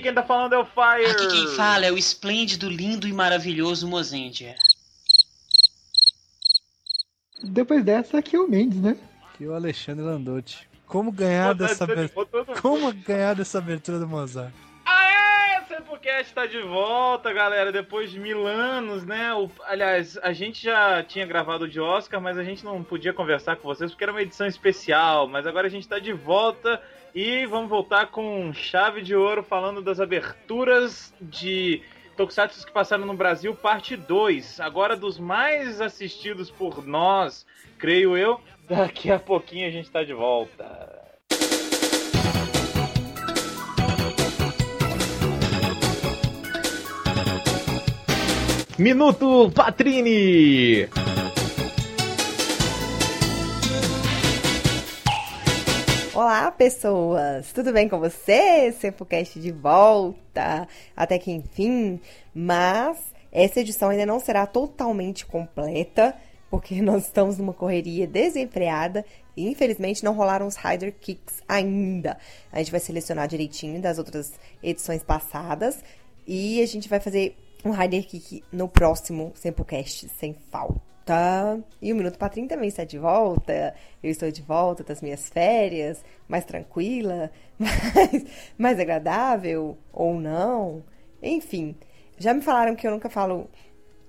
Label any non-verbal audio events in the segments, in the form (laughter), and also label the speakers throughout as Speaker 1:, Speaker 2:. Speaker 1: quem tá falando é o Fire.
Speaker 2: Aqui quem fala é o esplêndido, lindo e maravilhoso Mozendia.
Speaker 3: Depois dessa, aqui é o Mendes, né?
Speaker 4: Aqui é o Alexandre Landotti. Como
Speaker 2: é
Speaker 4: ganhar
Speaker 1: Mozart,
Speaker 4: dessa
Speaker 1: você
Speaker 4: abertura?
Speaker 1: derrotou (laughs) todo mundo.
Speaker 4: Como ganhar dessa abertura do Mozart?
Speaker 1: Aê, Samplecast tá de volta, galera. Depois de mil anos, né? O- aliás, a gente já tinha gravado de Oscar, mas a gente não podia conversar com vocês porque era uma edição especial. Mas agora a gente tá de volta e vamos voltar com chave de ouro falando das aberturas de Tokusatsu que passaram no Brasil, parte 2. Agora dos mais assistidos por nós, creio eu. Daqui a pouquinho a gente tá de volta.
Speaker 5: Minuto Patrini!
Speaker 6: Olá, pessoas! Tudo bem com vocês? Sempocast de volta, até que enfim. Mas essa edição ainda não será totalmente completa, porque (laughs) nós estamos numa correria desenfreada e infelizmente não rolaram os Rider Kicks ainda. A gente vai selecionar direitinho das outras edições passadas e a gente vai fazer um Rider Kick no próximo Sempocast, sem falta. E o Minuto Patrinho também está de volta. Eu estou de volta das minhas férias, mais tranquila, (laughs) mais, mais agradável ou não. Enfim, já me falaram que eu nunca falo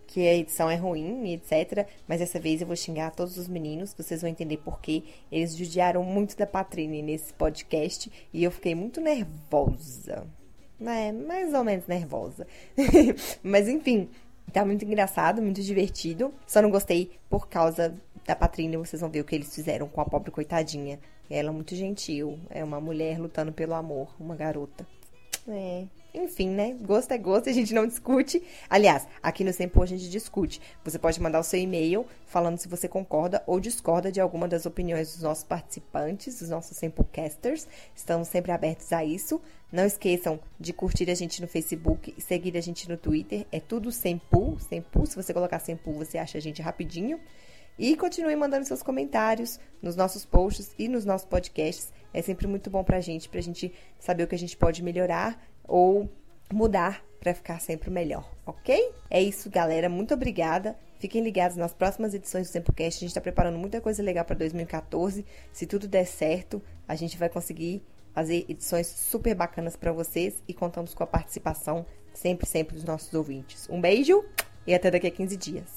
Speaker 6: que a edição é ruim e etc. Mas dessa vez eu vou xingar todos os meninos, vocês vão entender porquê. Eles judiaram muito da Patrine nesse podcast e eu fiquei muito nervosa. É, mais ou menos nervosa. (laughs) mas enfim, tá muito engraçado, muito divertido. Só não gostei por causa da Patrícia, vocês vão ver o que eles fizeram com a pobre coitadinha. Ela é muito gentil, é uma mulher lutando pelo amor, uma garota. É. Enfim, né? Gosto é gosto, a gente não discute. Aliás, aqui no Sempo a gente discute. Você pode mandar o seu e-mail falando se você concorda ou discorda de alguma das opiniões dos nossos participantes, dos nossos Sempocasters. Estamos sempre abertos a isso. Não esqueçam de curtir a gente no Facebook e seguir a gente no Twitter. É tudo Sempo, Sempo. Se você colocar Sempo, você acha a gente rapidinho. E continue mandando seus comentários nos nossos posts e nos nossos podcasts. É sempre muito bom pra gente, pra gente saber o que a gente pode melhorar ou mudar pra ficar sempre melhor, ok? É isso, galera. Muito obrigada. Fiquem ligados nas próximas edições do Tempocast. A gente tá preparando muita coisa legal pra 2014. Se tudo der certo, a gente vai conseguir fazer edições super bacanas pra vocês e contamos com a participação sempre, sempre dos nossos ouvintes. Um beijo e até daqui a 15 dias.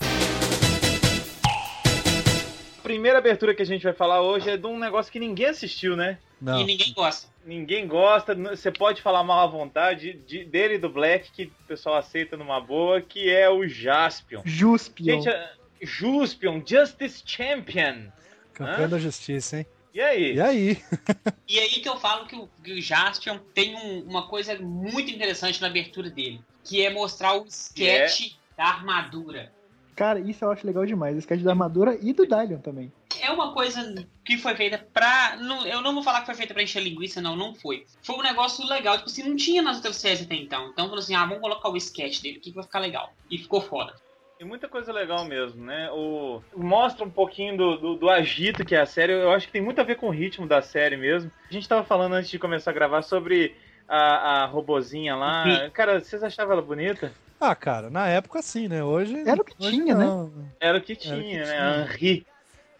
Speaker 1: A primeira abertura que a gente vai falar hoje é de um negócio que ninguém assistiu, né?
Speaker 4: Não.
Speaker 2: E ninguém gosta.
Speaker 1: Ninguém gosta, n- você pode falar mal à vontade de- dele e do Black, que o pessoal aceita numa boa, que é o Jaspion.
Speaker 3: Juspion.
Speaker 1: Gente, é- Juspion, Justice Champion.
Speaker 4: Campeão
Speaker 1: Hã?
Speaker 4: da justiça, hein?
Speaker 1: E aí?
Speaker 4: E aí?
Speaker 2: E aí que eu falo que o, que o Jaspion tem um- uma coisa muito interessante na abertura dele, que é mostrar o esquete da armadura.
Speaker 3: Cara, isso eu acho legal demais. Esse sketch da armadura e do Dylion também.
Speaker 2: É uma coisa que foi feita pra. não- eu não vou falar que foi feita pra encher linguiça, não, não foi. Foi um negócio legal, tipo assim, não tinha nas outras séries até então. Então falou assim: ah, vamos colocar o esquete dele, que vai ficar legal. E ficou foda.
Speaker 1: Tem muita coisa legal mesmo, né? O... Mostra um pouquinho do, do, do agito que é a série. Eu acho que tem muito a ver com o ritmo da série mesmo. A gente tava falando antes de começar a gravar sobre a, a robozinha lá. Cara, vocês achavam ela bonita?
Speaker 4: Ah, cara, na época sim, né? Hoje.
Speaker 3: Era o que
Speaker 4: hoje
Speaker 3: tinha,
Speaker 4: não. Era
Speaker 1: Era o que
Speaker 4: o que
Speaker 1: tinha, né?
Speaker 4: tinha.
Speaker 1: A Henri.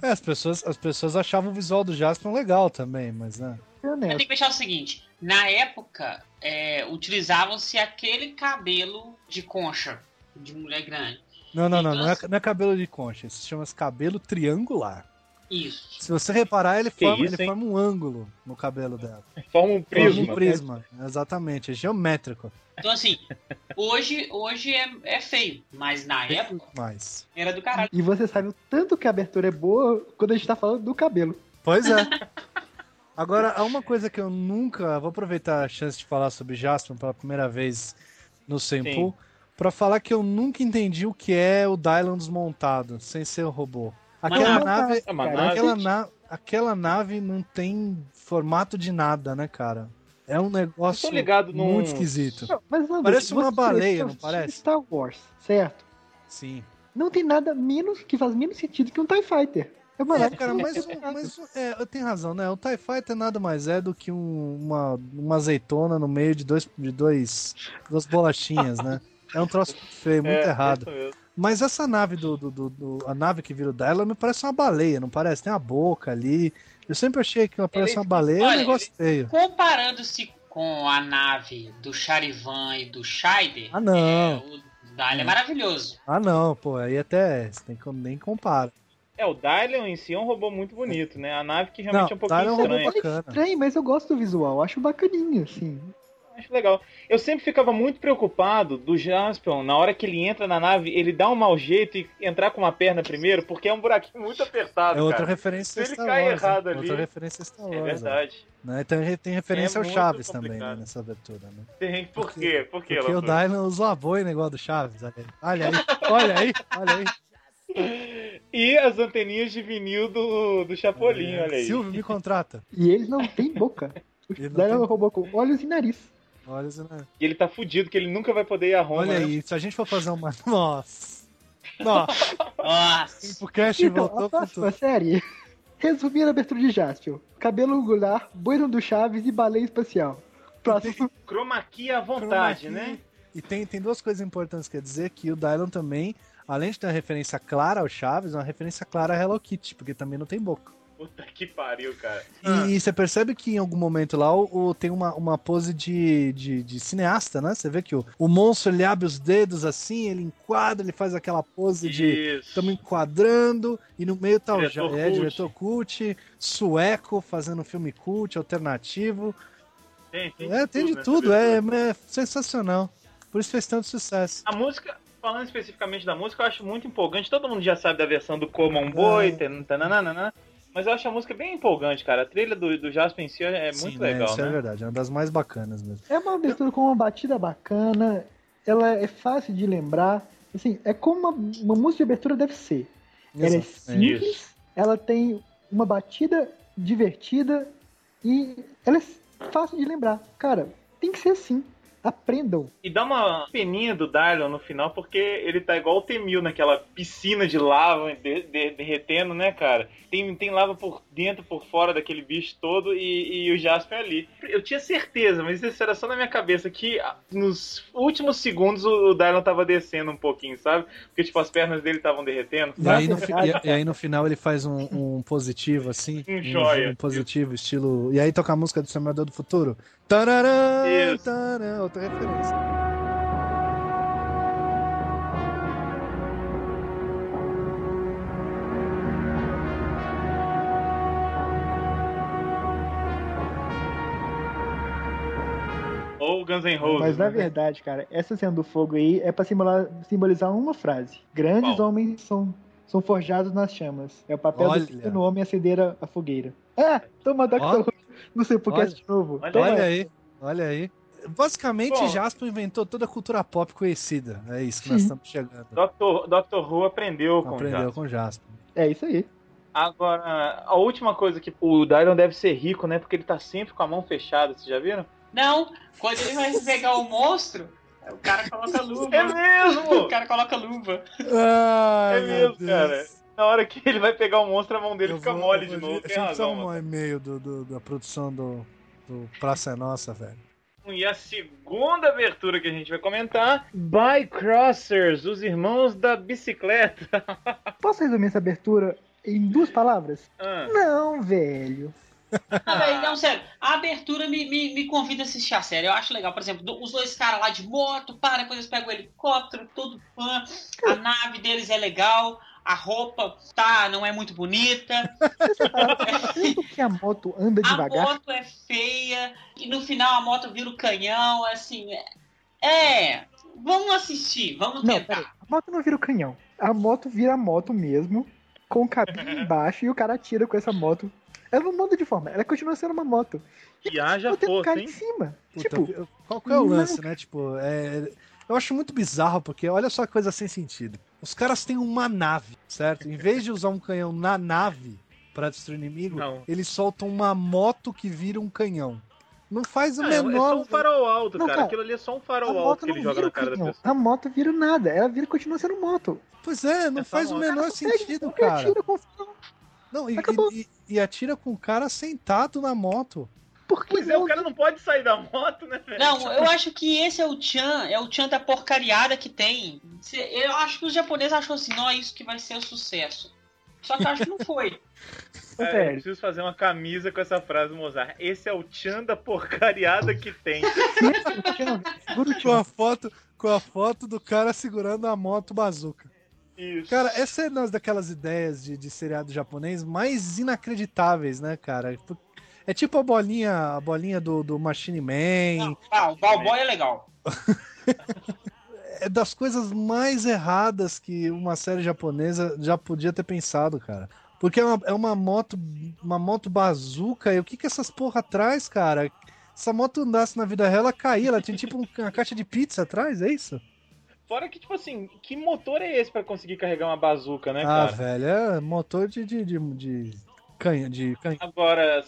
Speaker 4: É, as pessoas, as pessoas achavam o visual do Jaspion legal também, mas né?
Speaker 3: É
Speaker 2: Eu
Speaker 3: honesto.
Speaker 2: tenho que pensar o seguinte: na época, é, utilizavam-se aquele cabelo de concha, de mulher grande.
Speaker 4: Não, não, não. Não é,
Speaker 2: Nossa.
Speaker 4: não é cabelo de concha. Isso chama-se cabelo triangular.
Speaker 2: Isso.
Speaker 4: Se você reparar, ele,
Speaker 1: Que
Speaker 4: forma,
Speaker 1: isso,
Speaker 4: ele
Speaker 1: hein?
Speaker 4: forma um ângulo no cabelo dela.
Speaker 1: Forma
Speaker 4: Forma
Speaker 1: um prisma.
Speaker 4: um prisma. Exatamente. É geométrico.
Speaker 2: Então, assim, hoje, hoje é, é feio, mas na época
Speaker 4: Mas.
Speaker 2: era do caralho.
Speaker 3: E você sabe o tanto que a abertura é boa quando a gente tá falando do cabelo.
Speaker 4: Pois é. Agora, há uma coisa que eu nunca. Vou aproveitar a chance de falar sobre Jaspion pela primeira vez no Senpu. Pra falar que eu nunca entendi o que é o Dylan desmontado, sem ser o robô. Aquela
Speaker 2: Mas-
Speaker 4: nave.
Speaker 1: É uma
Speaker 3: Cara,
Speaker 1: nave.
Speaker 4: Aquela, na- aquela nave não tem formato de nada, né, cara? É um negócio
Speaker 1: Tô ligado num-
Speaker 4: muito esquisito.
Speaker 3: Não, mas, Nando,
Speaker 4: Parece uma
Speaker 3: você
Speaker 4: baleia,
Speaker 3: assistiu
Speaker 4: não parece?
Speaker 3: Star Wars, certo?
Speaker 4: Sim.
Speaker 3: Não tem nada menos que faz menos sentido que um TIE Fighter. Eu, mano,
Speaker 7: É, cara, mas, o- mas o- é, eu tenho razão, né? O TIE Fighter nada mais é do que um- uma, uma azeitona no meio de, dois, de dois, duas bolachinhas, né? É um troço feio, muito errado.
Speaker 1: isso mesmo.
Speaker 7: Mas essa nave do, do, do- do- A nave que vira o Dylan me parece uma baleia, não parece? Tem uma boca ali. Eu sempre achei que ela parece uma baleia, é um
Speaker 2: olha,
Speaker 7: negócio feio.
Speaker 2: Comparando-se com a nave do Charivan e do Scheider,
Speaker 7: Ah, não.
Speaker 2: é, o Dali é maravilhoso.
Speaker 7: Ah, não, pô, aí até é, você tem que, nem compara.
Speaker 1: É, o Dylion em si é um robô muito bonito, né? A nave que
Speaker 7: Não,
Speaker 1: realmente é um
Speaker 7: o
Speaker 1: pouquinho
Speaker 7: Dylan é um
Speaker 1: estranha.
Speaker 7: robô bacana.
Speaker 3: estranho, mas eu gosto do visual. Acho bacaninho, assim.
Speaker 1: Acho legal. Eu sempre ficava muito preocupado do Jaspion, na hora que ele entra na nave, ele dá um mau jeito e entrar com uma perna primeiro, porque é um buraquinho muito apertado,
Speaker 7: É outra
Speaker 1: Ah, cara.
Speaker 7: referência a
Speaker 1: Se ele
Speaker 7: Star
Speaker 1: cai
Speaker 7: Wars. né?
Speaker 1: errado ali,
Speaker 7: Outra referência a Star
Speaker 1: É
Speaker 7: Wars. né?
Speaker 1: verdade.
Speaker 7: né? Então re- tem referência
Speaker 1: É
Speaker 7: ao
Speaker 1: muito
Speaker 7: Chaves também né,
Speaker 1: complicado.
Speaker 7: nessa abertura, né?
Speaker 1: Tem, por
Speaker 7: Porque-
Speaker 1: quê? Por quê,
Speaker 7: Porque o
Speaker 1: Lafleur?
Speaker 7: Dylan usou a boina igual a do Chaves. Olha aí, olha aí, olha aí. Olha aí.
Speaker 1: E as anteninhas de vinil do, do Chapolin, olha aí.
Speaker 7: É. Silvio, me contrata.
Speaker 3: E ele não tem boca. O
Speaker 7: Ele não
Speaker 3: Daí
Speaker 7: tem
Speaker 3: ela roubou com olhos e nariz.
Speaker 7: Olha, isso, né?
Speaker 1: E ele tá fudido, que ele nunca vai poder ir a Roma.
Speaker 7: olha
Speaker 1: né?
Speaker 7: aí, se a gente for fazer uma. (laughs) Nossa! Nossa,
Speaker 2: Nossa,
Speaker 7: o Cash
Speaker 3: Então,
Speaker 7: voltou
Speaker 3: a
Speaker 7: pro
Speaker 3: próxima
Speaker 7: tudo.
Speaker 3: série. Resumir a abertura de Jaspion. Cabelo angular, boina do Chaves e baleia espacial. Próximo.
Speaker 1: Chroma key à vontade, né?
Speaker 7: E tem, tem duas coisas importantes que dizer: que o Dylan também, além de ter uma referência clara ao Chaves, é uma referência clara a Hello Kitty, porque também não tem boca.
Speaker 1: Puta que pariu, cara.
Speaker 7: E,
Speaker 1: Ah.
Speaker 7: e você percebe que em algum momento lá o, o- tem uma, uma pose de, de, de cineasta, né? Você vê que o, o monstro ele abre os dedos assim, ele enquadra, ele faz aquela pose de
Speaker 1: Isso.
Speaker 7: estamos enquadrando, e no meio tá o
Speaker 1: Diretor
Speaker 7: Ja- é,
Speaker 1: cult.
Speaker 7: diretor cult, sueco fazendo filme cult, alternativo.
Speaker 1: Tem, tem
Speaker 7: é, tem de
Speaker 1: nessa
Speaker 7: tudo, é,
Speaker 1: abertura.
Speaker 7: é sensacional. Por isso fez tanto sucesso.
Speaker 1: A música, falando especificamente da música, eu acho muito empolgante. Todo mundo já sabe da versão do Como um Boi,
Speaker 7: Ah.
Speaker 1: tan- tananana, mas eu acho a música bem empolgante, cara. A trilha do, do Jasper em si é
Speaker 7: Sim,
Speaker 1: muito
Speaker 7: né,
Speaker 1: legal,
Speaker 7: Isso é
Speaker 1: né?
Speaker 7: verdade, é uma das mais bacanas mesmo.
Speaker 3: É uma abertura com uma batida bacana. Ela é fácil de lembrar. Assim, é como uma, uma música de abertura deve ser. Ela é
Speaker 7: Exato, é.
Speaker 3: simples, ela tem uma batida divertida e ela é fácil de lembrar. Cara, tem que ser assim. Aprendam.
Speaker 1: E dá uma peninha do Dylan no final, porque ele tá igual o Temil naquela piscina de lava de- de- derretendo, né, cara? Tem, tem lava por dentro, por fora daquele bicho todo e, e o Jasper ali. Eu tinha certeza, mas isso era só na minha cabeça, que ah, nos últimos segundos o, o Dylan tava descendo um pouquinho, sabe? Porque, tipo, as pernas dele estavam derretendo.
Speaker 7: E aí, no, fi- e- e aí no final ele faz um, um positivo, assim.
Speaker 1: Um joia.
Speaker 7: Um positivo, estilo. E aí toca a música do Semeador do Futuro. Tarará,
Speaker 1: Isso.
Speaker 7: tará, outra referência.
Speaker 1: Ou Guns N' Roses.
Speaker 3: Mas
Speaker 1: né?
Speaker 3: na verdade, cara, essa cena do fogo aí é pra simular- simbolizar uma frase. Grandes
Speaker 1: Qual?
Speaker 3: homens são, são forjados nas chamas. É o papel
Speaker 7: Olha.
Speaker 3: do pequeno homem acender a, a fogueira. Ah, toma
Speaker 7: Tá
Speaker 3: Dr. Não sei por que
Speaker 7: Olha.
Speaker 3: de novo.
Speaker 1: Olha.
Speaker 3: Toma
Speaker 7: Olha
Speaker 3: essa.
Speaker 7: aí, olha aí. Basicamente,
Speaker 1: Bom.
Speaker 7: Jasper inventou toda a cultura pop conhecida. É isso que nós
Speaker 3: Sim.
Speaker 7: estamos chegando.
Speaker 1: Dr. Dr. Who aprendeu Então, com o
Speaker 7: Aprendeu
Speaker 1: Jasper.
Speaker 7: com Jasper.
Speaker 3: É isso aí.
Speaker 1: Agora, a última coisa que o Dylan deve ser rico, né? Porque ele tá sempre com a mão fechada, vocês já viram?
Speaker 2: não, quando ele vai pegar o monstro, o cara coloca
Speaker 1: É
Speaker 2: luva.
Speaker 1: mesmo!
Speaker 2: O cara coloca luva.
Speaker 7: Ai,
Speaker 1: É
Speaker 7: meu
Speaker 1: mesmo, cara. Na hora que ele vai pegar o monstro, a mão dele
Speaker 7: Eu
Speaker 1: fica
Speaker 7: vou-
Speaker 1: mole
Speaker 7: eu
Speaker 1: de
Speaker 7: vou-
Speaker 1: novo.
Speaker 7: Eu
Speaker 1: Tem
Speaker 7: tinha que
Speaker 1: razão.
Speaker 7: um e-mail do- do- da produção do, do Praça é Nossa, velho.
Speaker 1: mano. E a segunda abertura que a gente vai comentar: Bycrossers, os irmãos da bicicleta.
Speaker 3: Posso resumir essa abertura em duas palavras?
Speaker 1: Ah,
Speaker 3: Não, velho.
Speaker 2: Ah, velho, não, sério, a abertura me, me, me convida a assistir a série. Eu acho legal, por exemplo, do- os dois caras lá de moto, para, depois eles pegam o helicóptero, todo fã,
Speaker 3: Hum.
Speaker 2: a nave deles é legal, a roupa tá, não é muito bonita,
Speaker 3: Tanto que a moto anda
Speaker 2: a
Speaker 3: devagar.
Speaker 2: moto é feia, e no final a moto vira o canhão, assim, é. é, vamos assistir, vamos
Speaker 3: Não,
Speaker 2: tentar.
Speaker 3: peraí. A moto não vira o canhão. A moto vira a moto mesmo, com o cabinho embaixo, e o cara atira com essa moto. Ela não muda de forma, ela continua sendo uma moto.
Speaker 1: que haja
Speaker 3: Ela tem um
Speaker 1: força,
Speaker 3: cara em
Speaker 1: hein?
Speaker 3: cima.
Speaker 7: Puta,
Speaker 3: tipo,
Speaker 7: eu- qual que é o
Speaker 3: não.
Speaker 7: lance, né? Tipo, é, eu acho muito bizarro, porque olha só que coisa sem sentido. Os caras têm uma nave, certo? Em vez de usar um canhão na nave pra destruir o inimigo,
Speaker 1: Não.
Speaker 7: eles soltam uma moto que vira um canhão. Não faz o
Speaker 1: Ah, é
Speaker 7: menor.
Speaker 1: só um farol alto,
Speaker 3: Não,
Speaker 1: cara.
Speaker 3: cara,
Speaker 1: Aquilo ali é só um
Speaker 3: a
Speaker 1: farol alto
Speaker 3: moto
Speaker 1: que
Speaker 3: não
Speaker 1: ele
Speaker 3: vira
Speaker 1: joga na
Speaker 3: o
Speaker 1: cara da
Speaker 3: canhão.
Speaker 1: pessoa.
Speaker 3: A moto vira nada. Ela vira e continua sendo moto.
Speaker 7: Pois é, não
Speaker 1: É só
Speaker 7: faz o
Speaker 1: uma-
Speaker 7: menor
Speaker 3: Consegue,
Speaker 7: sentido,
Speaker 3: porque
Speaker 7: cara.
Speaker 3: atira com o farol.
Speaker 7: Não, e,
Speaker 3: Acabou.
Speaker 7: e- e- e atira com o cara sentado na moto.
Speaker 3: Por que
Speaker 1: Pois é,
Speaker 3: não?
Speaker 1: o cara não pode sair da moto, né, velho?
Speaker 3: um
Speaker 2: Não, eu acho que esse é o Chan, é o Chan da porcariada que tem. Cê- Eu acho que os japoneses acham assim, ó, isso que vai ser o sucesso. Só que eu acho que não foi.
Speaker 1: Cara, eu
Speaker 3: velho.
Speaker 1: (laughs) preciso fazer uma camisa com essa frase, Mozart. Esse é o Tchan da porcariada que tem.
Speaker 3: é
Speaker 1: Tipo,
Speaker 7: Com a foto, com a foto do cara segurando a moto bazuca.
Speaker 1: Isso.
Speaker 7: Cara, essa é uma daquelas ideias de, de seriado japonês mais inacreditáveis, né, cara? É tipo a bolinha, a bolinha do, do Machine Man.
Speaker 2: Ah, o Balboy é legal.
Speaker 7: É das coisas mais erradas que uma série japonesa já podia ter pensado, cara. Porque é uma, é uma moto, uma moto bazuca, e o que que essas porra traz, cara? Se a moto andasse na vida real, ela caía, ela tinha tipo um- uma caixa de pizza atrás, é isso?
Speaker 1: Fora que, tipo assim, que motor é esse pra conseguir carregar uma bazuca, né,
Speaker 7: ah,
Speaker 1: cara?
Speaker 7: velho, é motor de, de, de, de canha, de canha.
Speaker 1: Agora,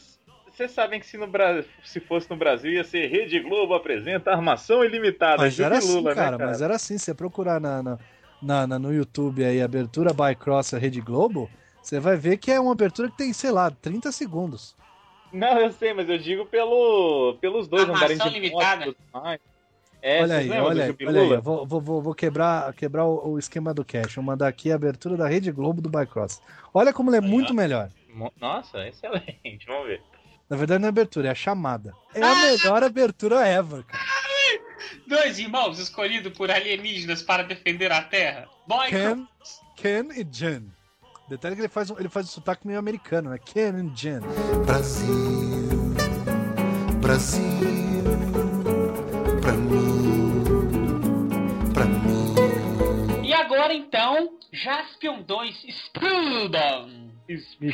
Speaker 1: vocês sabem que se, no Bra- se fosse no Brasil ia ser Rede Globo apresenta armação ilimitada.
Speaker 7: Mas
Speaker 1: Juca
Speaker 7: era
Speaker 1: e
Speaker 7: assim,
Speaker 1: Lula,
Speaker 7: cara,
Speaker 1: né,
Speaker 7: mas era assim, você procurar na, na, na- na- no YouTube aí, abertura by Cross Rede Globo, você vai ver que é uma abertura que tem, sei lá, 30 segundos.
Speaker 1: Não, eu sei, mas eu digo pelo, pelos dois
Speaker 2: Armação
Speaker 1: andarem de moto e
Speaker 2: ilimitada?
Speaker 1: tudo mais. É,
Speaker 7: olha
Speaker 1: vocês
Speaker 7: aí,
Speaker 1: lembram do
Speaker 7: olha aí,
Speaker 1: Juca e
Speaker 7: olha aí,
Speaker 1: Lula?
Speaker 7: eu vou, vou- vou- vou quebrar, quebrar o, o esquema do cash, vou mandar aqui a abertura da Rede Globo do by Cross. Olha como ele é
Speaker 1: Aí, ó.
Speaker 7: muito melhor.
Speaker 1: Mo- Nossa, (laughs) excelente, vamos ver.
Speaker 7: Na verdade não é abertura, é a chamada. É
Speaker 1: Ah!
Speaker 7: a melhor abertura ever, cara.
Speaker 2: Dois irmãos escolhidos por alienígenas para defender a Terra. é Boy,
Speaker 7: Ken, Ken e Jen. Detalhe que ele faz, um- ele faz um sotaque meio americano, né? Ken e Jen.
Speaker 8: Brasil, Brasil, pra mim, pra mim.
Speaker 2: E agora então, Jaspion 2 Spildan.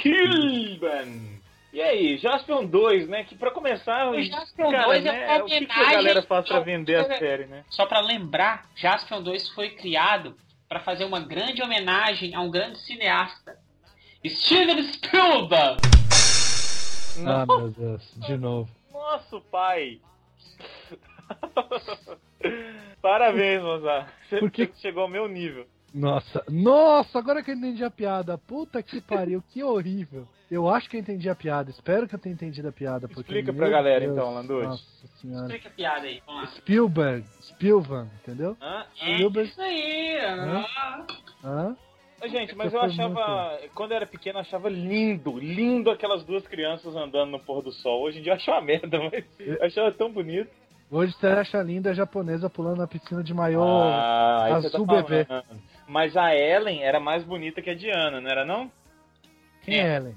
Speaker 1: Kilban! E aí, Jaspion 2, né? Que pra começar,
Speaker 2: O Jaspion
Speaker 1: cara,
Speaker 2: 2
Speaker 1: né,
Speaker 2: é uma
Speaker 1: o que,
Speaker 2: homenagem.
Speaker 1: que a galera faz pra
Speaker 2: ao-
Speaker 1: vender a série, né?
Speaker 2: Só pra lembrar, Jaspion 2 foi criado pra fazer uma grande homenagem a um grande cineasta. Steven Spielberg!
Speaker 1: Nossa,
Speaker 7: Ah, meu Deus, de novo.
Speaker 1: Nosso pai! (laughs) Parabéns, Mozart. Você
Speaker 7: Por que-
Speaker 1: chegou ao meu nível.
Speaker 7: Nossa, nossa, agora que eu entendi a piada. Puta que pariu, que horrível. Eu acho que eu entendi a piada, espero que eu tenha entendido a piada. Porque,
Speaker 1: Explica pra
Speaker 7: meu
Speaker 1: galera,
Speaker 7: Deus,
Speaker 1: então, Landucci.
Speaker 7: Nossa senhora.
Speaker 2: Explica a piada aí, vamos lá.
Speaker 7: Spielberg, Spielberg, entendeu?
Speaker 1: Hã?
Speaker 2: É
Speaker 7: Spielberg,
Speaker 2: isso aí! ah.
Speaker 7: hã?
Speaker 1: Ô, Gente, mas
Speaker 7: Essa
Speaker 1: eu
Speaker 7: foi
Speaker 1: achava. Quando eu era pequeno, eu achava lindo, lindo aquelas duas crianças andando no pôr do sol. Hoje em dia eu acho uma merda, mas eu achava tão bonito.
Speaker 7: Hoje você acha linda a japonesa pulando na piscina de maiô.
Speaker 1: ah, aí você tá
Speaker 7: azul bebê.
Speaker 1: falando. Mas a Ellen era mais bonita que a Diana, não era não?
Speaker 7: Quem é Ellen?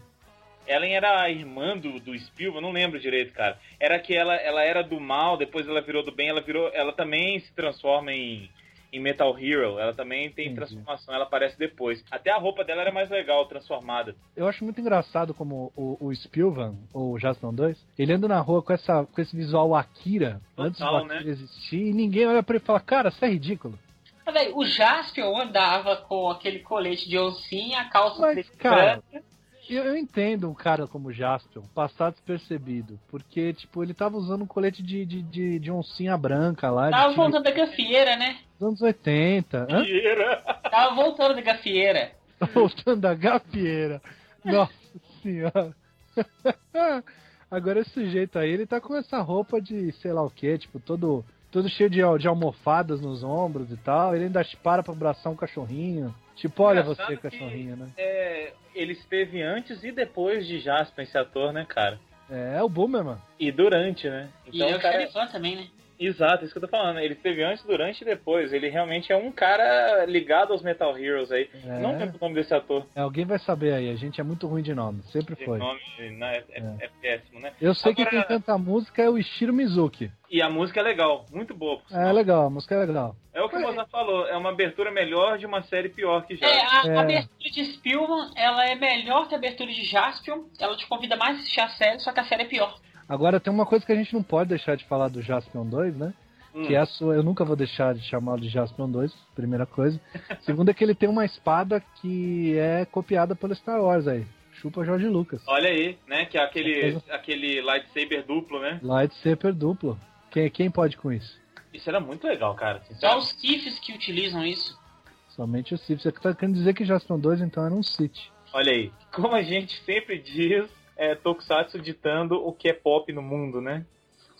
Speaker 1: Ellen era a irmã do, do Spielberg, eu não lembro direito, cara. Era que ela, ela era do mal, depois ela virou do bem, ela virou. Ela também se transforma em, em Metal Hero. Ela também tem
Speaker 7: Entendi.
Speaker 1: transformação, ela aparece depois. Até a roupa dela era mais legal, transformada.
Speaker 7: Eu acho muito engraçado como o, o Spielvan, ou o Jaspion 2, ele anda na rua com, essa, com esse visual Akira,
Speaker 1: Total,
Speaker 7: antes do
Speaker 1: né?
Speaker 7: Akira existir, e ninguém olha pra ele e fala, cara, você é ridículo.
Speaker 2: Mas, velho, o Jaspion andava com aquele colete de oncinha, a calça
Speaker 7: Mas,
Speaker 2: preta e
Speaker 7: cara,
Speaker 2: branca.
Speaker 7: eu, eu entendo um cara como Jaspion passar despercebido, porque, tipo, ele tava usando um colete de, de, de, de oncinha branca lá,
Speaker 2: Tava
Speaker 7: de time
Speaker 2: voltando da gafieira, né?
Speaker 7: dos anos
Speaker 1: (laughs)
Speaker 7: 80, hã? (laughs)
Speaker 2: Tava voltando da gafieira.
Speaker 7: voltando da gafieira. Nossa senhora. (laughs) Agora esse sujeito aí, ele tá com essa roupa de sei lá o que, tipo, todo, todo cheio de, al- de almofadas nos ombros e tal. Ele ainda para pra abraçar um cachorrinho. Tipo, olha
Speaker 1: Engraçado
Speaker 7: você,
Speaker 1: que-
Speaker 7: cachorrinho, né?
Speaker 1: É, ele esteve antes e depois de Jasper, esse ator, né, cara?
Speaker 7: É, é o Boomerman.
Speaker 1: E durante, né?
Speaker 2: E ele é
Speaker 1: Então,
Speaker 2: o
Speaker 1: cara,
Speaker 2: xerifã também, né?
Speaker 1: exato, isso que eu tô falando. né? Ele esteve antes, durante e depois. Ele realmente é um cara ligado aos Metal Heroes aí.
Speaker 7: É.
Speaker 1: Não lembro o nome desse ator.
Speaker 7: É, alguém vai saber aí, a gente é muito ruim de nome, sempre
Speaker 1: De
Speaker 7: foi.
Speaker 1: nome não, é, é- é péssimo, né?
Speaker 7: Eu sei que
Speaker 1: Agora-
Speaker 7: quem canta a música é o Ishiro Mizuki.
Speaker 1: E a música é legal, muito boa. por
Speaker 7: É
Speaker 1: sinal.
Speaker 7: legal, a música é legal.
Speaker 1: É o que o Mozart falou, é uma abertura melhor de uma série pior que já.
Speaker 2: É, a
Speaker 7: É.
Speaker 2: a abertura de Spielman, ela é melhor que a abertura de Jaspion. Ela te convida mais a assistir a série, só que a série é pior.
Speaker 7: Agora tem uma coisa que a gente não pode deixar de falar do Jaspion 2, né?
Speaker 1: Hum.
Speaker 7: Que é a sua. Eu nunca vou deixar de chamá-lo de Jaspion 2, primeira coisa.
Speaker 1: (laughs)
Speaker 7: Segunda é que ele tem uma espada que é copiada pelo Star Wars aí. Chupa Jorge Lucas.
Speaker 1: Olha aí, né? Que é aquele, aquele lightsaber duplo, né?
Speaker 7: Lightsaber duplo. Quem, quem pode com isso?
Speaker 1: Isso era muito legal, cara.
Speaker 2: Só
Speaker 1: Sinceramente.
Speaker 2: os Sifs que utilizam isso. (laughs)
Speaker 7: Somente o Sith. Você tá querendo dizer que Jaspion 2 então era um Sith.
Speaker 1: Olha aí. Como a gente sempre diz, é Tokusatsu ditando o que é pop no mundo, né?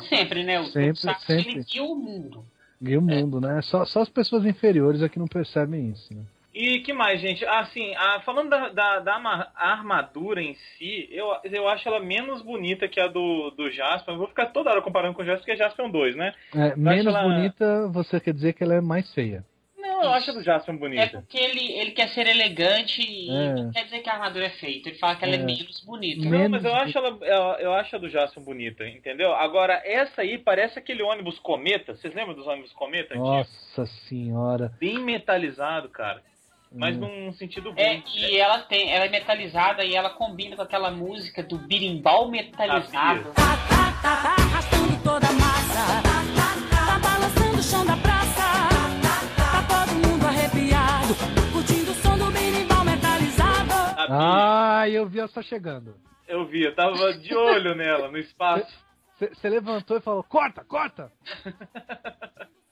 Speaker 2: Sempre, né? O
Speaker 7: Sempre,
Speaker 2: Tokusatsu,
Speaker 7: sempre.
Speaker 2: ele guia o mundo.
Speaker 7: E o
Speaker 1: É.
Speaker 7: mundo, né? Só, só as pessoas inferiores é que não percebem isso, né?
Speaker 1: E que mais, gente? Ah, sim, ah, falando da, da, da ama- armadura em si, eu, eu acho ela menos bonita que a do, do Jasper. Eu vou ficar toda hora comparando com o Jasper, porque Jasper é um 2, né?
Speaker 7: É, menos
Speaker 1: ela-
Speaker 7: bonita, você quer dizer que ela é mais feia.
Speaker 1: Não, eu acho a do Jasper
Speaker 2: É
Speaker 1: bonita.
Speaker 2: porque ele, ele quer ser elegante e
Speaker 7: É.
Speaker 2: não quer dizer que a armadura é feita. Ele fala que ela é,
Speaker 7: É.
Speaker 2: menos bonita.
Speaker 1: Não,
Speaker 7: menos
Speaker 1: mas eu acho, ela, eu, eu acho a do Jasper bonita, entendeu? Agora, essa aí parece aquele ônibus cometa. Vocês lembram dos ônibus cometa?
Speaker 7: Nossa senhora.
Speaker 1: Bem metalizado, cara. Mas
Speaker 7: Hum.
Speaker 1: num sentido bom.
Speaker 2: É, e ela tem, ela é metalizada e ela combina com aquela música do birimbau metalizado.
Speaker 9: Tá arrastando toda a massa. Tá balançando o chão da praça. Tá todo mundo arrepiado. Curtindo o som do berimbau metalizado.
Speaker 1: Sabia?
Speaker 7: Ah, eu vi ela só chegando.
Speaker 1: Eu vi, eu tava de olho nela, no espaço.
Speaker 7: Você levantou e falou: corta, corta!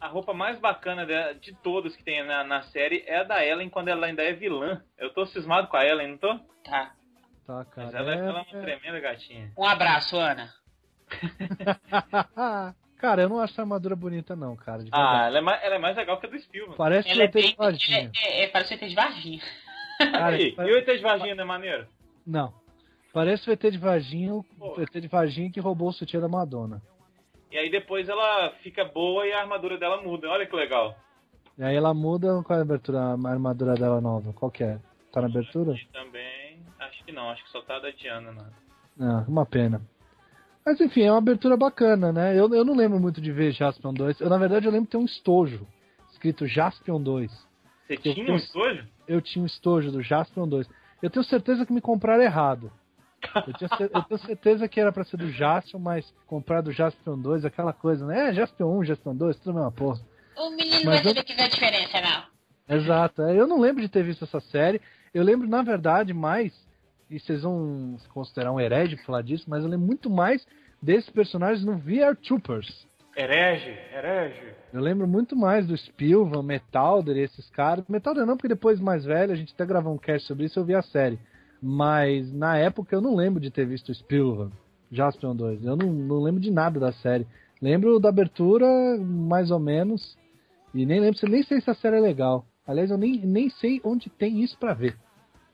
Speaker 1: A roupa mais bacana de, de todas que tem na, na série é a da Ellen quando ela ainda é vilã. Eu tô cismado com a Ellen, não tô?
Speaker 2: Tá.
Speaker 7: Tá,
Speaker 1: Mas
Speaker 7: cara.
Speaker 1: ela,
Speaker 7: é-
Speaker 1: ela é uma tremenda gatinha.
Speaker 2: Um abraço, Ana.
Speaker 7: é. (laughs) cara, eu não acho essa armadura bonita, não, cara. de
Speaker 1: Ah,
Speaker 7: verdade.
Speaker 1: ela é mais, ela é mais legal que a do Spielman.
Speaker 7: Parece que
Speaker 2: Ela é
Speaker 7: eu tenho
Speaker 2: bem. ela
Speaker 7: lojinha.
Speaker 2: é, é, parece que tem de Varginha.
Speaker 7: Cara,
Speaker 1: (laughs) Aí,
Speaker 7: pa-
Speaker 1: e o ET de Varginha não é maneiro?
Speaker 7: Não. Parece o ET de Varginha, o
Speaker 1: Pô.
Speaker 7: ET de Varginha que roubou o sutiã da Madonna.
Speaker 1: E aí depois ela fica boa e a armadura dela muda. Olha que legal.
Speaker 7: E aí ela muda qual é a abertura, a armadura dela nova. Qual que é? Tá na abertura?
Speaker 1: E também. Acho que não, acho que só tá da Diana, né?
Speaker 7: Ah, uma pena. Mas enfim, é uma abertura bacana, né? Eu, eu não lembro muito de ver Jaspion 2. Eu, na verdade, eu lembro de ter um estojo escrito Jaspion 2.
Speaker 1: Você
Speaker 7: Eu
Speaker 1: tinha um
Speaker 7: penso-
Speaker 1: estojo?
Speaker 7: Eu tinha um estojo do Jaspion 2. Eu tenho certeza que me compraram errado. Eu, tinha cer- eu tenho certeza que era pra ser do Jaspion, mas comprar do Jaspion 2, aquela coisa, né? É, Jaspion 1, Jaspion 2, tudo a mesma porra.
Speaker 2: O menino
Speaker 7: Mas
Speaker 2: vai
Speaker 7: eu-
Speaker 2: saber que vê a diferença, não.
Speaker 7: Exato. é, Eu não lembro de ter visto essa série. Eu lembro, na verdade, mais. E vocês vão se considerar um herege por falar disso, mas eu lembro muito mais desses personagens no VR Troopers.
Speaker 1: Herege, herege.
Speaker 7: Eu lembro muito mais do Spilvan, Metalder e esses caras. Metalder não, porque depois mais velho, a gente até gravou um cast sobre isso, eu vi a série. Mas na época eu não lembro de ter visto o Spilvan, Jaspion 2. Eu não, não lembro de nada da série. Lembro da abertura, mais ou menos. E nem lembro, nem sei se a série é legal. Aliás, eu nem, nem sei onde tem isso pra ver.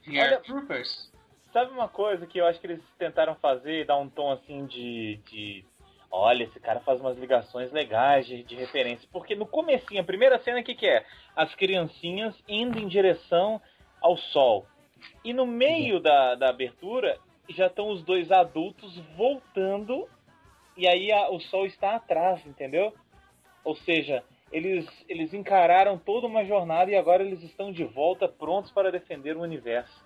Speaker 2: Olha, Troopers.
Speaker 1: Sabe uma coisa que eu acho que eles tentaram fazer e dar um tom assim de. de... Olha, esse cara faz umas ligações legais de, de referência. Porque no comecinho, a primeira cena, o que, que é? As criancinhas indo em direção ao sol. E no meio da, da abertura, já estão os dois adultos voltando. E aí a- o sol está atrás, entendeu? Ou seja, eles, eles encararam toda uma jornada e agora eles estão de volta prontos para defender o universo.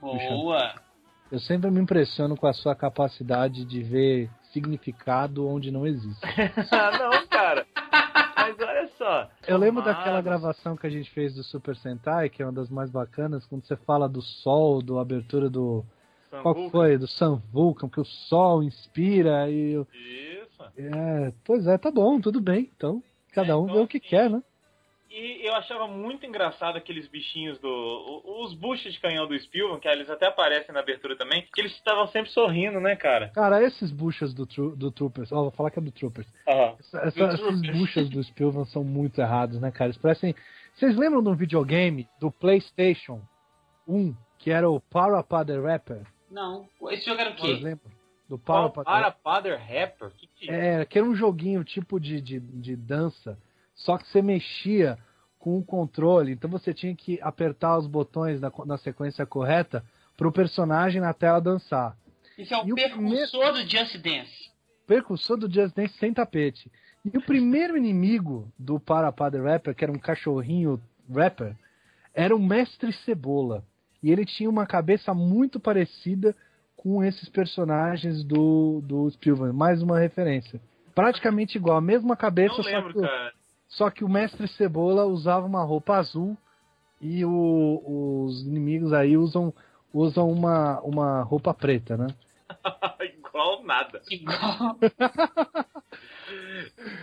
Speaker 2: Boa.
Speaker 7: Eu sempre me impressiono com a sua capacidade de ver significado onde não existe.
Speaker 1: Ah, não, cara. Mas olha só.
Speaker 7: Eu lembro
Speaker 1: Tomadas.
Speaker 7: daquela gravação que a gente fez do Super Sentai, que é uma das mais bacanas, quando você fala do sol, do abertura do. Qual que
Speaker 1: Sambuca.
Speaker 7: foi? Do Sun Vulcan, que o sol inspira e. o-
Speaker 1: Isso.
Speaker 7: É, pois é, tá bom, tudo bem. Então, cada um
Speaker 1: então,
Speaker 7: vê o que
Speaker 1: assim,
Speaker 7: quer, né?
Speaker 1: E eu achava muito engraçado aqueles bichinhos do. o- Os buchos de canhão do Spielman, que eles até aparecem na abertura também, que eles estavam sempre sorrindo, né, cara?
Speaker 7: Cara, esses buchas do, tru, do Troopers. Ó, vou falar que é do Troopers.
Speaker 1: Aham.
Speaker 7: Essa- essa- essas
Speaker 1: Troopers.
Speaker 7: buchas do Spilvan são muito errados, né, cara? Eles parecem. Vocês lembram de um videogame do PlayStation 1 que era o Parappa the Rapper?
Speaker 2: Não. Esse jogo era o
Speaker 7: Vocês
Speaker 2: quê?
Speaker 7: lembram? Do
Speaker 1: Qual-
Speaker 7: Parappa the
Speaker 1: Para Father Rapper? Que que é?
Speaker 7: É, que era um joguinho tipo de, de, de dança, só que você mexia com o controle, então você tinha que apertar os botões na, co- na sequência correta pro personagem na tela dançar.
Speaker 2: Isso é
Speaker 7: E
Speaker 2: o
Speaker 7: o
Speaker 2: percussor do Just Dance.
Speaker 7: Percussor do Just Dance sem tapete. E o primeiro inimigo do Parapá the Rapper, que era um cachorrinho rapper, era o Mestre Cebola. E ele tinha uma cabeça muito parecida com esses personagens do, do Spielberg. Mais uma referência. Praticamente igual, a mesma cabeça,
Speaker 1: Não
Speaker 7: só que
Speaker 1: lembro,
Speaker 7: o-
Speaker 1: cara. (laughs)
Speaker 7: só que o mestre Cebola usava uma roupa azul e o- os inimigos aí usam, usam uma, uma
Speaker 1: Ah,
Speaker 7: roupa preta, né?
Speaker 1: Igual nada.
Speaker 2: Igual.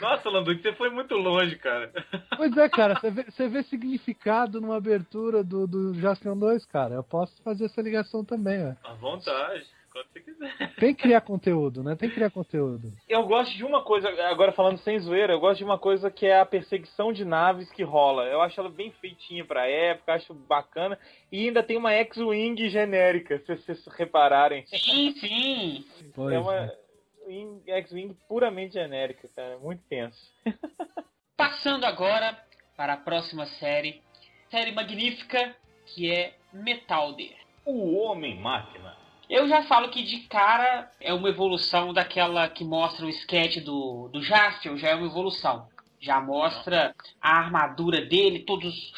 Speaker 1: Nossa, Landuque, você foi muito longe, cara.
Speaker 7: Pois é, cara, você vê, você vê significado numa abertura do, do Jaspion 2, cara. Eu posso fazer essa ligação também, ó.
Speaker 1: À vontade, quando você quiser.
Speaker 7: Tem que criar conteúdo, né? Tem que criar conteúdo.
Speaker 1: Eu gosto de uma coisa, agora falando sem zoeira, eu gosto de uma coisa que é a perseguição de naves que rola. Eu acho ela bem feitinha pra época, acho bacana. E ainda tem uma X-Wing genérica, se vocês repararem.
Speaker 2: (laughs) Sim, sim.
Speaker 7: Pois,
Speaker 1: é uma
Speaker 7: né?
Speaker 1: Wing- X-Wing puramente genérica, cara. é Muito tenso.
Speaker 2: Passando agora para a próxima série, série magnífica que é Metalder.
Speaker 1: O Homem-Máquina.
Speaker 2: Eu já falo que de cara é uma evolução daquela que mostra o sketch do, do Jaspion, já é uma evolução. Já mostra a armadura dele, todos os,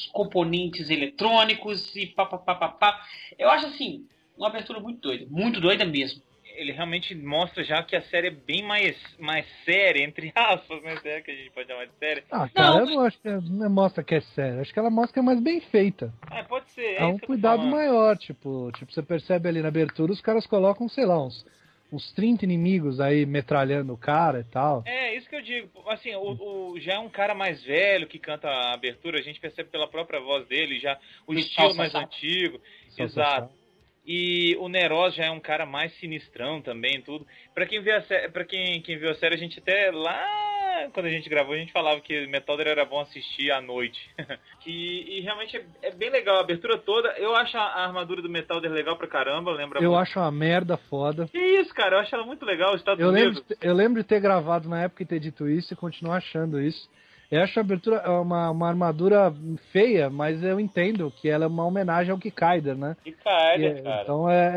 Speaker 2: os componentes eletrônicos e papapá. Eu acho assim, uma abertura muito doida, muito doida mesmo.
Speaker 1: ele realmente mostra já que a série é bem mais, mais séria, entre aspas, né? Se é que a gente pode chamar de séria.
Speaker 7: Ah, cara, eu não acho que não mostra que é sério. Acho que ela mostra que é mais bem feita.
Speaker 1: É, pode ser.
Speaker 7: Há um
Speaker 1: isso que eu tô
Speaker 7: cuidado
Speaker 1: falando.
Speaker 7: maior, tipo, tipo, você percebe ali na abertura, os caras colocam, sei lá, uns, uns 30 inimigos aí metralhando o cara e tal.
Speaker 1: É, isso que eu digo. Assim, o, o- já é um cara mais velho que canta a abertura, a gente percebe pela própria voz dele, já o
Speaker 2: Sim,
Speaker 1: estilo
Speaker 2: salsa,
Speaker 1: mais
Speaker 2: salsa.
Speaker 1: antigo.
Speaker 7: Só-
Speaker 1: Exato.
Speaker 7: só-
Speaker 1: E o Neroz já é um cara mais sinistrão também, tudo. Pra quem viu a série, para quem, quem viu a série, a gente até lá quando a gente gravou, a gente falava que Metalder era bom assistir à noite. (laughs) que, e realmente é, é bem legal a abertura toda. Eu acho a, a armadura do Metalder legal pra caramba, lembra
Speaker 7: Eu
Speaker 1: muito.
Speaker 7: acho uma merda foda.
Speaker 1: Que isso, cara, eu acho ela muito legal, os Estados
Speaker 7: Eu lembro,
Speaker 1: Unidos.
Speaker 7: de- eu lembro de ter gravado na época e ter dito isso e continuar achando isso. Eu acho a abertura é uma, uma armadura feia, mas eu entendo que ela é uma homenagem ao Kikaider, né?
Speaker 1: Que caralho,
Speaker 7: E é-
Speaker 1: cara.
Speaker 7: Então é,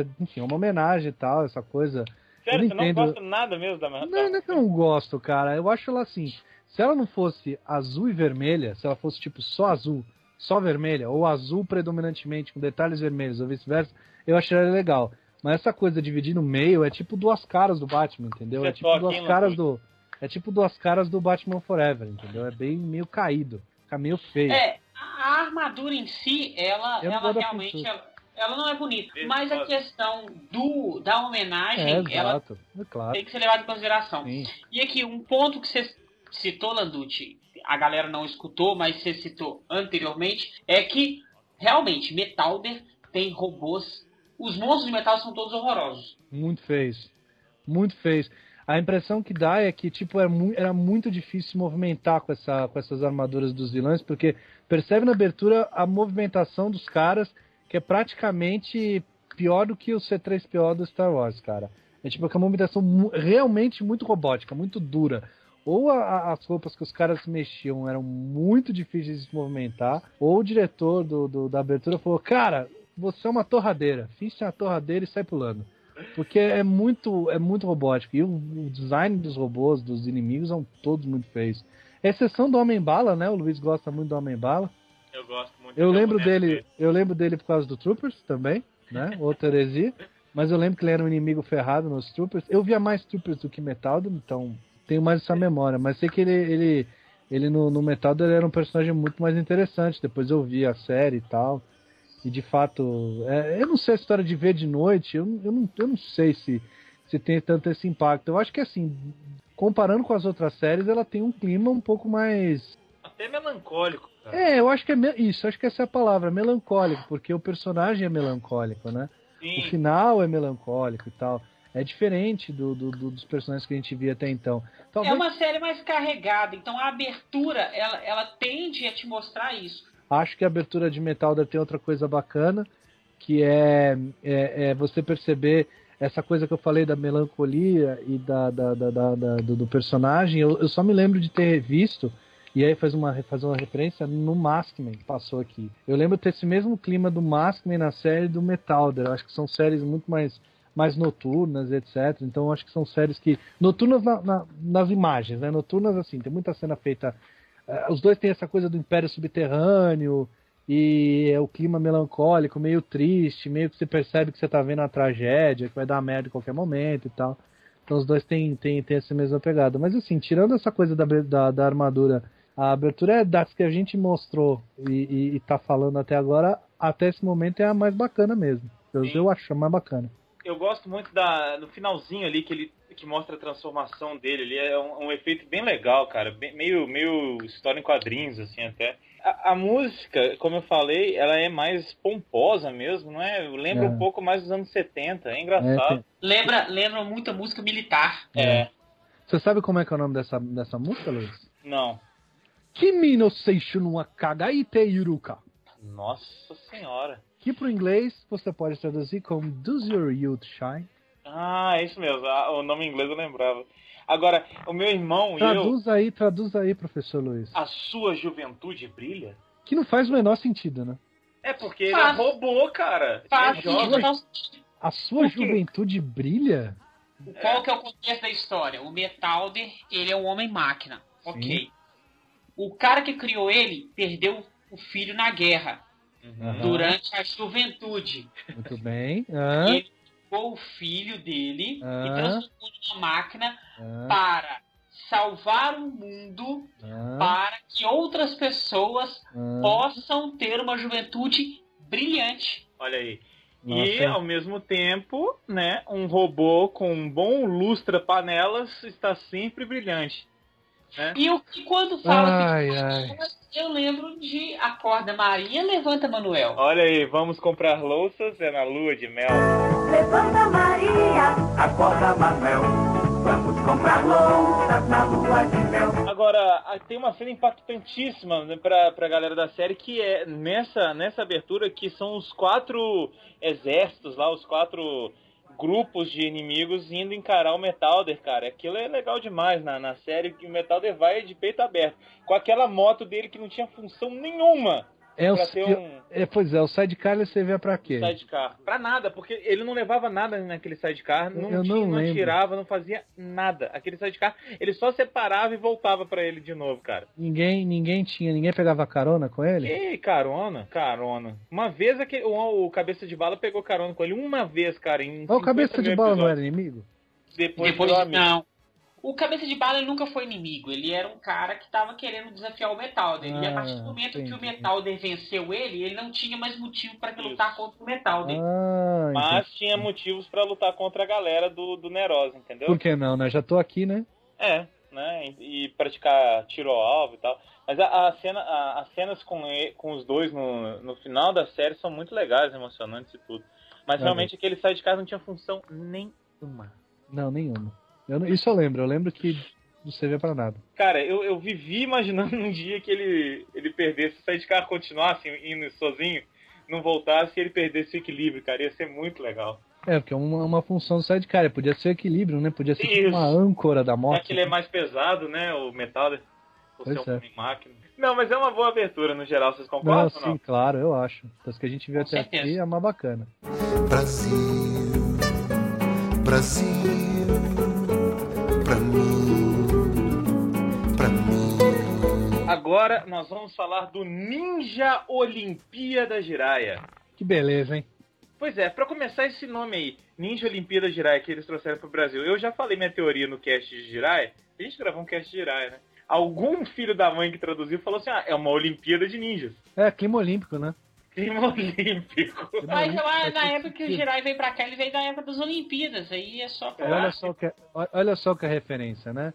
Speaker 7: é, enfim, uma homenagem e tal, essa coisa.
Speaker 1: Sério,
Speaker 7: eu
Speaker 1: você não
Speaker 7: entendo.
Speaker 1: gosta nada mesmo da armadura?
Speaker 7: Não, não é que eu não gosto, cara. Eu acho ela assim. Se ela não fosse azul e vermelha, se ela fosse tipo só azul, só vermelha, ou azul predominantemente com detalhes vermelhos ou vice-versa, eu acharia legal. Mas essa coisa dividir no meio é tipo duas caras do Batman, entendeu?
Speaker 1: Você
Speaker 7: é tipo
Speaker 1: toca,
Speaker 7: duas
Speaker 1: hein,
Speaker 7: caras do. É tipo duas caras do Batman Forever, entendeu? É bem meio caído. Fica meio feio.
Speaker 2: É, a armadura em si, ela,
Speaker 7: Eu não
Speaker 2: ela
Speaker 7: gosto da
Speaker 2: realmente
Speaker 7: pintura.
Speaker 2: ela, ela não é bonita.
Speaker 1: Beleza,
Speaker 2: Mas a
Speaker 1: pode.
Speaker 2: questão do da
Speaker 7: É,
Speaker 2: homenagem, ela
Speaker 7: exato. É claro.
Speaker 2: tem que ser levada em consideração.
Speaker 7: Sim.
Speaker 2: E aqui, um ponto que você citou, Landucci, a galera não escutou, mas você citou anteriormente, é que realmente Metalder tem robôs. Os monstros de metal são todos horrorosos.
Speaker 7: Muito fez. Muito fez. A impressão que dá é que, tipo, era, mu- era muito difícil se movimentar com, essa, com essas armaduras dos vilões, porque percebe na abertura a movimentação dos caras, que é praticamente pior do que o C3PO do Star Wars, cara. É tipo, é uma movimentação mu- realmente muito robótica, muito dura. Ou a- a- as roupas que os caras mexiam eram muito difíceis de se movimentar, ou o diretor do, do- da abertura falou, cara, você é uma torradeira, finge uma torradeira e sai pulando. Porque é muito, é muito robótico. E o, o design dos robôs, dos inimigos, são todos muito feios. Exceção do Homem-Bala, né? O Luiz gosta muito do Homem-Bala.
Speaker 1: Eu gosto muito
Speaker 7: Eu
Speaker 1: do
Speaker 7: lembro
Speaker 1: um boneco
Speaker 7: dele, eu lembro dele por causa do Troopers também, né? Outra heresia. Mas eu lembro que ele era um inimigo ferrado nos Troopers. Eu via mais Troopers do que Metaldo, então tenho mais essa memória. Mas sei que ele, ele, ele no, no Metaldo ele era um personagem muito mais interessante. Depois eu vi a série e tal. E de fato, é, eu não sei a história de ver de noite, eu, não- eu, não, eu não sei se, se tem tanto esse impacto. Eu acho que assim, comparando com as outras séries, ela tem um clima um pouco mais
Speaker 1: Até melancólico, cara.
Speaker 7: é, eu acho que é me- isso, acho que essa é a palavra, melancólico, porque o personagem é melancólico, né? O
Speaker 1: Sim.
Speaker 7: final é melancólico e tal. É diferente do, do- do- dos personagens que a gente via até então. Talvez
Speaker 2: É uma série mais carregada, então a abertura, ela, ela tende a te mostrar isso.
Speaker 7: acho que a abertura de Metalda tem outra coisa bacana, que é, é- é você perceber essa coisa que eu falei da melancolia e da, da- da- da- da- do, do personagem. Eu, eu só me lembro de ter revisto, e aí faz uma, faz uma referência no Maskman que passou aqui. Eu lembro de ter esse mesmo clima do Maskman na série do Metalder. Eu acho que são séries muito mais mais noturnas, etc. Então eu acho que são séries que noturnas na- na- nas imagens, né? Noturnas assim, tem muita cena feita eh, os dois têm essa coisa do Império Subterrâneo e é o clima melancólico, meio triste, meio que você percebe que você tá vendo uma tragédia, que vai dar merda em qualquer momento e tal. Então os dois têm, têm, têm essa mesma pegada. Mas assim, tirando essa coisa da, abe- da, da armadura, a abertura é das que a gente mostrou e, e, e tá falando até agora, até esse momento é a mais bacana mesmo. Eu,
Speaker 1: Sim.
Speaker 7: eu acho a mais bacana.
Speaker 1: Eu gosto muito da, no finalzinho ali, que ele, que mostra a transformação dele ali é um, um efeito bem legal, cara. Bem- meio, meio história em quadrinhos, assim, até. A, a música, como eu falei, ela é mais pomposa mesmo, não é? Lembra
Speaker 4: É.
Speaker 1: um pouco mais dos anos 70, é engraçado.
Speaker 2: Lembra, lembra muita música militar.
Speaker 1: É.
Speaker 7: Você sabe como é que é o nome dessa, dessa música, Luiz?
Speaker 1: Não.
Speaker 7: Kimi no Seishu no Akagaite Yuruka.
Speaker 1: Nossa senhora.
Speaker 7: Que pro inglês você pode traduzir como Does Your Youth Shine?
Speaker 1: Ah, é isso mesmo. Ah, o nome em inglês eu lembrava. Agora, o meu irmão e eu,
Speaker 7: Traduz aí, traduz aí, professor Luiz.
Speaker 1: a sua juventude brilha?
Speaker 7: Que não faz o menor sentido, né?
Speaker 1: É porque ele é
Speaker 2: Fácil.
Speaker 1: robô, cara. Ele é
Speaker 2: Faz
Speaker 1: jovem.
Speaker 2: total
Speaker 7: A sua juventude brilha?
Speaker 2: Qual que é o contexto da história? O Metalder, ele é um homem-máquina. Ok. O cara que criou ele perdeu o filho na guerra
Speaker 7: Aham.
Speaker 1: Uhum.
Speaker 2: durante a juventude.
Speaker 7: Muito bem. Aham,
Speaker 2: Pegou o filho dele
Speaker 7: Ah.
Speaker 2: e transformou ele numa máquina
Speaker 7: aham,
Speaker 2: para salvar o mundo
Speaker 7: aham,
Speaker 2: para que outras pessoas
Speaker 7: aham.
Speaker 2: possam ter uma juventude brilhante.
Speaker 1: Olha aí. E
Speaker 7: Nossa.
Speaker 1: ao mesmo tempo, né, um robô com um bom lustra panelas está sempre brilhante.
Speaker 2: E o que quando fala
Speaker 7: Ai,
Speaker 2: assim,
Speaker 7: ai.
Speaker 2: eu lembro de Acorda Maria, Levanta Manuel.
Speaker 1: Olha aí, vamos comprar louças é na lua de mel.
Speaker 9: Levanta Maria,
Speaker 10: Acorda, Manuel. Vamos comprar louças na lua de mel.
Speaker 1: Agora, a- tem uma cena impactantíssima né, pra, pra galera da série que é nessa nessa abertura que são os quatro exércitos lá, os quatro grupos de inimigos indo encarar o Metalder, cara. Aquilo é legal demais na, na série que o Metalder vai de peito aberto, com aquela moto dele que não tinha função nenhuma
Speaker 7: É,
Speaker 1: pra
Speaker 7: os,
Speaker 1: ter um
Speaker 7: é, pois é, o sidecar você vê pra quê?
Speaker 1: sidecar. Pra nada, porque ele não levava nada naquele sidecar, não,
Speaker 7: Eu
Speaker 1: tinha,
Speaker 7: não
Speaker 1: não
Speaker 7: lembro.
Speaker 1: tirava, não fazia nada. Aquele sidecar, ele só separava e voltava pra ele de novo, cara.
Speaker 7: Ninguém, ninguém tinha, ninguém pegava carona com ele?
Speaker 1: Ei, carona, carona. Uma vez aquele, o, o cabeça de bala pegou carona com ele, uma vez, cara, em
Speaker 7: Ó, o cabeça
Speaker 1: 50
Speaker 7: de
Speaker 1: mil
Speaker 7: bola não
Speaker 1: episódios.
Speaker 7: era inimigo?
Speaker 1: Depois,
Speaker 2: Depois,
Speaker 1: virou amigo.
Speaker 2: não. O Cabeça de Bala ele nunca foi inimigo. Ele era um cara que tava querendo desafiar o Metalder. e a partir do
Speaker 7: Ah,
Speaker 2: momento que o
Speaker 7: entendi.
Speaker 2: Metalder venceu ele, ele não tinha mais motivo para
Speaker 1: Isso.
Speaker 2: lutar contra o Metalder.
Speaker 7: Ah, entendi.
Speaker 1: Mas tinha motivos pra lutar contra a galera do, do Nerosa, entendeu?
Speaker 7: Por que não, né? Já tô aqui, né?
Speaker 1: É, né? E, e praticar tiro ao alvo e tal. Mas a, a cena, a- as cenas com, e- com os dois no, no final da série são muito legais, emocionantes e tudo. Mas
Speaker 7: Uhum.
Speaker 1: realmente aquele sai de casa não tinha função nenhuma.
Speaker 7: Não, nenhuma. Eu não- isso eu lembro, eu lembro que não servia pra nada.
Speaker 1: Cara, eu, eu vivi imaginando um dia que ele, ele perdesse, o sidecar continuasse assim, indo sozinho, não voltasse e ele perdesse o equilíbrio, cara. Ia ser muito legal.
Speaker 7: É, porque é uma, uma função do sidecar, podia ser o equilíbrio, né? Podia ser tipo
Speaker 1: Isso.
Speaker 7: uma âncora da
Speaker 1: Já
Speaker 7: moto.
Speaker 1: que ele é mais pesado, né? O metal, por
Speaker 7: Pois
Speaker 1: ser
Speaker 7: é.
Speaker 1: um homem máquina. Não, mas é uma boa abertura no geral, vocês concordam
Speaker 7: Não,
Speaker 1: ou não?
Speaker 7: sim, claro, eu acho. Das que a gente viu
Speaker 2: Com
Speaker 7: até aqui
Speaker 2: certeza.
Speaker 7: é uma bacana.
Speaker 10: Brasil, Brasil, pra mim, pra mim,
Speaker 1: Agora nós vamos falar do Ninja Olimpíada Jiraya.
Speaker 7: Que beleza, hein?
Speaker 1: Pois é, pra começar esse nome aí, Ninja Olimpíada Jiraya, que eles trouxeram pro Brasil. Eu já falei minha teoria no cast de Jiraya. A gente gravou um cast de Jiraya, né? Algum filho da mãe que traduziu falou assim: ah, é uma Olimpíada de Ninjas. (laughs)
Speaker 7: É, clima olímpico, né?
Speaker 1: Clima olímpico.
Speaker 7: Clima
Speaker 2: Mas
Speaker 7: olímpico é
Speaker 2: lá,
Speaker 7: faz
Speaker 2: é na
Speaker 7: todo
Speaker 2: época que o
Speaker 7: sentido.
Speaker 2: Jirai veio pra cá, ele veio da época das Olimpíadas. Aí é só pra...
Speaker 7: Olha só, que, o- olha só que a referência, né?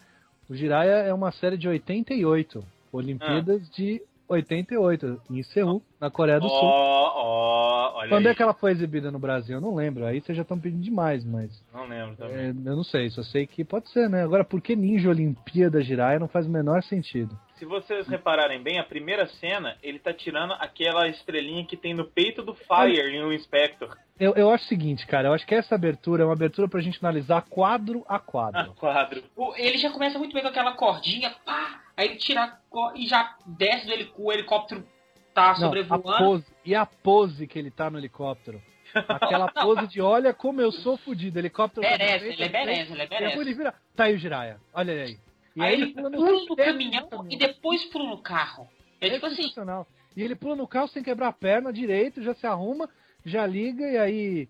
Speaker 7: O Jiraya é uma série de 88,
Speaker 2: Ah.
Speaker 7: Olimpíadas de 88, em Seul, na Coreia É do Sul.
Speaker 1: Ó, ó, olha
Speaker 7: Quando
Speaker 1: aí.
Speaker 7: é que ela foi exibida no Brasil? Eu não lembro, aí vocês já estão pedindo demais, mas
Speaker 1: Não lembro também.
Speaker 7: é, eu não sei, só sei que pode ser, né? Agora, por que Ninja Olimpíada Jiraya não faz o menor sentido?
Speaker 1: Se vocês repararem bem, a primeira cena, ele tá tirando aquela estrelinha que tem no peito do Fire em um Inspector. (laughs)
Speaker 7: Eu, eu acho o seguinte, cara, eu acho que essa abertura é uma abertura pra gente analisar quadro a
Speaker 1: Ah,
Speaker 7: quadro.
Speaker 1: quadro.
Speaker 2: O- Ele já começa muito bem com aquela cordinha, pá, aí ele tira a cor- e já desce do helic... o helicóptero, tá
Speaker 7: Não, a
Speaker 2: sobrevoando.
Speaker 7: pose, e a pose que ele tá no helicóptero.
Speaker 2: (laughs)
Speaker 7: Aquela pose de olha como eu sou fudido. Helicóptero. tá
Speaker 2: Merece,
Speaker 7: na frente,
Speaker 2: ele é
Speaker 7: na frente,
Speaker 2: merece, ele é
Speaker 7: e depois
Speaker 2: merece.
Speaker 7: ele vira. Tá aí o Jiraya. Olha ele aí. E
Speaker 2: Aí ele
Speaker 7: pula
Speaker 2: pula no
Speaker 7: teto do
Speaker 2: caminhão e depois pula no carro. É tipo assim,
Speaker 7: sensacional. E ele pula no carro sem quebrar a perna direito, já se arruma, já liga e aí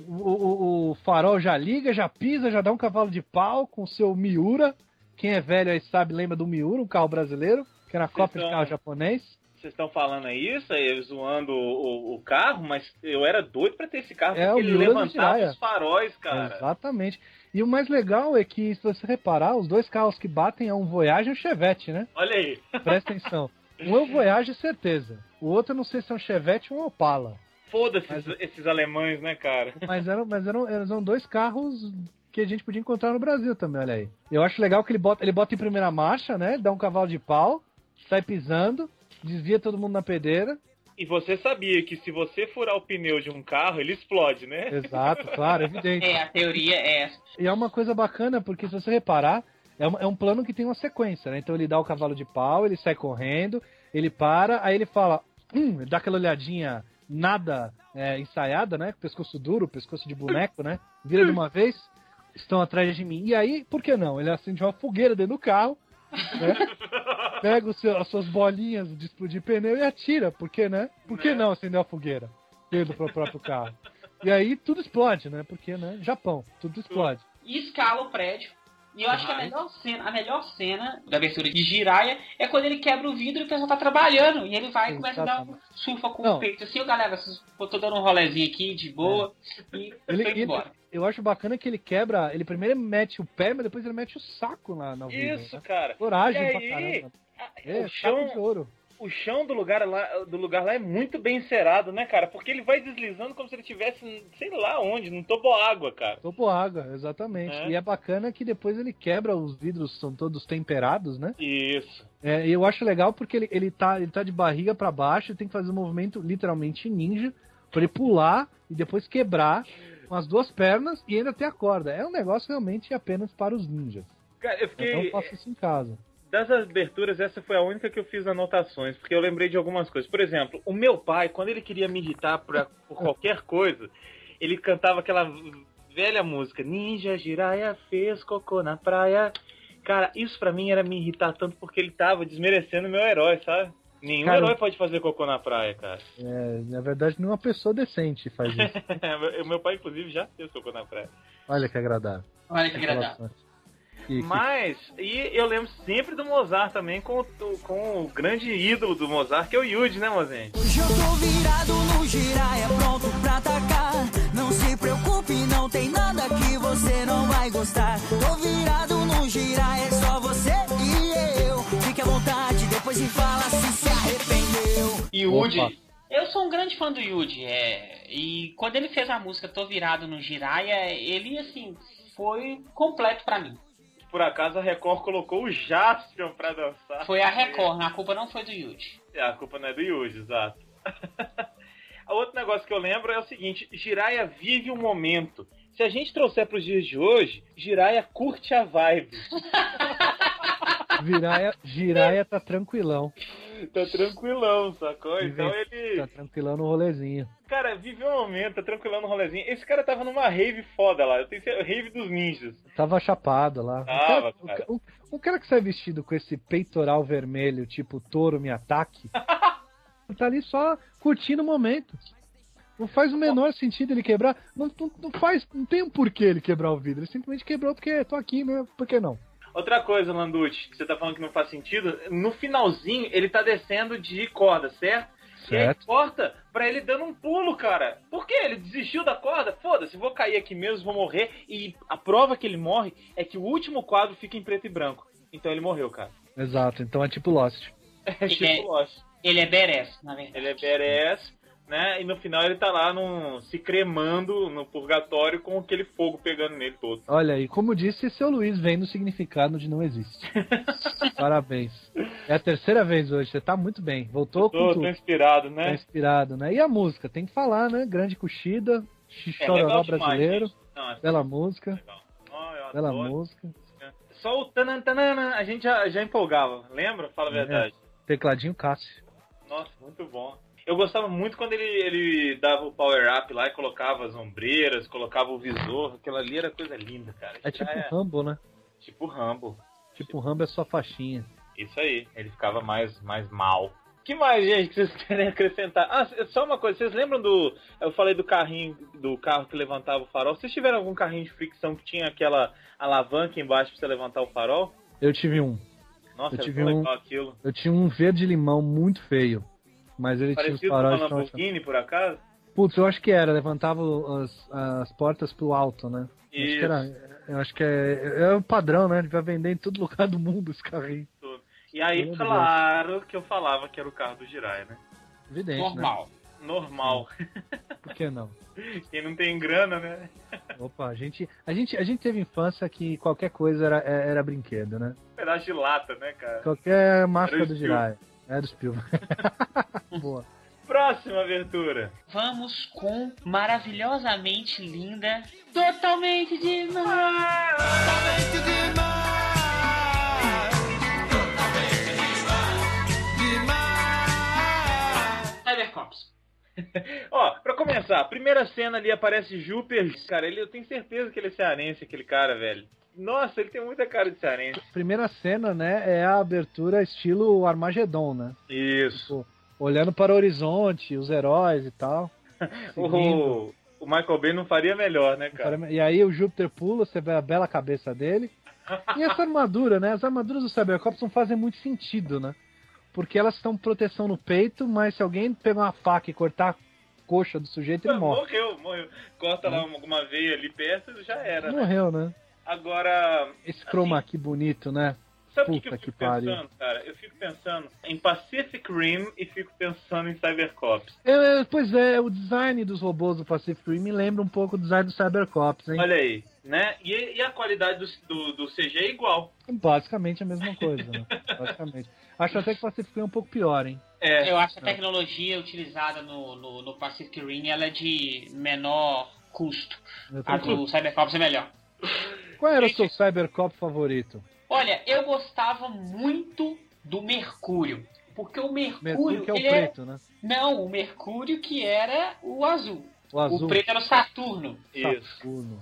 Speaker 7: o, o- o farol já liga, já pisa, já dá um cavalo de pau com o seu Miura. Quem é velho aí sabe, lembra do Miura, um carro brasileiro, que era cópia de
Speaker 2: Então,
Speaker 1: Vocês
Speaker 7: carro
Speaker 1: são-
Speaker 7: japonês.
Speaker 1: vocês estão falando aí, isso aí, zoando o, o carro, mas eu era doido pra ter esse carro,
Speaker 7: É, o
Speaker 1: porque ele
Speaker 7: Miura do
Speaker 1: levantava
Speaker 7: Jiraiya.
Speaker 1: os faróis, cara.
Speaker 7: Exatamente. E o mais legal é que, se você reparar, os dois carros que batem é um Voyage e um Chevette, né?
Speaker 1: Olha aí.
Speaker 7: Presta atenção. Um é um Voyage, certeza. O outro, eu não sei se é um Chevette ou um Opala.
Speaker 1: Foda-se esses- esses alemães, né, cara?
Speaker 7: Mas eram, mas eram, eram dois carros que a gente podia encontrar no Brasil também, olha aí. Eu acho legal que ele bota, ele bota em primeira marcha, né? Dá um cavalo de pau, sai pisando, desvia todo mundo na pedeira.
Speaker 1: E você sabia que se você furar o pneu de um carro, ele explode, né?
Speaker 7: Exato, claro, evidente.
Speaker 2: É, a teoria é essa.
Speaker 7: E é uma coisa bacana, porque se você reparar, é um, é um plano que tem uma sequência, né? Então ele dá o cavalo de pau, ele sai correndo, ele para, aí ele fala, hum, ele dá aquela olhadinha nada é, ensaiada, né? Pescoço duro, pescoço de boneco, né? Vira de uma vez, estão atrás de mim. E aí, por que não? Ele acende uma fogueira dentro do carro, né? Pega o seu- as suas bolinhas de explodir pneu e atira, por que, né? Por que não acender uma fogueira dentro do próprio carro? E aí tudo explode, né? Porque, né? Japão, tudo explode.
Speaker 2: e escala o prédio. E eu acho que a melhor cena, a melhor cena da aventura de Jiraya é quando ele quebra o vidro e o pessoal tá trabalhando. E ele vai e começa a dar um surfa com
Speaker 7: Não.
Speaker 2: o peito assim, ô galera, vocês- eu tô dando um rolezinho aqui de boa e
Speaker 7: É. Ele-
Speaker 2: tô indo
Speaker 7: ele-
Speaker 2: embora.
Speaker 7: Eu acho bacana que ele quebra. Ele primeiro mete o pé, mas depois ele mete o saco na, na vida.
Speaker 1: Isso, cara.
Speaker 7: Coragem
Speaker 1: E
Speaker 7: pra
Speaker 1: aí,
Speaker 7: caramba.
Speaker 1: o
Speaker 7: É,
Speaker 1: chão-
Speaker 7: saco de ouro.
Speaker 1: O chão do lugar, lá, do lugar lá é muito bem encerado, né, cara? Porque ele vai deslizando como se ele tivesse, sei lá onde, num toboágua, cara.
Speaker 7: Topo água, exatamente.
Speaker 1: É.
Speaker 7: E é bacana que depois ele quebra, os vidros são todos temperados, né?
Speaker 1: Isso.
Speaker 7: É, e eu acho legal porque ele, ele, tá, ele tá de barriga pra baixo e tem que fazer um movimento literalmente ninja pra ele pular e depois quebrar com as duas pernas e ainda ter a corda. É um negócio realmente apenas para os ninjas.
Speaker 1: Cara, eu
Speaker 7: Então
Speaker 1: fiquei.
Speaker 7: eu faço isso em casa.
Speaker 1: Das aberturas, essa foi a única que eu fiz anotações, porque eu lembrei de algumas coisas. Por exemplo, o meu pai, quando ele queria me irritar pra, por
Speaker 7: (laughs)
Speaker 1: qualquer coisa, ele cantava aquela velha música: Ninja Jiraya fez cocô na praia. Cara, isso pra mim era me irritar tanto porque ele tava desmerecendo meu herói, sabe? Nenhum
Speaker 7: Cara,
Speaker 1: herói pode fazer cocô na praia, cara. (laughs)
Speaker 7: É, na verdade, nenhuma pessoa decente faz isso.
Speaker 1: O meu pai, inclusive, já fez cocô na praia.
Speaker 7: Olha que agradável.
Speaker 2: Olha que agradável.
Speaker 7: Que- que-
Speaker 1: Mas, e eu lembro sempre do Mozart também, com, o- com o grande ídolo do Mozart, que é o Yudi, né, Mozinho?
Speaker 9: Hoje eu tô virado no giraia, pronto pra atacar. Não se preocupe, não tem nada que você não vai gostar. Tô virado no giraia, é só você e eu. Fique à vontade, depois me fala se se arrependeu.
Speaker 2: E o Yudi. Eu sou um grande fã do Yudi, é. E quando ele fez a música Tô Virado no Jiraya, ele assim foi completo pra mim.
Speaker 1: Por acaso a Record colocou o Jaspion pra dançar.
Speaker 2: Foi a Record, a culpa não foi do Yudi.
Speaker 1: É, A culpa não é do Yuji, exato. (laughs) Outro negócio que eu lembro é o seguinte: Jiraiya vive o momento. Se a gente trouxer pros dias de hoje, Jiraiya curte a vibe.
Speaker 7: Viraia, Jiraya tá tranquilão.
Speaker 1: Tá tranquilão, sacou?
Speaker 7: Vive-
Speaker 1: Então ele.
Speaker 7: Tá tranquilão no rolezinho.
Speaker 1: Cara, viveu o momento, tá tranquilão no rolezinho. Esse cara tava numa rave foda lá. Eu tenho certeza, rave dos ninjas.
Speaker 7: Tava chapado lá. Um
Speaker 1: Tava,
Speaker 7: cara- um
Speaker 1: cara.
Speaker 7: ca- um, um cara que sai vestido com esse peitoral vermelho, tipo touro me ataque, tá ali só curtindo o momento. Não faz o menor sentido ele quebrar. Não, não, não faz, não tem um porquê ele quebrar o vidro. Ele simplesmente quebrou porque tô aqui, né? Por que não?
Speaker 1: Outra coisa, Landucci, que você tá falando que não faz sentido, no finalzinho ele tá descendo de corda, certo? E aí
Speaker 7: Certo.
Speaker 1: corta pra ele dando um pulo, cara. Por quê? Ele desistiu da corda? Foda-se, vou cair aqui mesmo, vou morrer. E a prova que ele morre é que o último quadro fica em preto e branco. Então ele morreu, cara.
Speaker 7: Exato, então é tipo Lost.
Speaker 1: (laughs) É
Speaker 2: Ele
Speaker 1: tipo
Speaker 2: é-
Speaker 1: Lost.
Speaker 2: Ele é badass, na verdade.
Speaker 1: Ele é badass, né? E no final ele tá lá num, se cremando no purgatório com aquele fogo pegando nele todo.
Speaker 7: Olha aí, como disse, seu Luiz vem no significado de
Speaker 1: (laughs)
Speaker 7: não existe. Parabéns. É a terceira vez hoje, você tá muito bem. Voltou com
Speaker 1: Tô, tô
Speaker 7: tudo.
Speaker 1: inspirado,
Speaker 7: Tá
Speaker 1: né?
Speaker 7: inspirado, né? E a música, tem que falar, né? Grande Cuxida, Chororó
Speaker 1: legal É demais,
Speaker 7: brasileiro,
Speaker 1: gente. Não, é
Speaker 7: bela música,
Speaker 1: legal. Ó, eu
Speaker 7: bela
Speaker 1: adoro.
Speaker 7: música.
Speaker 1: Só o tanantanana a gente já, já empolgava, lembra? Fala a
Speaker 7: É.
Speaker 1: verdade.
Speaker 7: Tecladinho Cássio.
Speaker 1: Nossa, muito bom. Eu gostava muito quando ele, ele dava o power up lá e colocava as ombreiras, colocava o visor, aquela ali era coisa linda, cara.
Speaker 7: É tipo
Speaker 1: Era
Speaker 7: Rambo, né?
Speaker 1: tipo Rambo.
Speaker 7: Tipo Rambo é só faixinha.
Speaker 1: Isso aí, ele ficava mais, mais mal. que mais, gente, que vocês (laughs) querem acrescentar? Ah, c- só uma coisa, vocês lembram do. Eu falei do carrinho, do carro que levantava o farol. Vocês tiveram algum carrinho de fricção que tinha aquela alavanca embaixo pra você levantar o farol?
Speaker 7: Eu tive um.
Speaker 1: Nossa,
Speaker 7: Eu
Speaker 1: era
Speaker 7: tive
Speaker 1: tão
Speaker 7: um-
Speaker 1: legal aquilo.
Speaker 7: Eu tinha um verde limão muito feio. Mas ele
Speaker 1: Parecido
Speaker 7: tinha
Speaker 1: com
Speaker 7: os
Speaker 1: uma
Speaker 7: faróis tão ótimos.
Speaker 1: Lamborghini, por acaso?
Speaker 7: Putz, eu acho que era, levantava o- as, as portas pro alto, né? Acho que
Speaker 1: Isso.
Speaker 7: era. Eu acho que é, é o padrão, né? Ele vai vender em todo lugar do mundo esse carrinho.
Speaker 1: E aí,
Speaker 7: Meu
Speaker 1: claro que eu falava que era o carro do Jirai, né?
Speaker 7: Evidente, né?
Speaker 2: Normal.
Speaker 1: Normal.
Speaker 7: Por que não?
Speaker 1: (laughs) Quem não tem grana, né?
Speaker 7: Opa, a gente, a gente, a gente teve infância que qualquer coisa era, é- era brinquedo, né?
Speaker 1: Um Pedaço de lata, né, cara?
Speaker 7: Qualquer máscara
Speaker 1: Era o
Speaker 7: do Jiraiya. Era do (laughs) Spielberg. Boa.
Speaker 1: Próxima abertura.
Speaker 2: Vamos com maravilhosamente linda, totalmente demais. Cybercops.
Speaker 1: Ó, pra começar, a primeira cena ali aparece Júper. Cara, ele, eu tenho certeza que ele é cearense, aquele cara, velho. Nossa, ele tem muita cara de cearense.
Speaker 7: Primeira cena, né? É a abertura estilo Armagedon, né?
Speaker 1: Isso.
Speaker 7: Olhando para o horizonte, os heróis e (laughs) tal. seguindo.
Speaker 1: O, o Michael Bay não faria melhor, né, cara?
Speaker 7: E aí o Júpiter pula, você vê a bela cabeça dele. E essa armadura, né? As armaduras do Cybercops não fazem muito sentido, né? Porque elas estão proteção no peito, mas se alguém pegar uma faca e cortar a coxa do sujeito,
Speaker 1: É
Speaker 7: ele morre. Hum.
Speaker 1: Morreu, morreu. Corta lá alguma veia ali perto já era, né? Assim
Speaker 7: Morreu, né?
Speaker 1: Agora,
Speaker 7: Esse chroma aqui bonito, né?
Speaker 1: sabe o que,
Speaker 7: Puta
Speaker 1: eu fico
Speaker 7: que pariu.
Speaker 1: pensando, cara? Eu fico pensando em Pacific Rim e fico pensando em Cybercops.
Speaker 7: Eu- eu- pois é, o design dos robôs do Pacific Rim me lembra um pouco o design do Cybercops, hein?
Speaker 1: Olha aí, né? E, e a qualidade do, do, do CG é igual.
Speaker 7: Basicamente a mesma coisa, né? Basicamente. Acho até que o Pacific Rim é um pouco pior, hein?
Speaker 1: É,
Speaker 2: Eu acho que a tecnologia utilizada no, no, no Pacific Rim ela é de menor custo.
Speaker 7: Eu tô-
Speaker 2: A do Cybercops é melhor.
Speaker 7: Qual era o seu Cybercop favorito?
Speaker 2: Olha, eu gostava muito do Mercúrio. Porque o Mercúrio,
Speaker 7: Mercúrio que é o
Speaker 2: ele era-
Speaker 7: preto, né?
Speaker 2: Não, o Mercúrio que era o azul.
Speaker 7: O azul.
Speaker 2: O preto era o Saturno.
Speaker 1: isso.
Speaker 7: Saturno.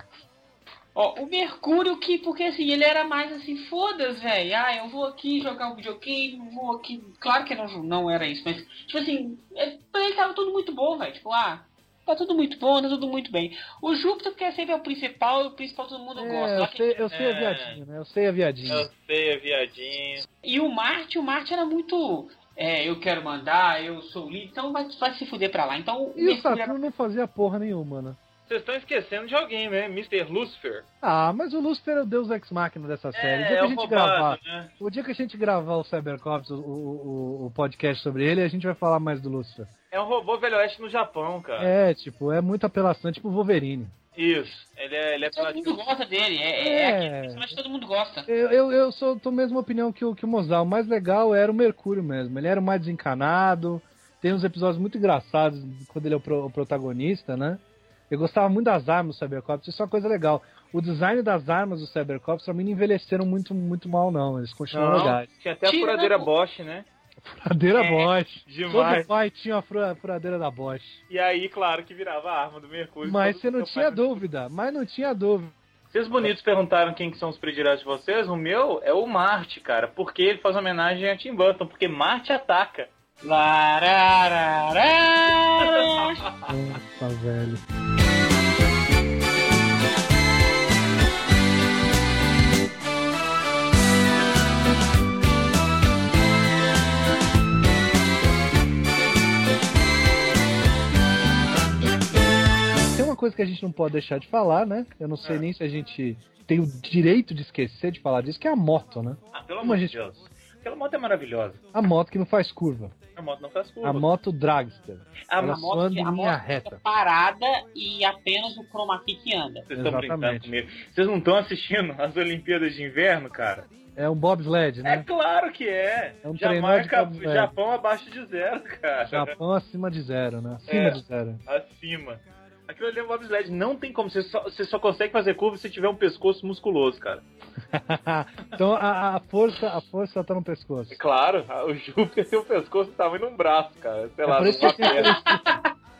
Speaker 2: Ó, o Mercúrio que, porque assim, ele era mais assim, foda-se, velho. Ah, eu vou aqui jogar um videogame, vou aqui. Claro que não, não era isso, mas, tipo assim, é, pra ele tava tudo muito bom, velho. Tipo, ah, tá tudo muito bom, tá tudo muito bem. O Júpiter, porque sempre é o principal, e o principal todo mundo gosta.
Speaker 7: É,
Speaker 2: Só
Speaker 7: eu
Speaker 2: que-
Speaker 7: sei, eu sei a
Speaker 1: É.
Speaker 7: viadinha, né? Eu sei a viadinha.
Speaker 1: Eu sei, é viadinho.
Speaker 2: E o Marte, o Marte era muito. É, eu quero mandar, eu sou líder, então vai, vai se fuder pra lá. Então o
Speaker 7: E o
Speaker 2: Mercúrio era-
Speaker 7: Saturno não fazia porra nenhuma, né?
Speaker 1: Vocês estão esquecendo de alguém, né? Mr. Lucifer.
Speaker 7: Ah, mas o Lucifer é o deus ex-máquina dessa
Speaker 1: É,
Speaker 7: série. o dia que a gente gravar,
Speaker 1: um né?
Speaker 7: o dia que a gente gravar o Cybercops, o, o, o- o podcast sobre ele, a gente vai falar mais do Lucifer.
Speaker 1: É um robô velho oeste no Japão, cara.
Speaker 7: É, tipo, é muito apelação, é tipo o Wolverine.
Speaker 1: Isso. Ele é, ele é
Speaker 2: Todo mundo
Speaker 1: platino.
Speaker 2: gosta dele, é, é,
Speaker 7: É.
Speaker 2: é aquele personagem que todo mundo gosta.
Speaker 7: Eu, eu, eu sou da mesma opinião que o, que o Mozart. O mais legal era o Mercúrio mesmo. Ele era o mais desencanado. Tem uns episódios muito engraçados quando ele é o, pro- o protagonista, né? Eu gostava muito das armas do Cybercops. Isso é uma coisa legal. O design das armas do Cybercops, pra mim, não envelheceram muito, muito mal, não. Eles continuam legais.
Speaker 1: tinha até a
Speaker 2: Tira
Speaker 1: furadeira
Speaker 2: na-
Speaker 1: Bosch, né?
Speaker 7: Furadeira
Speaker 2: É,
Speaker 7: Bosch. Todo
Speaker 1: Demais.
Speaker 7: pai tinha uma fura- furadeira da Bosch.
Speaker 1: E aí, claro, que virava a arma do Mercúrio.
Speaker 7: Mas
Speaker 1: Todo
Speaker 7: você não
Speaker 1: mundo
Speaker 7: tinha
Speaker 1: faz-
Speaker 7: dúvida. Mas não tinha dúvida.
Speaker 1: Vocês bonitos perguntaram quem que são os prediletos de vocês. O meu é o Marte, cara. Porque ele faz homenagem a Tim Burton. Porque Marte ataca.
Speaker 2: Lararará.
Speaker 7: Nossa, Tá velho. Tem uma coisa que a gente não pode deixar de falar, né? Eu não
Speaker 1: É.
Speaker 7: sei nem se a gente tem o direito de esquecer de falar disso, que é a moto, né?
Speaker 1: (laughs) Ah, pelo amor
Speaker 7: Como a
Speaker 1: de
Speaker 7: gente-
Speaker 1: Deus. Aquela moto é maravilhosa.
Speaker 7: A moto que não faz curva.
Speaker 1: A moto não faz curva. Ah,
Speaker 7: A moto dragster.
Speaker 1: A
Speaker 7: Ela
Speaker 1: moto-
Speaker 7: suando em
Speaker 2: a
Speaker 7: linha
Speaker 2: moto
Speaker 7: reta.
Speaker 2: É parada e apenas o chroma key que anda.
Speaker 1: Vocês estão brincando
Speaker 7: Exatamente.
Speaker 1: comigo. Vocês não estão assistindo as Olimpíadas de Inverno, cara?
Speaker 7: É um bobsled, né?
Speaker 1: É claro que é.
Speaker 7: É um
Speaker 1: Já
Speaker 7: trenó de
Speaker 1: marca
Speaker 7: Cabo Verde.
Speaker 1: Japão abaixo de zero, cara.
Speaker 7: Japão Tá acima de zero, né? Acima
Speaker 1: Tá É.
Speaker 7: de zero. (laughs)
Speaker 1: Acima. Aquilo ali é um bobsled. Não tem como. Você só, você só consegue fazer curva se tiver um pescoço musculoso, cara.
Speaker 7: então a, a força, a força tá no pescoço.
Speaker 1: É Claro, (laughs) o Júpiter tem o pescoço do tamanho de um braço, cara. Sei lá,
Speaker 7: É por isso
Speaker 1: de uma
Speaker 7: que tem É
Speaker 1: perna.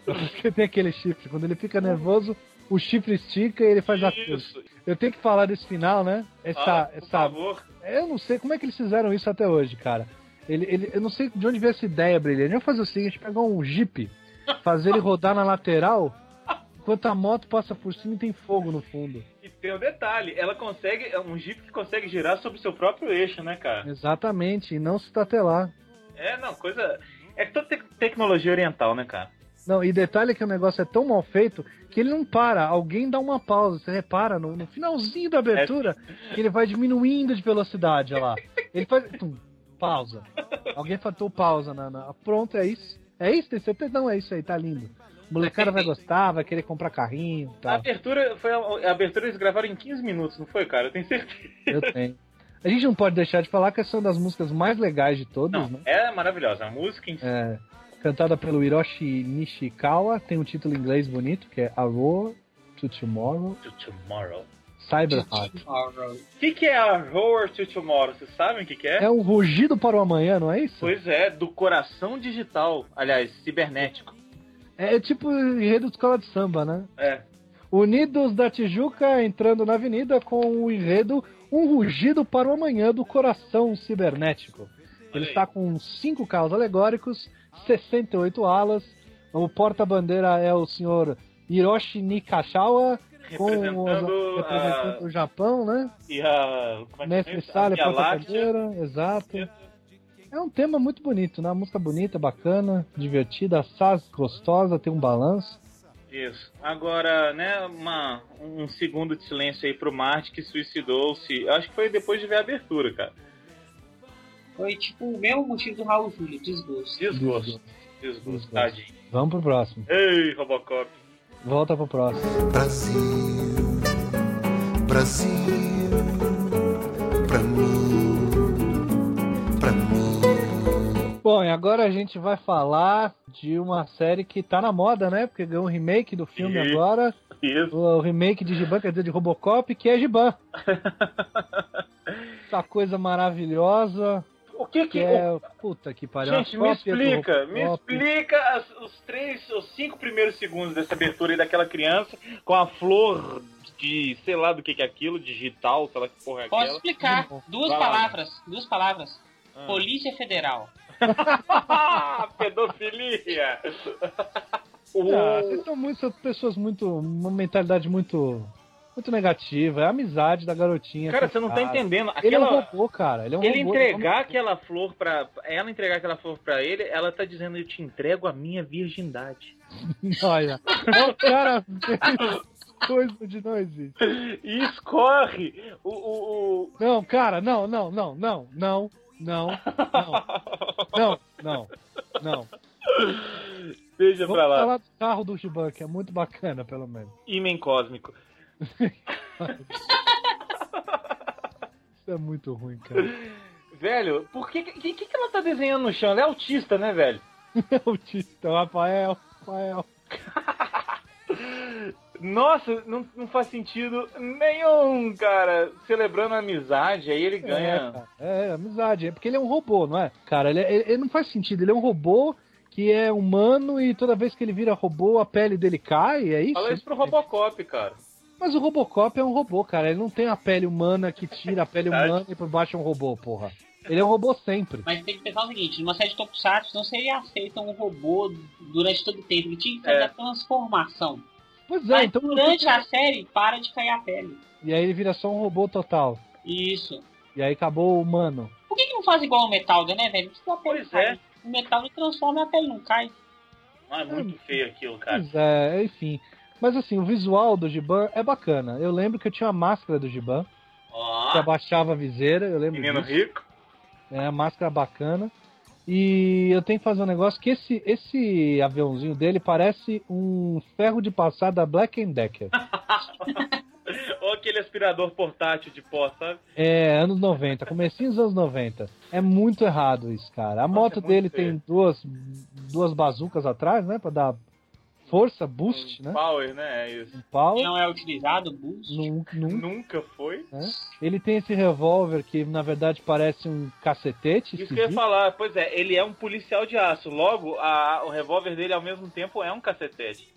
Speaker 7: Porque tem aquele chifre. Quando ele fica nervoso, o chifre estica e ele faz a força.
Speaker 1: Isso.
Speaker 7: Eu tenho que falar desse final, né? Essa,
Speaker 1: Ah, por
Speaker 7: essa.
Speaker 1: favor.
Speaker 7: Eu não sei como é que eles fizeram isso até hoje, cara. Ele, ele, eu não sei de onde veio essa ideia brilhante. Vamos fazer o seguinte: pegar um jeep, fazer ele rodar na lateral, enquanto a moto passa por cima e tem fogo no fundo.
Speaker 1: E tem um detalhe, ela consegue, é um Jeep que consegue girar sobre o seu próprio eixo, né, cara?
Speaker 7: Exatamente, e não se tatelar.
Speaker 1: É, não, coisa. É toda tec- tecnologia oriental, né, cara?
Speaker 7: Não, e detalhe que o negócio é tão mal feito que ele não para. Alguém dá uma pausa. Você repara no, no finalzinho da abertura que ele vai diminuindo de velocidade, olha lá. Ele faz. tum, pausa. Alguém faltou pausa, na, na- Pronto, é isso. É isso, tem certeza? Não, é isso aí, tá lindo. Molecada vai gostar, vai querer comprar carrinho tá? e
Speaker 1: A
Speaker 7: tal.
Speaker 1: abertura foi a, a abertura eles gravaram em 15 minutos, não foi, cara? Eu tenho certeza.
Speaker 7: Eu tenho. A gente não pode deixar de falar que essa é uma das músicas mais legais de todas,
Speaker 1: Não,
Speaker 7: né?
Speaker 1: é maravilhosa. A música em si.
Speaker 7: É, cantada pelo Hiroshi Nishikawa, tem um título em inglês bonito que é A Roar to Tomorrow
Speaker 1: To Tomorrow.
Speaker 7: Cyber Heart.
Speaker 1: O que, que é a Roar to Tomorrow? Vocês sabem o que, que é?
Speaker 7: É um rugido para o amanhã, não é isso?
Speaker 1: Pois é, do coração digital. Aliás, cibernético.
Speaker 7: É tipo enredo de escola de samba, né?
Speaker 1: É.
Speaker 7: Unidos da Tijuca entrando na avenida com o enredo Um Rugido para o Amanhã do Coração Cibernético. Ele
Speaker 1: aí.
Speaker 7: está com cinco carros alegóricos, 68 alas. O porta-bandeira é o senhor Hiroshi Nikashawa, com o,
Speaker 1: Representando a.
Speaker 7: representando o Japão, né?
Speaker 1: E a. Como é que
Speaker 7: Mestre
Speaker 1: chama? A
Speaker 7: Sala,
Speaker 1: Via Láctea.
Speaker 7: porta-bandeira, exato. É um tema muito bonito, né? Uma música bonita, bacana, divertida, saz gostosa, tem um balanço.
Speaker 1: Isso. Agora, né, uma, um segundo de silêncio aí pro Marte que suicidou-se. Eu Acho que foi depois de ver a abertura, cara.
Speaker 2: Foi tipo o mesmo motivo do Raul Júlio, desgosto.
Speaker 1: Desgosto. Desgosto,
Speaker 7: Desgosto.
Speaker 1: tadinho.
Speaker 7: Vamos pro próximo.
Speaker 1: Ei, Robocop.
Speaker 7: Volta pro próximo.
Speaker 10: é
Speaker 9: Brasil, Brasil, pra mim, pra mim.
Speaker 7: Bom, e agora a gente vai falar de uma série que tá na moda, né? Porque ganhou um remake do filme
Speaker 1: Isso.
Speaker 7: agora.
Speaker 1: Isso.
Speaker 7: O remake de Giban, quer dizer, de Robocop, que
Speaker 1: (laughs)
Speaker 7: é Giban. Essa coisa maravilhosa.
Speaker 1: O que que.
Speaker 7: Que é. Puta que pariu.
Speaker 1: Gente,
Speaker 7: uma
Speaker 1: me
Speaker 7: cópia do
Speaker 1: explica, me
Speaker 7: Robocop.
Speaker 1: explica as- os três, os cinco primeiros segundos dessa abertura aí daquela criança com a flor de, sei lá do que que é aquilo, digital, sei lá que porra é
Speaker 2: Posso
Speaker 1: aquela.
Speaker 2: explicar? Duas
Speaker 1: Vai lá. né?
Speaker 2: palavras, duas palavras.
Speaker 1: Ah.
Speaker 2: Polícia Federal.
Speaker 1: (laughs) Pedofilia!
Speaker 7: Ah, vocês são muito, são pessoas muito. Uma mentalidade muito. Muito negativa. É a amizade da garotinha.
Speaker 1: Cara, você não tá
Speaker 7: coitada.
Speaker 1: entendendo.
Speaker 7: Ele é um
Speaker 1: Aquela,
Speaker 7: robô, cara. Ele é um
Speaker 1: ele
Speaker 7: robô. (laughs)
Speaker 1: entregar aquela flor pra. Ela entregar aquela flor pra ele, ela tá dizendo, eu te entrego a minha virgindade.
Speaker 7: Olha. É um cara. (laughs) Coisa de não existe.
Speaker 1: E escorre o. (laughs) o, o-
Speaker 7: Não, cara, não, não, não, não, não, não, não, não, não, não.
Speaker 1: Deixa
Speaker 7: Vamos
Speaker 1: pra lá.
Speaker 7: falar do carro do Giban, que é muito bacana, pelo menos.
Speaker 1: Imen cósmico.
Speaker 7: Isso é muito ruim, cara. (laughs)
Speaker 1: Velho, por que que, que que ela tá desenhando no chão? Ela é autista, né, velho?
Speaker 7: É autista, Rafael, Rafael.
Speaker 1: Nossa, não, não faz sentido nenhum, cara. Celebrando a amizade, aí ele
Speaker 7: É,
Speaker 1: ganha.
Speaker 7: cara, é, amizade. É porque ele é um robô, não é? Cara, ele, é- ele- ele não faz sentido. Ele é um robô que é humano e toda vez que ele vira robô, a pele dele cai, é isso?
Speaker 1: Fala isso pro Robocop, cara.
Speaker 7: Mas o Robocop é um robô, cara. Ele não tem a pele humana que tira a pele
Speaker 1: Verdade.
Speaker 7: humana e por baixo é um robô, porra. Ele é um robô sempre.
Speaker 2: Mas tem que pensar o seguinte, numa série de Tokusatsu não seria aceito um robô durante todo o tempo. Ele tinha que fazer
Speaker 1: É.
Speaker 2: a transformação.
Speaker 7: Pois é,
Speaker 2: Mas
Speaker 7: então.
Speaker 2: durante a série, para de cair a pele.
Speaker 7: E aí ele vira só um robô total.
Speaker 2: Isso.
Speaker 7: E aí acabou o humano.
Speaker 2: Por que, que não faz igual o Metalga, né, velho? Por que a pele
Speaker 1: Pois é.
Speaker 2: cai? O Metalga transforma e a pele não cai.
Speaker 1: Ah, é muito feio aquilo,
Speaker 2: Hum.
Speaker 1: cara.
Speaker 7: Pois é, enfim. Mas assim, o visual do Giban é bacana. Eu lembro que eu tinha a máscara do Giban, que
Speaker 1: Ó,
Speaker 7: abaixava a viseira, eu lembro
Speaker 1: Ah. menino
Speaker 7: disso.
Speaker 1: rico.
Speaker 7: É, a máscara bacana. E eu tenho que fazer um negócio que esse, esse aviãozinho dele parece um ferro de passar da
Speaker 1: (laughs)
Speaker 7: Black Decker.
Speaker 1: Ou aquele aspirador portátil de pó, sabe?
Speaker 7: É, anos 90, comecinho dos anos 90. É muito errado isso, cara. A moto
Speaker 1: é muito
Speaker 7: dele
Speaker 1: feio.
Speaker 7: tem duas, duas bazucas atrás, né? Pra dar força, boost,
Speaker 1: Um
Speaker 7: né?
Speaker 1: Power, né? É isso.
Speaker 7: Um pau.
Speaker 2: Não é utilizado, boost.
Speaker 7: Num, num.
Speaker 1: Nunca foi.
Speaker 7: Ele tem esse revólver que na verdade parece um cacetete.
Speaker 1: Isso que eu ia
Speaker 7: esquisito.
Speaker 1: falar. Pois é, ele é um policial de aço. Logo, a- o revólver dele ao mesmo tempo é um cacetete.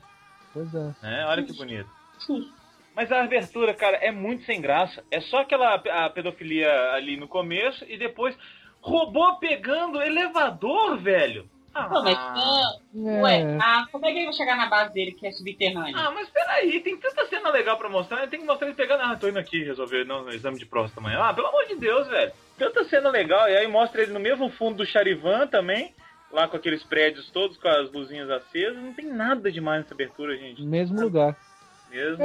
Speaker 7: Pois é.
Speaker 1: né? Olha que bonito.
Speaker 2: Sim.
Speaker 1: Mas a abertura, cara, é muito sem graça. É só aquela a pedofilia ali no começo e depois robô pegando elevador, velho. Ah,
Speaker 2: Pô, mas, ah, ué,
Speaker 7: É.
Speaker 2: ah, como é que ele vai chegar na base dele que é subterrâneo?
Speaker 1: ah, mas peraí, tem tanta cena legal pra mostrar, né? tem que mostrar ele pegando. Ah, tô indo aqui resolver não, no exame de próstata amanhã. Ah, pelo amor de Deus, velho. Tanta cena legal, e aí mostra ele no mesmo fundo do Charivan também. lá com aqueles prédios todos com as luzinhas acesas. Não tem nada demais nessa abertura, gente.
Speaker 7: É, Mesmo lugar.
Speaker 1: Mesmo.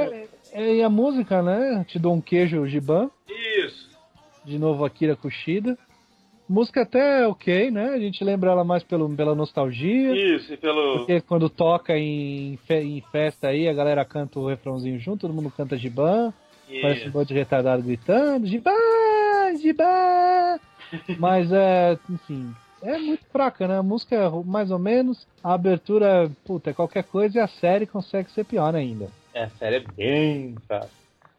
Speaker 7: É, e a música, né? Te dou um queijo, Giban.
Speaker 1: Isso.
Speaker 7: De novo, Akira Kushida. Música até ok, né? A gente lembra ela mais pelo, pela nostalgia.
Speaker 1: Isso, e pelo.
Speaker 7: Porque quando toca em, fe- em festa aí, a galera canta o refrãozinho junto, todo mundo canta Giban. Parece um
Speaker 1: Isso.
Speaker 7: monte de retardado gritando, Giban,
Speaker 1: (laughs)
Speaker 7: Giban. Mas é, enfim, é muito fraca, né? A música é mais ou menos, a abertura, puta, é qualquer coisa e a série consegue ser pior ainda.
Speaker 1: É, a série é bem fraca.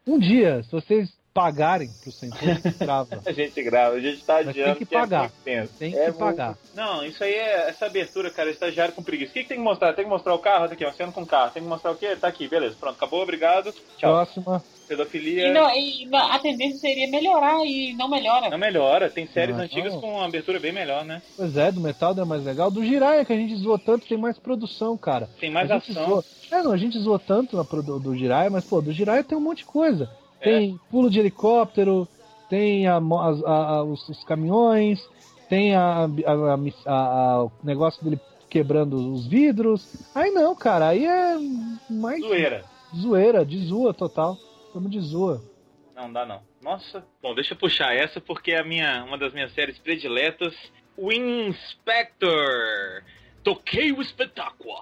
Speaker 7: Um dia, se vocês pagarem pro
Speaker 1: (laughs)
Speaker 7: Senhor, trava.
Speaker 1: A gente grava, a gente tá
Speaker 7: Mas
Speaker 1: adiando.
Speaker 7: tem que
Speaker 1: é
Speaker 7: pagar.
Speaker 1: muito tenso.
Speaker 7: Tem
Speaker 1: É
Speaker 7: que pagar.
Speaker 1: Não, isso aí é essa abertura, cara, estagiário com preguiça. O que, que tem que mostrar? Tem que mostrar o carro? Tá aqui, ó, cena com o carro. Tem que mostrar o quê? Tá aqui, beleza. Pronto, acabou, obrigado. Tchau.
Speaker 7: Próxima.
Speaker 1: Pedofilia.
Speaker 2: E, não, e não, a tendência seria melhorar e não melhora.
Speaker 1: Não melhora, tem séries
Speaker 7: Ah,
Speaker 1: antigas
Speaker 7: não.
Speaker 1: com uma abertura bem melhor, né?
Speaker 7: Pois é, do Metal é mais legal. Do Jiraiya, que a gente zoou tanto, tem mais produção, cara.
Speaker 1: Tem mais
Speaker 7: a gente
Speaker 1: ação.
Speaker 7: Zoou... É, não, a gente zoou tanto na, pro- do, do Jiraiya, mas, pô, do Jiraiya tem um monte de coisa.
Speaker 1: É.
Speaker 7: Tem pulo de helicóptero, tem a mo- as- a- a- os, os caminhões, tem a, a- a miss- a- a- o negócio dele quebrando os vidros. Aí não, cara, aí é mais
Speaker 1: Zoeira.
Speaker 7: zoeira, de zoa total. Tamo de zoa.
Speaker 1: Não dá não. Nossa. Bom, deixa eu puxar essa porque é a minha, uma das minhas séries prediletas, o Inspector. Toquei o espetáculo.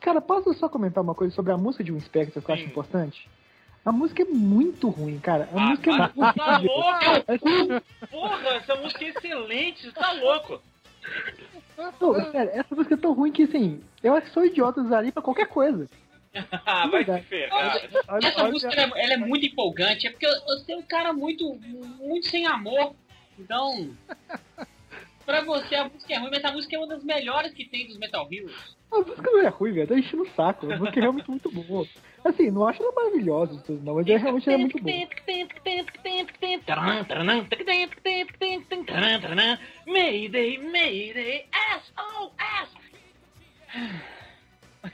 Speaker 3: Cara, posso só comentar uma coisa sobre a música de um Inspector que eu acho
Speaker 1: Sim.
Speaker 3: importante? A música é muito ruim, cara. A música é
Speaker 1: vai
Speaker 3: muito
Speaker 1: tá
Speaker 3: horrível.
Speaker 1: louco! Porra, essa música é excelente, você tá louco. (laughs)
Speaker 3: Pô, sério, essa música é tão ruim que, assim, eu acho que sou idiota usaria pra qualquer coisa.
Speaker 1: Ah, vai se
Speaker 3: É Verdade.
Speaker 1: ferrar.
Speaker 7: Olha,
Speaker 2: Essa música ela, é- ela é muito empolgante, é porque eu, eu sou um cara muito, muito sem amor. Então, pra você a música é ruim, mas a música é uma das melhores que tem dos Metal Heroes.
Speaker 3: A música não é ruim, velho. Tá enchendo o saco. A música é realmente muito boa. Assim, não acho ela maravilhosa, não, mas é, realmente ela é muito boa.
Speaker 2: Taran, taran, taran, taran, taran, taran, taran. Mayday, Mayday, SOS!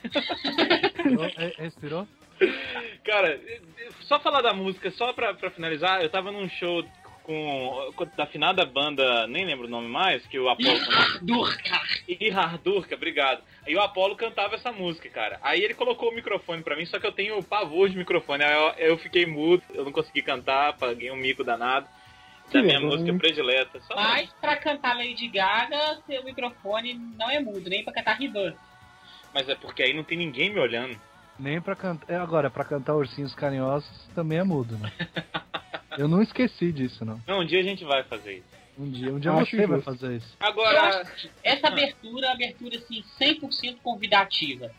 Speaker 7: Respirou? É, Respirou?
Speaker 1: Cara, só falar da música, só pra, pra finalizar, eu tava num show com, com da afinada banda, nem lembro o nome mais, que o (laughs) Apolo
Speaker 2: Durka!
Speaker 1: E Hardurka, obrigado. Aí o Apolo cantava essa música, cara. Aí ele colocou o microfone pra mim, só que eu tenho pavor de microfone. Aí eu, eu fiquei mudo, eu não consegui cantar, paguei um mico danado. Da
Speaker 3: Que
Speaker 1: minha
Speaker 3: vergonha,
Speaker 1: música
Speaker 3: hein?
Speaker 1: predileta. Só
Speaker 2: Mas pra cantar Lady Gaga, seu microfone não é mudo, nem pra cantar Rivan.
Speaker 1: Mas é porque aí não tem ninguém me olhando.
Speaker 7: Nem pra cantar. é, Agora, pra cantar Ursinhos Carinhosos também é mudo, né? Eu não esqueci disso, não.
Speaker 1: Não, um dia a gente vai fazer isso.
Speaker 7: Um dia, um dia
Speaker 3: Acho
Speaker 7: você
Speaker 3: justo.
Speaker 7: vai fazer isso.
Speaker 2: Eu
Speaker 1: Agora,
Speaker 2: acho que essa abertura é uma abertura assim, 100% convidativa.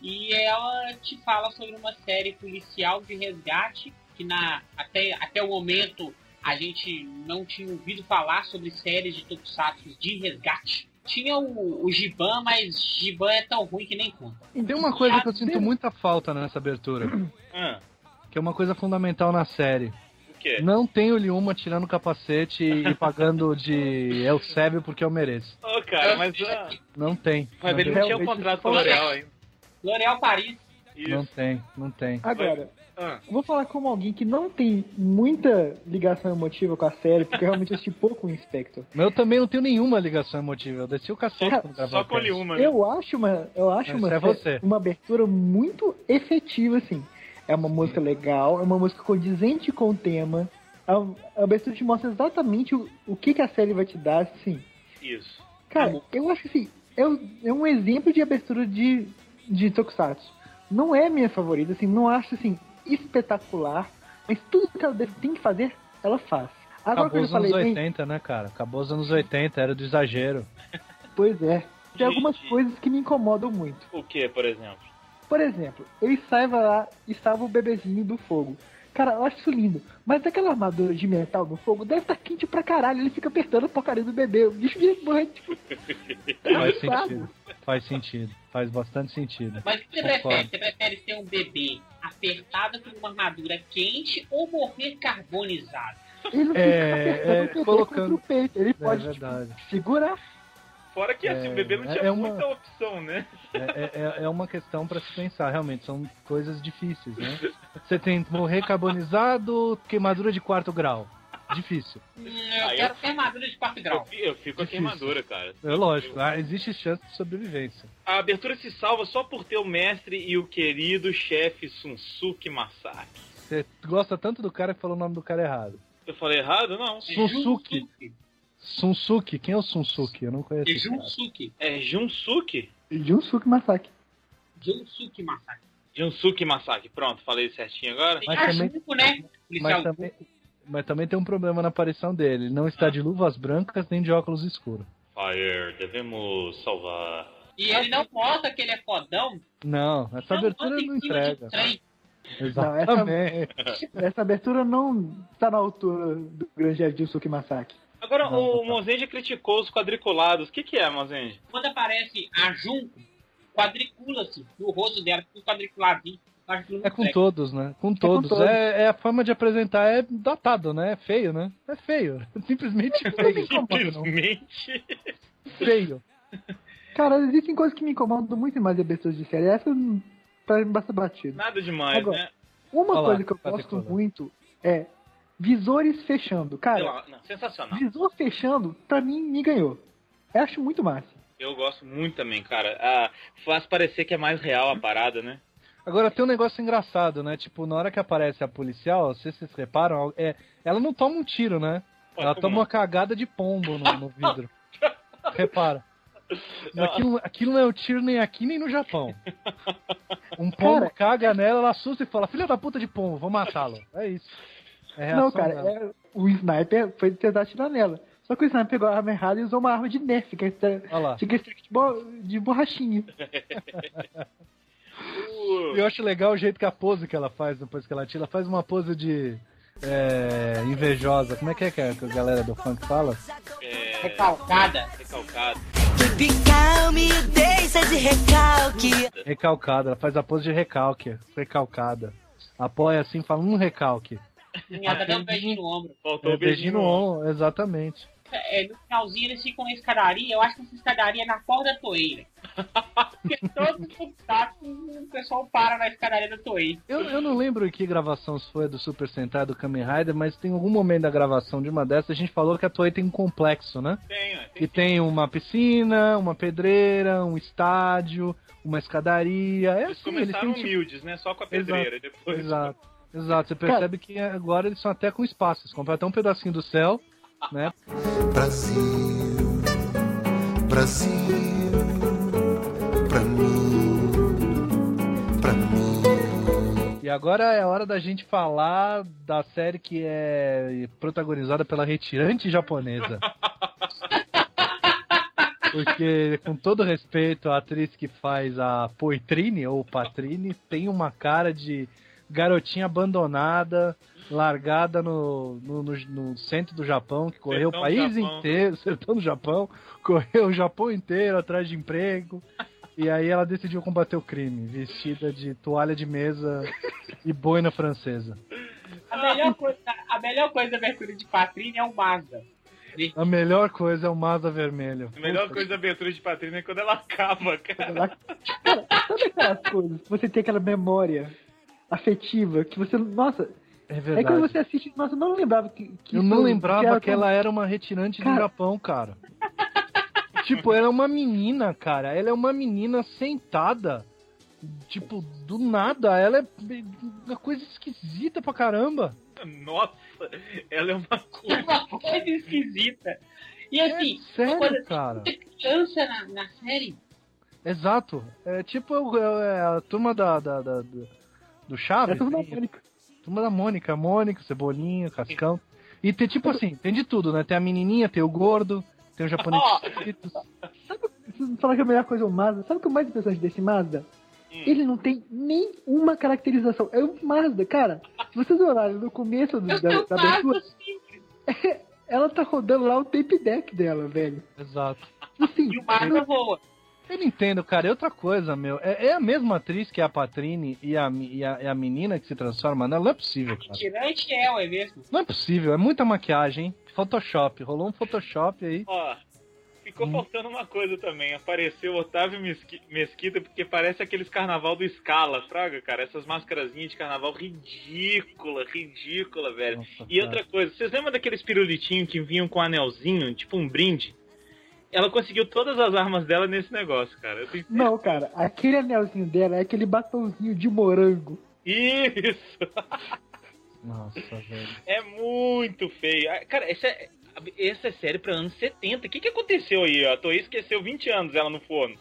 Speaker 2: E ela te fala sobre uma série policial de resgate, que na, até, até o momento a gente não tinha ouvido falar sobre séries de tokusatsu de resgate. Tinha o, o Giban, mas Giban é tão ruim que nem conta.
Speaker 7: Tem uma coisa que eu sinto muita falta nessa abertura,
Speaker 1: ah,
Speaker 7: que é uma coisa fundamental na série.
Speaker 1: o quê?
Speaker 7: Não tem o Liuma tirando o capacete e pagando de El Sébio porque eu mereço.
Speaker 1: Ô, cara, mas, ah,
Speaker 7: Não tem.
Speaker 1: mas
Speaker 7: não,
Speaker 1: ele não
Speaker 7: tem.
Speaker 1: tinha um contrato com a L'Oreal ainda.
Speaker 2: L'Oréal Paris,
Speaker 7: não
Speaker 1: Isso.
Speaker 7: tem, não tem.
Speaker 3: Agora,
Speaker 1: Ah,
Speaker 3: vou falar como alguém que não tem muita ligação emotiva com a série, porque eu realmente assisti pouco o Inspector.
Speaker 7: Mas eu também não tenho nenhuma ligação emotiva. Eu desci o cacete quando
Speaker 1: só,
Speaker 7: gravar
Speaker 1: É, só
Speaker 7: o
Speaker 1: com
Speaker 7: cast.
Speaker 1: uma, né?
Speaker 3: Eu acho uma, eu acho
Speaker 7: Mas
Speaker 3: uma,
Speaker 7: é você.
Speaker 3: uma abertura muito efetiva, assim. É uma música legal, é uma música condizente com o tema. A, a abertura te mostra exatamente o, o que, que a série vai te dar, assim.
Speaker 1: Isso.
Speaker 3: Cara, eu acho que assim, é, um- é um exemplo de abertura de, de Tokusatsu. Não é minha favorita, assim, não acho assim, espetacular, mas tudo que ela deve- tem que fazer, ela faz. Agora que
Speaker 7: Acabou
Speaker 3: eu
Speaker 7: os anos
Speaker 3: falei, bem,
Speaker 7: 80, né, cara? Acabou os anos 80, era do exagero.
Speaker 3: pois é. Tem algumas
Speaker 1: Gente.
Speaker 3: coisas que me incomodam muito.
Speaker 1: O que, por exemplo?
Speaker 3: Por exemplo, ele saiba lá e salva o bebezinho do fogo. Cara, eu acho isso lindo. Mas aquela armadura de metal no fogo deve estar quente pra caralho. Ele fica apertando a porcaria do bebê. O bicho de morre, tipo. (laughs) sabe?
Speaker 7: Faz sentido. Faz sentido. Faz bastante sentido. É
Speaker 2: mas o que você prefere?
Speaker 7: Concordo.
Speaker 2: Você prefere ter um bebê apertado por uma armadura quente ou morrer carbonizado?
Speaker 3: Ele não
Speaker 7: É,
Speaker 3: fica apertando
Speaker 7: é,
Speaker 3: o bebê
Speaker 7: colocando.
Speaker 3: contra o peito. Ele pode
Speaker 7: é
Speaker 3: tipo,
Speaker 7: verdade.
Speaker 3: segurar.
Speaker 1: Fora que assim, o bebê não
Speaker 7: É,
Speaker 1: tinha
Speaker 7: é uma-
Speaker 1: muita opção, né?
Speaker 7: É, é- é uma questão pra se pensar, realmente. São coisas difíceis, né? Você tem morrer carbonizado, queimadura de quarto grau. Difícil.
Speaker 2: Hum, Eu
Speaker 1: Aí
Speaker 2: quero queimadura de quarto
Speaker 1: Eu,
Speaker 2: grau.
Speaker 1: fi- eu fico com a
Speaker 7: Difícil.
Speaker 1: queimadura, cara.
Speaker 7: É lógico, ah, existe chance de sobrevivência.
Speaker 1: A abertura se salva só por ter o mestre e o querido chefe Sunsuke Masaki.
Speaker 7: Você gosta tanto do cara que falou o nome do cara errado.
Speaker 1: Eu falei errado? Não.
Speaker 7: Sunsuke. Sunsuke, quem é o Sunsuke? Eu não conheço. esse cara.
Speaker 2: Junsuke.
Speaker 1: É Junsuke?
Speaker 3: Junsuke Masaki.
Speaker 2: Junsuke Massacre.
Speaker 1: Junsuke Masaki. Pronto, falei certinho agora.
Speaker 2: Tem
Speaker 7: Mas
Speaker 2: a
Speaker 7: também-
Speaker 2: Junko, né? Policial
Speaker 7: Mas também, mas também tem um problema na aparição dele. Ele não
Speaker 2: Ah.
Speaker 7: está de luvas brancas nem de óculos escuros.
Speaker 1: Fire, devemos salvar.
Speaker 2: E ele não mostra que ele é fodão.
Speaker 7: Não, essa
Speaker 2: não
Speaker 7: abertura
Speaker 2: manda em
Speaker 7: não
Speaker 2: cima de
Speaker 7: entrega.
Speaker 2: trem.
Speaker 7: Exatamente.
Speaker 3: Essa abertura não tá na altura do grande Junsuke Masaki.
Speaker 1: Agora,
Speaker 7: Não,
Speaker 1: o
Speaker 7: não tá.
Speaker 1: Monzende criticou os quadriculados. O que, que é, Monzende?
Speaker 2: Quando aparece a Junko, quadricula-se no rosto dela, com quadriculadinho. Acho que não
Speaker 7: É com
Speaker 2: entrega.
Speaker 7: todos, né? Com todos. É,
Speaker 3: todos.
Speaker 7: é a forma de apresentar é datado, né? É feio, né? É feio. (laughs) Simplesmente feio.
Speaker 1: Simplesmente.
Speaker 7: feio.
Speaker 3: Cara, existem coisas que me incomodam muito mais de aberturas de série. Essa hum, pra mim basta batida.
Speaker 1: Nada demais,
Speaker 3: Agora,
Speaker 1: né?
Speaker 3: Uma
Speaker 7: Olha lá,
Speaker 3: coisa que eu
Speaker 7: tá
Speaker 3: gosto
Speaker 7: decolando.
Speaker 3: muito é visores fechando.
Speaker 1: Sei
Speaker 3: Cara,
Speaker 1: lá, não, sensacional.
Speaker 3: visor fechando, pra mim, me ganhou. Eu acho muito massa.
Speaker 1: Eu gosto muito também, cara. Ah, faz parecer que é mais real a parada, né?
Speaker 7: Agora tem um negócio engraçado, né? Tipo, na hora que aparece a policial, se vocês reparam, é, ela não toma um tiro, né?
Speaker 1: Pô,
Speaker 7: ela
Speaker 1: como
Speaker 7: toma uma cagada de pombo no, no vidro. Repara. Aquilo, aquilo não é o tiro nem aqui nem no Japão. Um pombo
Speaker 3: Cara.
Speaker 7: caga nela, ela assusta e fala: Filha da puta de pombo, vou matá-lo. É isso. É a reação
Speaker 3: não, cara,
Speaker 7: dela.
Speaker 3: é- o sniper foi tentar atirar nela. Só que o sniper pegou a arma errada e usou uma arma de nerf, que é esse-
Speaker 7: Olha lá.
Speaker 3: fica esse track de, bo- de borrachinha.
Speaker 1: não?
Speaker 7: Eu acho legal o jeito que a pose que ela faz depois que ela tira. Ela faz uma pose de. é, invejosa. Como é que é que a que a galera do funk fala?
Speaker 1: É,
Speaker 2: Recalcada.
Speaker 1: recalcado.
Speaker 9: Keep calm e deixa de recalque.
Speaker 7: Recalcada. Ela faz a pose de recalque. Recalcada. Apoia assim, fala um recalque.
Speaker 2: Ela dá até um beijinho no ombro.
Speaker 1: Faltou
Speaker 7: É,
Speaker 1: o beijinho no ombro.
Speaker 7: ombro, exatamente.
Speaker 2: É, no finalzinho eles ficam na escadaria. Eu acho que essa escadaria é na porta da toeira. Porque todos os contatos, o pessoal para na escadaria da toeira.
Speaker 7: Eu, eu não lembro em que gravação se foi do Super Sentai do Kamen Rider, mas tem algum momento da gravação de uma dessas, a gente falou que a Toei tem um complexo, né?
Speaker 1: Tem, né?
Speaker 7: Que tem uma piscina, uma pedreira, um estádio, uma escadaria. É
Speaker 1: Eles
Speaker 7: assim, eles
Speaker 1: começaram
Speaker 7: têm tipo...
Speaker 1: humildes, né? Só com a pedreira. e Depois...
Speaker 7: Exato, exato. Você percebe que agora eles são até com espaço. Eles compram até um pedacinho do céu, né?
Speaker 10: é Brasil, Brasil, pra mim, pra mim.
Speaker 7: E agora é a hora da gente falar da série que é protagonizada pela retirante japonesa.
Speaker 1: (laughs)
Speaker 7: Porque, com todo respeito, a atriz que faz a Poitrine, ou Patrine, tem uma cara de garotinha abandonada, largada no, no, no- no centro do Japão, que correu
Speaker 1: Sertão do
Speaker 7: o país
Speaker 1: Japão.
Speaker 7: inteiro, (laughs) sertão do Japão, correu o Japão inteiro atrás de emprego. E aí ela decidiu combater o crime, vestida de toalha de mesa e boina francesa.
Speaker 2: A melhor coisa, a melhor coisa da abertura de Patrícia é o Mazda.
Speaker 7: A melhor coisa é o Mazda vermelho.
Speaker 1: A melhor coisa da abertura de Patrícia é quando ela acaba, cara.
Speaker 3: Ela- Cara, sabe aquelas coisas? que Você tem aquela memória afetiva que você. Nossa,
Speaker 7: É
Speaker 3: é quando
Speaker 7: verdade.
Speaker 3: você assiste, nossa, eu não lembrava que. que
Speaker 7: Eu
Speaker 3: isso-
Speaker 7: não
Speaker 3: que
Speaker 7: lembrava
Speaker 3: era
Speaker 7: que ela era uma retirante do
Speaker 3: Cara.
Speaker 7: Japão, cara. (laughs) tipo, ela é uma menina, cara. Ela é uma menina sentada. Tipo, do nada. Ela é uma coisa esquisita pra caramba.
Speaker 1: Nossa, ela é uma coisa.
Speaker 2: Uma coisa esquisita. E assim,
Speaker 7: é
Speaker 2: uma coisa
Speaker 7: sério, cara.
Speaker 2: criança na, na série.
Speaker 7: Exato. É tipo é a turma da, da- da- do- do Chaves.
Speaker 3: É tudo na
Speaker 7: né?
Speaker 3: Mônica.
Speaker 7: Turma da Mônica, Mônica, Cebolinha, Cascão. E tem tipo assim, tem de tudo, né? Tem a menininha, tem o gordo, tem o japonês. esquisito.
Speaker 3: Vocês falar que a melhor coisa é o Mazda. Sabe o que é o mais interessante desse Mazda? Ele não tem nenhuma caracterização. É o Mazda, cara. Se vocês olharem no começo do-
Speaker 2: Eu assim,
Speaker 3: da,
Speaker 2: sou
Speaker 3: da abertura,
Speaker 2: Mazda simples.
Speaker 3: ela tá rodando lá o tape deck dela, velho.
Speaker 7: Exato.
Speaker 3: Assim,
Speaker 2: E o Mazda voa.
Speaker 7: Eu não entendo, cara. É outra coisa, meu. É, é a mesma atriz que a Patrine e a, mi- e a, e a menina que se transforma nela? Não é possível, cara.
Speaker 2: Tirante é, ué mesmo.
Speaker 7: Não é possível. É muita maquiagem, hein? Photoshop. Rolou um Photoshop aí.
Speaker 1: Ó, Ficou faltando uma coisa também. Apareceu Otávio Mesqui- Mesquita, porque parece aqueles carnaval do Scala, fraga, cara. Essas mascarazinhas de carnaval ridícula, ridícula, velho.
Speaker 7: Nossa,
Speaker 1: E
Speaker 7: cara.
Speaker 1: outra coisa, vocês lembram daqueles pirulitinhos que vinham com anelzinho, tipo um brinde? Ela conseguiu todas as armas dela nesse negócio, cara. Eu tenho-
Speaker 3: Não, cara, aquele anelzinho dela é aquele batonzinho de morango.
Speaker 1: Isso! (laughs)
Speaker 7: Nossa, velho.
Speaker 1: É muito feio. Ah, Cara, essa é, essa é série pra anos 70. O que, que aconteceu aí? ó? A Toei esqueceu 20 anos ela no forno.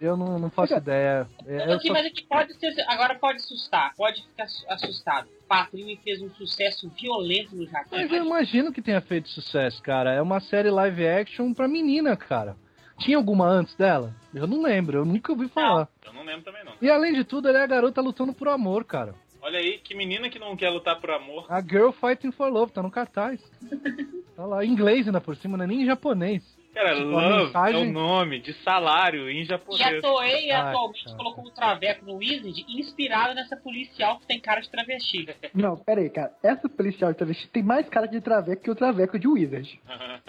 Speaker 7: Eu não, não faço ideia. É,
Speaker 2: Mas
Speaker 7: Eu
Speaker 2: aqui,
Speaker 7: só...
Speaker 2: mas aqui pode ser. Agora pode assustar, pode ficar assu- assustado. Patrini fez um sucesso violento no Japão.
Speaker 7: Mas eu imagino que tenha feito sucesso, cara. É uma série live action pra menina, cara. Tinha alguma antes dela? Eu não lembro, eu nunca ouvi falar.
Speaker 1: Eu não lembro também, não.
Speaker 7: E além de tudo, ela é a garota lutando por amor, cara.
Speaker 1: Olha aí, que menina que não quer lutar por amor.
Speaker 7: A Girl Fighting for Love, tá no cartaz. Tá lá, em inglês ainda por cima, não é nem em japonês.
Speaker 1: Cara,
Speaker 7: Tipo, a
Speaker 1: love
Speaker 7: mensagem-
Speaker 1: é o nome de salário em
Speaker 2: E a
Speaker 1: japonês.
Speaker 2: Toei
Speaker 7: Ai,
Speaker 2: atualmente
Speaker 7: cara.
Speaker 2: colocou o Traveco no Wizard inspirado nessa policial que tem cara de travesti.
Speaker 3: Não, pera aí, cara. Essa policial de travesti tem mais cara de traveco que o traveco de Wizard.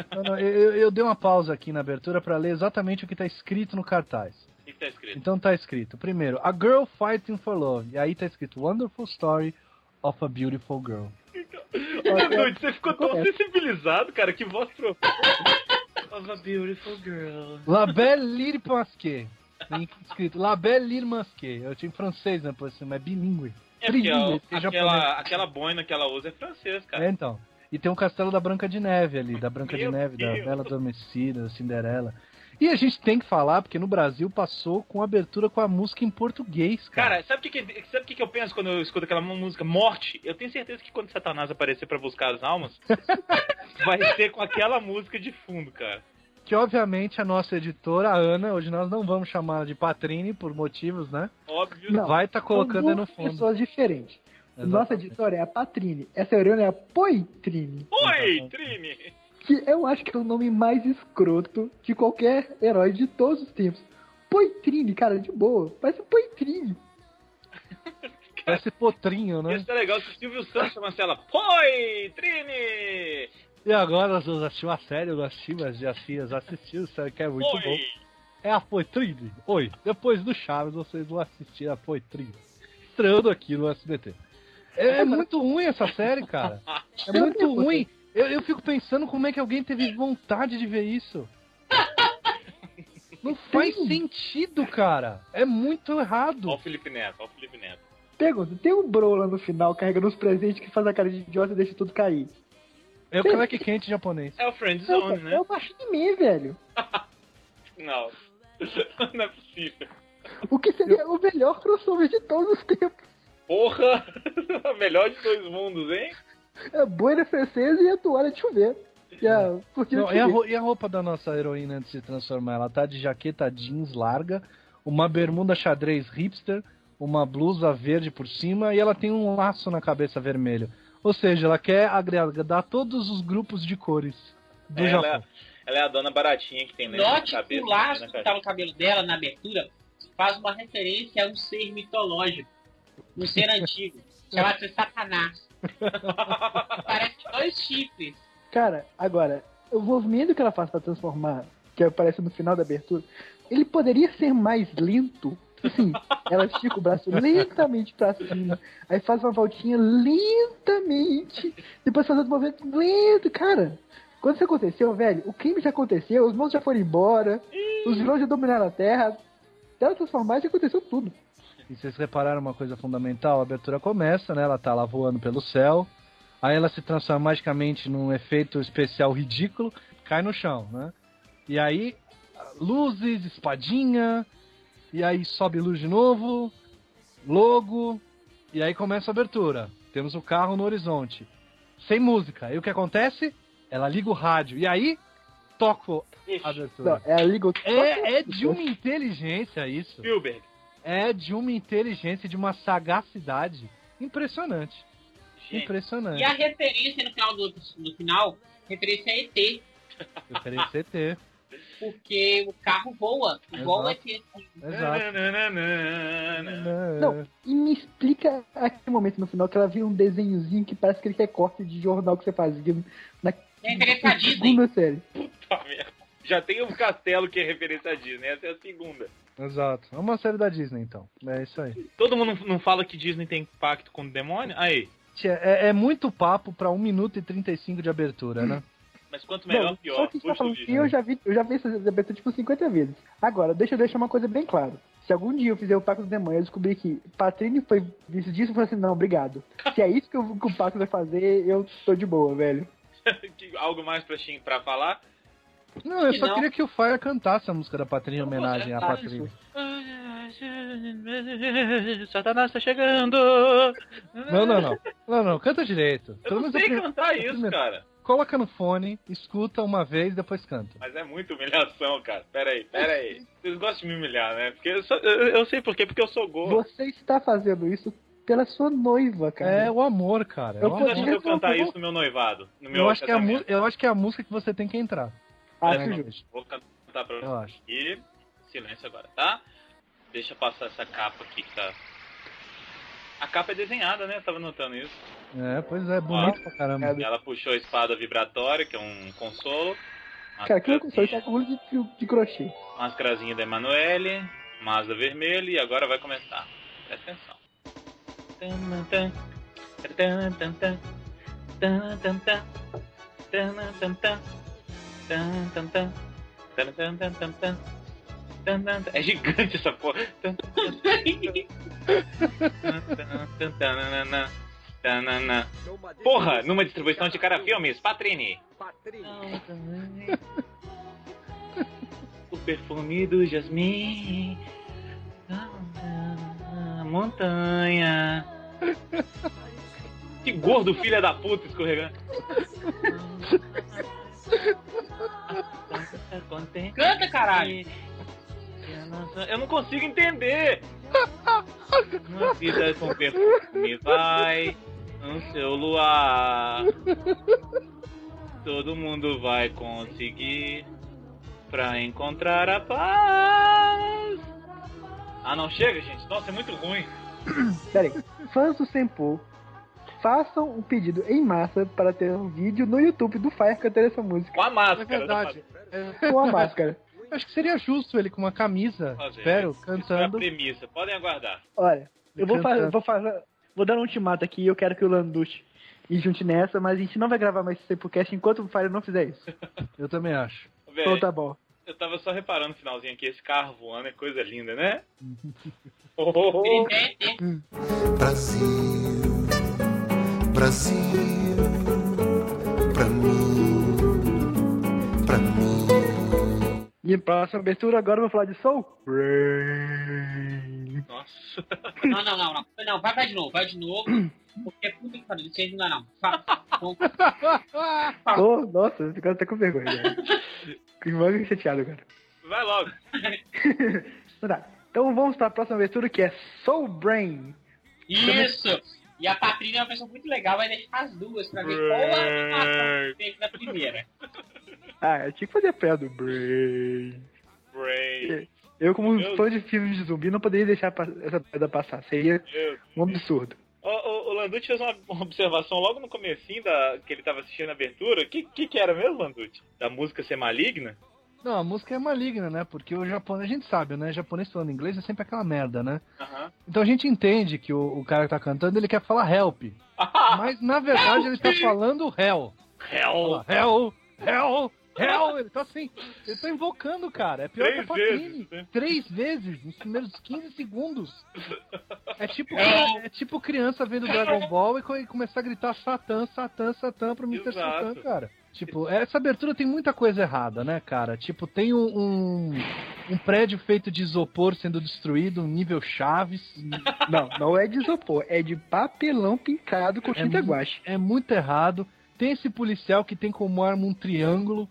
Speaker 7: Não, não, eu, eu dei uma pausa aqui na abertura pra ler exatamente o que tá escrito no cartaz.
Speaker 1: O que que tá escrito? (laughs)
Speaker 7: Então tá escrito, primeiro, A Girl Fighting for Love. E aí tá escrito Wonderful Story of a Beautiful Girl.
Speaker 1: Então, Ô, Dude, você ficou tão sensibilizado, cara, que voz pro... Of a beautiful girl.
Speaker 7: La Belle Lire Masqué. Tem escrito La Belle Lire Masqué. Eu tinha em francês na posição, mas é bilíngue.
Speaker 1: É porque
Speaker 7: Trilha,
Speaker 1: ó,
Speaker 7: tem japonês.
Speaker 1: aquela, aquela boina que ela usa é francesa, cara.
Speaker 7: É, então. E tem um castelo da Branca de Neve ali, da Branca
Speaker 1: Meu
Speaker 7: de Neve, da
Speaker 1: Deus.
Speaker 7: Bela Adormecida, da Cinderela. E a gente tem que falar, porque no Brasil passou com abertura com a música em português, cara.
Speaker 1: Cara, sabe o que, que- sabe o que, que eu penso quando eu escuto aquela música Morte? Eu tenho certeza que quando Satanás aparecer pra buscar as almas, vai ser com aquela música de fundo, cara.
Speaker 7: Que obviamente a nossa editora, a Ana, hoje nós não vamos chamar ela de Patrine por motivos, né?
Speaker 1: Óbvio.
Speaker 3: Não.
Speaker 7: Vai tá colocando
Speaker 3: São
Speaker 7: aí no
Speaker 3: duas
Speaker 7: fundo.
Speaker 3: pessoas diferentes. Nossa
Speaker 7: Exatamente.
Speaker 3: editora é a Patrine. Essa Eurena é a Poitrine.
Speaker 1: Oi, Trini!
Speaker 3: Que eu acho que é o nome mais escroto de qualquer herói de todos os tempos. Poitrine, cara, de boa. Parece um Poitrine.
Speaker 7: Parece potrinho, né?
Speaker 1: Isso é legal, se o Silvio Santos chamasse ela Oi, Trini!
Speaker 7: E agora nós vamos assistir uma série, nós assistimos, as filhas assistiram, série que é muito
Speaker 1: Oi!
Speaker 7: bom. É a Poitrine? Oi, depois do Chaves vocês vão assistir a Poitrine. Estreando aqui no SBT. É, é muito ruim essa série, cara. É muito ruim. Eu, eu fico pensando como é que alguém teve vontade de ver isso. Não faz sentido, cara. É muito
Speaker 1: Ó
Speaker 7: errado.
Speaker 1: o Felipe Neto, ó o Felipe Neto.
Speaker 3: Pergunta, tem um bro lá no final carregando os presentes que faz a cara de idiota e deixa tudo cair.
Speaker 7: É o Cleque Quente japonês.
Speaker 1: É o Friend
Speaker 3: Nossa,
Speaker 1: Zone, né?
Speaker 3: É o baixo de mim, velho.
Speaker 1: Não. (laughs) Não é possível.
Speaker 3: O que seria o melhor crossover de todos os tempos.
Speaker 1: Porra! (laughs) A melhor de dois mundos, hein?
Speaker 3: É a boina francesa e a toalha de chover. E a cortina
Speaker 7: Não,
Speaker 3: de
Speaker 7: e, a,
Speaker 3: chover.
Speaker 7: ro- e a roupa da nossa heroína antes de se transformar? Ela tá de jaqueta jeans larga, uma bermuda xadrez hipster, uma blusa verde por cima e ela tem um laço na cabeça vermelho. Ou seja, ela quer agradar todos os grupos de cores do
Speaker 1: Ela,
Speaker 7: Japão.
Speaker 1: ela é a dona baratinha que tem né, na
Speaker 2: Note que
Speaker 1: cabeça.
Speaker 2: o
Speaker 1: né,
Speaker 2: laço
Speaker 1: cara?
Speaker 2: que tá no cabelo dela na abertura faz uma referência a um ser mitológico, um
Speaker 7: (laughs)
Speaker 2: ser antigo, chamado
Speaker 1: (laughs)
Speaker 2: de Satanás. Parece dois chifres.
Speaker 3: Cara, agora, o movimento que ela faz pra transformar, que aparece no final da abertura, ele poderia ser mais lento.
Speaker 7: (laughs)
Speaker 3: Assim, ela estica o braço lentamente pra cima, aí faz uma voltinha lentamente, depois faz outro movimento lento, cara. Quando isso aconteceu, velho, o crime já aconteceu, os monstros já foram embora, os vilões já dominaram a terra. Até ela transformar já aconteceu tudo.
Speaker 7: E vocês repararam uma coisa fundamental? A abertura começa, né? Ela tá lá voando pelo céu. Aí ela se transforma magicamente num efeito especial ridículo, cai no chão, né? E aí, luzes, espadinha, e aí sobe luz de novo, logo, e aí começa a abertura. Temos o carro no horizonte. Sem música. E o que acontece? Ela liga o rádio. E aí, toco a
Speaker 3: Não,
Speaker 7: abertura.
Speaker 3: ela liga o...
Speaker 7: É, é de uma inteligência isso
Speaker 1: Spielberg.
Speaker 7: é de uma inteligência, de uma sagacidade impressionante.
Speaker 1: Gente,
Speaker 7: Impressionante.
Speaker 2: E a referência no final do, no final, referência é a ET,
Speaker 7: Eu queria ser ET.
Speaker 2: porque o carro voa, igual o é ET.
Speaker 7: Exato. (laughs) Exato.
Speaker 1: Nananana.
Speaker 3: Não. E me explica aquele momento no final que ela viu um desenhozinho que parece aquele recorte de jornal que você fazia
Speaker 2: É referência à
Speaker 3: na
Speaker 2: Disney.
Speaker 3: segunda série.
Speaker 1: Puta merda. (laughs) Já tem um castelo que é referência à Disney, essa é a segunda.
Speaker 7: Exato. É uma série da Disney, então. É isso aí.
Speaker 1: Todo mundo não fala que Disney tem pacto com o demônio? Aí.
Speaker 7: Tia, É, é muito papo pra 1 minuto e 35 de abertura, né?
Speaker 1: Mas quanto
Speaker 3: Não,
Speaker 1: melhor,
Speaker 3: Só
Speaker 1: pior.
Speaker 3: que a gente tá
Speaker 1: Custo
Speaker 3: falando que
Speaker 1: Disney.
Speaker 3: eu já vi, eu já vi essas aberturas tipo 50 vezes. Agora, deixa eu deixar uma coisa bem clara. Se algum dia eu fizer o Pacto do Demônio e eu descobrir que Patrícia foi vice disso, eu falo assim, não, obrigado. Se é isso que, eu- que o Pacto vai fazer, eu tô de boa, velho.
Speaker 1: (laughs) Que- Algo mais pra, Shin- pra falar?
Speaker 7: Não, eu
Speaker 2: Que
Speaker 7: só
Speaker 2: não.
Speaker 7: queria que o Fire cantasse a música da Patrinha em homenagem à
Speaker 3: cantar
Speaker 7: Patrinha.
Speaker 1: Satanás tá chegando!
Speaker 7: Não, não, não. Não, não, canta direito.
Speaker 1: Eu não
Speaker 7: menos a
Speaker 1: sei
Speaker 7: prim-
Speaker 1: cantar
Speaker 7: pelo
Speaker 1: isso,
Speaker 7: menos-
Speaker 1: cara.
Speaker 7: Coloca no fone, escuta uma vez, depois canta.
Speaker 1: Mas é muita humilhação, cara. Pera aí, pera aí. Vocês gostam de me humilhar, né? Porque eu, sou- eu- eu sei por quê, porque eu sou gordo.
Speaker 3: Você está fazendo isso pela sua noiva,
Speaker 7: É
Speaker 3: cara.
Speaker 7: o amor, cara. É
Speaker 3: Eu um
Speaker 7: o
Speaker 1: Vocês
Speaker 7: amor.
Speaker 1: acham
Speaker 3: podia-
Speaker 1: que eu cantar isso no meu noivado? No meu
Speaker 7: Eu acho, que é a mu-
Speaker 1: casamento?
Speaker 7: eu acho que é a música que você tem que entrar.
Speaker 3: Acho
Speaker 7: né?
Speaker 3: justo.
Speaker 1: Vou cantar pra
Speaker 7: Eu acho.
Speaker 1: E silêncio agora, tá? Deixa eu passar essa capa aqui que tá. A capa é desenhada, né? Eu tava notando isso.
Speaker 7: É, pois é, bonito pra caramba.
Speaker 1: Ela puxou a espada vibratória, que é um consolo.
Speaker 3: Cara, aquilo que eu sou,
Speaker 1: Mascarazinha-
Speaker 3: isso é cúmulo de, de, de crochê.
Speaker 1: Mascarazinha da Emanuele, Mazda vermelha, e agora vai começar. Presta atenção. Tanantan, tanantantan, tanantantan, tanantantan, tanantantan, tanantantantan, tanantan. É gigante essa porra. Tanantantananã, tananã. Porra, numa distribuição de cara filmes, Patrini. (laughs) O perfume do jasmim a montanha. Que gordo filha da puta escorregando.
Speaker 2: Canta, caralho!
Speaker 1: Eu não consigo
Speaker 7: (laughs)
Speaker 1: entender. Uma vida com perfume vai no seu luar. Todo mundo vai conseguir pra encontrar a paz. Ah, não chega, gente. Nossa, é muito ruim.
Speaker 3: Pera aí. Fãs do Senpu, façam um pedido em massa para ter um vídeo no YouTube do Fire cantando essa música
Speaker 1: Com a máscara.
Speaker 7: É verdade.
Speaker 1: (laughs)
Speaker 3: com a máscara.
Speaker 7: Eu acho que seria justo ele com uma camisa,
Speaker 1: Fazer.
Speaker 7: espero,
Speaker 1: Isso é a
Speaker 7: cantando.
Speaker 1: premissa. Podem aguardar.
Speaker 3: Olha, eu vou, fa-
Speaker 7: Cantando.
Speaker 3: vou, fa- vou dar um ultimato aqui. Eu quero que o Landucci e junte nessa, mas a gente não vai gravar mais esse Sempucast enquanto o Fire não fizer isso.
Speaker 1: É.
Speaker 7: Eu também acho.
Speaker 1: Véi,
Speaker 3: Então tá bom.
Speaker 1: eu tava só reparando no finalzinho aqui. Esse carro voando é coisa linda,
Speaker 7: (laughs)
Speaker 1: né? Oh, oh, oh.
Speaker 10: Brasil, Brasil, pra mim, pra mim.
Speaker 3: E próxima abertura agora eu vou falar de Soul.
Speaker 1: Nossa.
Speaker 2: Não, não, não, não. Não, vai, vai de novo, vai de novo. Porque é puta que pariu, vocês não dá não. Fala. Vamos.
Speaker 1: Ah.
Speaker 3: Oh, nossa, esse cara tá com vergonha.
Speaker 1: (laughs)
Speaker 3: né? Que manga chateado, cara.
Speaker 1: Vai logo.
Speaker 3: Então tá. Então vamos para a próxima abertura que é Soul Brain.
Speaker 2: Isso! E a Patrícia é uma pessoa muito legal, vai deixar as duas pra ver qual a animação que fez na primeira.
Speaker 3: Ah, eu tinha que fazer a pré do Brain.
Speaker 1: Brain.
Speaker 3: Eu, como
Speaker 1: Meu
Speaker 3: fã de filmes de zumbi, não poderia deixar pa- essa pedra passar. Seria
Speaker 1: Meu
Speaker 3: um absurdo.
Speaker 1: Ô, ô, o Landucci fez uma uma observação logo no comecinho da, que ele tava assistindo a abertura. O que, que que era mesmo, Landucci? Da música ser maligna?
Speaker 7: Não, a música é maligna, né? Porque o japonês, a gente sabe, né? Japonês falando inglês é sempre aquela merda, né?
Speaker 1: Aham.
Speaker 7: Então a gente entende que o, o cara que tá cantando, ele quer
Speaker 1: (laughs)
Speaker 7: falar help. Mas na verdade ele tá falando hell.
Speaker 1: Hell.
Speaker 7: Fala, Hell, hell, hell. Ele tá assim, ele tá invocando, cara. É pior
Speaker 1: Três
Speaker 7: que a Patrini.
Speaker 1: vezes, né?
Speaker 7: Três vezes nos primeiros 15 segundos. É tipo,
Speaker 2: Hell.
Speaker 7: é tipo criança vendo Dragon Ball e co- e começar a gritar Satã, Satã, Satã pro Mr.
Speaker 1: Exato.
Speaker 7: Satã, cara. Tipo, essa abertura tem muita coisa errada, né, cara? Tipo, tem um, um, um prédio feito de isopor sendo destruído, um nível Chaves.
Speaker 3: Não, não é de isopor, é de papelão picado com
Speaker 7: É
Speaker 3: tinta
Speaker 7: muito-
Speaker 3: guache.
Speaker 7: É muito errado. Tem esse policial que tem como arma um
Speaker 1: (laughs)
Speaker 7: triângulo.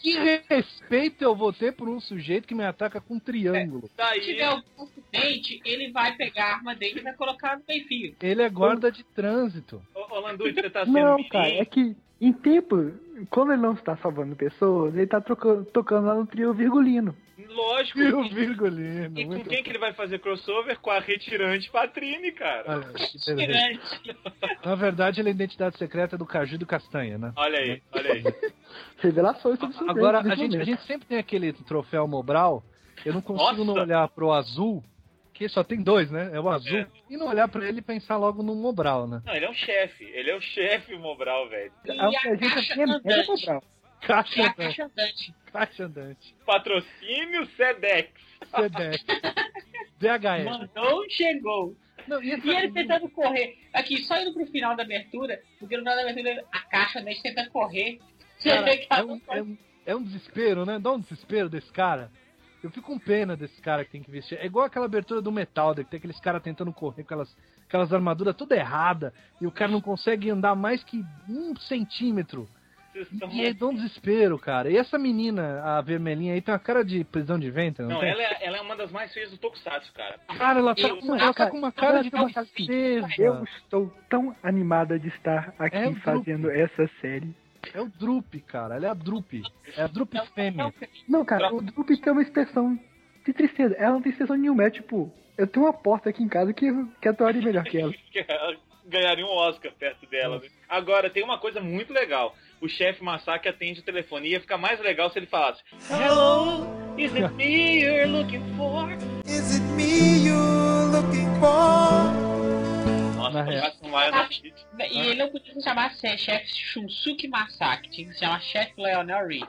Speaker 7: que respeito eu vou ter por um sujeito que me ataca com um triângulo?
Speaker 2: Se
Speaker 1: Daí,
Speaker 2: tiver um acidente, ele vai pegar a arma dele e vai colocar no meio-fio.
Speaker 7: Ele é guarda de trânsito. (laughs)
Speaker 1: ô, ô Landucci, você tá sendo
Speaker 3: Não,
Speaker 1: mirim.
Speaker 3: cara, é que Em tempo, como ele não está salvando pessoas, ele está troca- tocando lá no trio Virgulino.
Speaker 1: Lógico.
Speaker 7: Trio
Speaker 1: e-
Speaker 7: Virgulino.
Speaker 1: E com
Speaker 7: muito
Speaker 1: quem que ele vai fazer crossover? Com a retirante Patrine, cara.
Speaker 7: Olha, que
Speaker 1: é.
Speaker 7: beleza. Na verdade, ele é a identidade secreta do Caju e do Castanha, né?
Speaker 1: Olha aí, olha aí.
Speaker 3: Revelações sobre Suzane
Speaker 7: Agora, a
Speaker 3: nesse
Speaker 7: gente, a
Speaker 3: momento.
Speaker 7: gente sempre tem aquele troféu Mobral. Eu não consigo não
Speaker 1: Nossa!
Speaker 7: olhar pro azul, que só tem dois, né? É o azul.
Speaker 1: É.
Speaker 7: E não olhar pra ele e pensar logo no Mobral, né?
Speaker 1: Não, ele é um chefe. Ele é o chefe Mobral, velho.
Speaker 2: E
Speaker 3: Ah, o que
Speaker 2: a caixa
Speaker 3: tem é merda
Speaker 2: andante.
Speaker 3: comprar.
Speaker 2: E
Speaker 7: Caixa
Speaker 2: a
Speaker 7: andante.
Speaker 2: caixa andante.
Speaker 7: Caixa andante.
Speaker 1: Patrocínio Sedex.
Speaker 7: Sedex. DHL.
Speaker 2: Mandou, chegou.
Speaker 7: Não, e essa-
Speaker 2: E ele tentando correr. Aqui, só indo pro final da abertura, porque no final da abertura a caixa né, tenta correr.
Speaker 7: Cara, é, um, é um- é um desespero, né? Dá um desespero desse cara. Eu fico com pena desse cara que tem que vestir. É igual aquela abertura do Metalder, que tem aqueles caras tentando correr com aquelas, aquelas armaduras toda errada e o cara não consegue andar mais que um centímetro.
Speaker 1: Vocês estão-
Speaker 7: E aí dá um desespero, cara. E essa menina, a vermelhinha aí, tem uma cara de prisão de ventre, não,
Speaker 1: Não,
Speaker 7: tem?
Speaker 1: ela é, ela é uma das mais feias do Tokusatsu, cara. (laughs)
Speaker 7: Cara, ela tá, com, ela tá com uma cara de
Speaker 3: Ela tá com Eu
Speaker 7: tristeza.
Speaker 3: estou tão animada de estar aqui
Speaker 7: Ah. É o
Speaker 3: fazendo essa série.
Speaker 7: É o Drup, cara. Ela é a Drup. É a Drup fêmea.
Speaker 3: Não, cara, o Drup tem uma expressão de tristeza. Ela não tem expressão nenhuma. É tipo, eu tenho uma porta aqui em casa que, que atuaria melhor que ela.
Speaker 1: Que ela ganharia um Oscar perto dela. né? Agora, tem uma coisa muito legal. O chefe Masaki atende o telefone. Ia ficar mais legal se ele falasse: Hello, is it
Speaker 7: (laughs)
Speaker 1: me you're looking for?
Speaker 9: Is it me you're looking for?
Speaker 1: Nossa,
Speaker 7: Na real.
Speaker 1: tocasse um Lionel Richie.
Speaker 2: E ele não podia se chamar che- chefe Shunsuke Masaki, tinha que se chamar chefe Leonel Rich.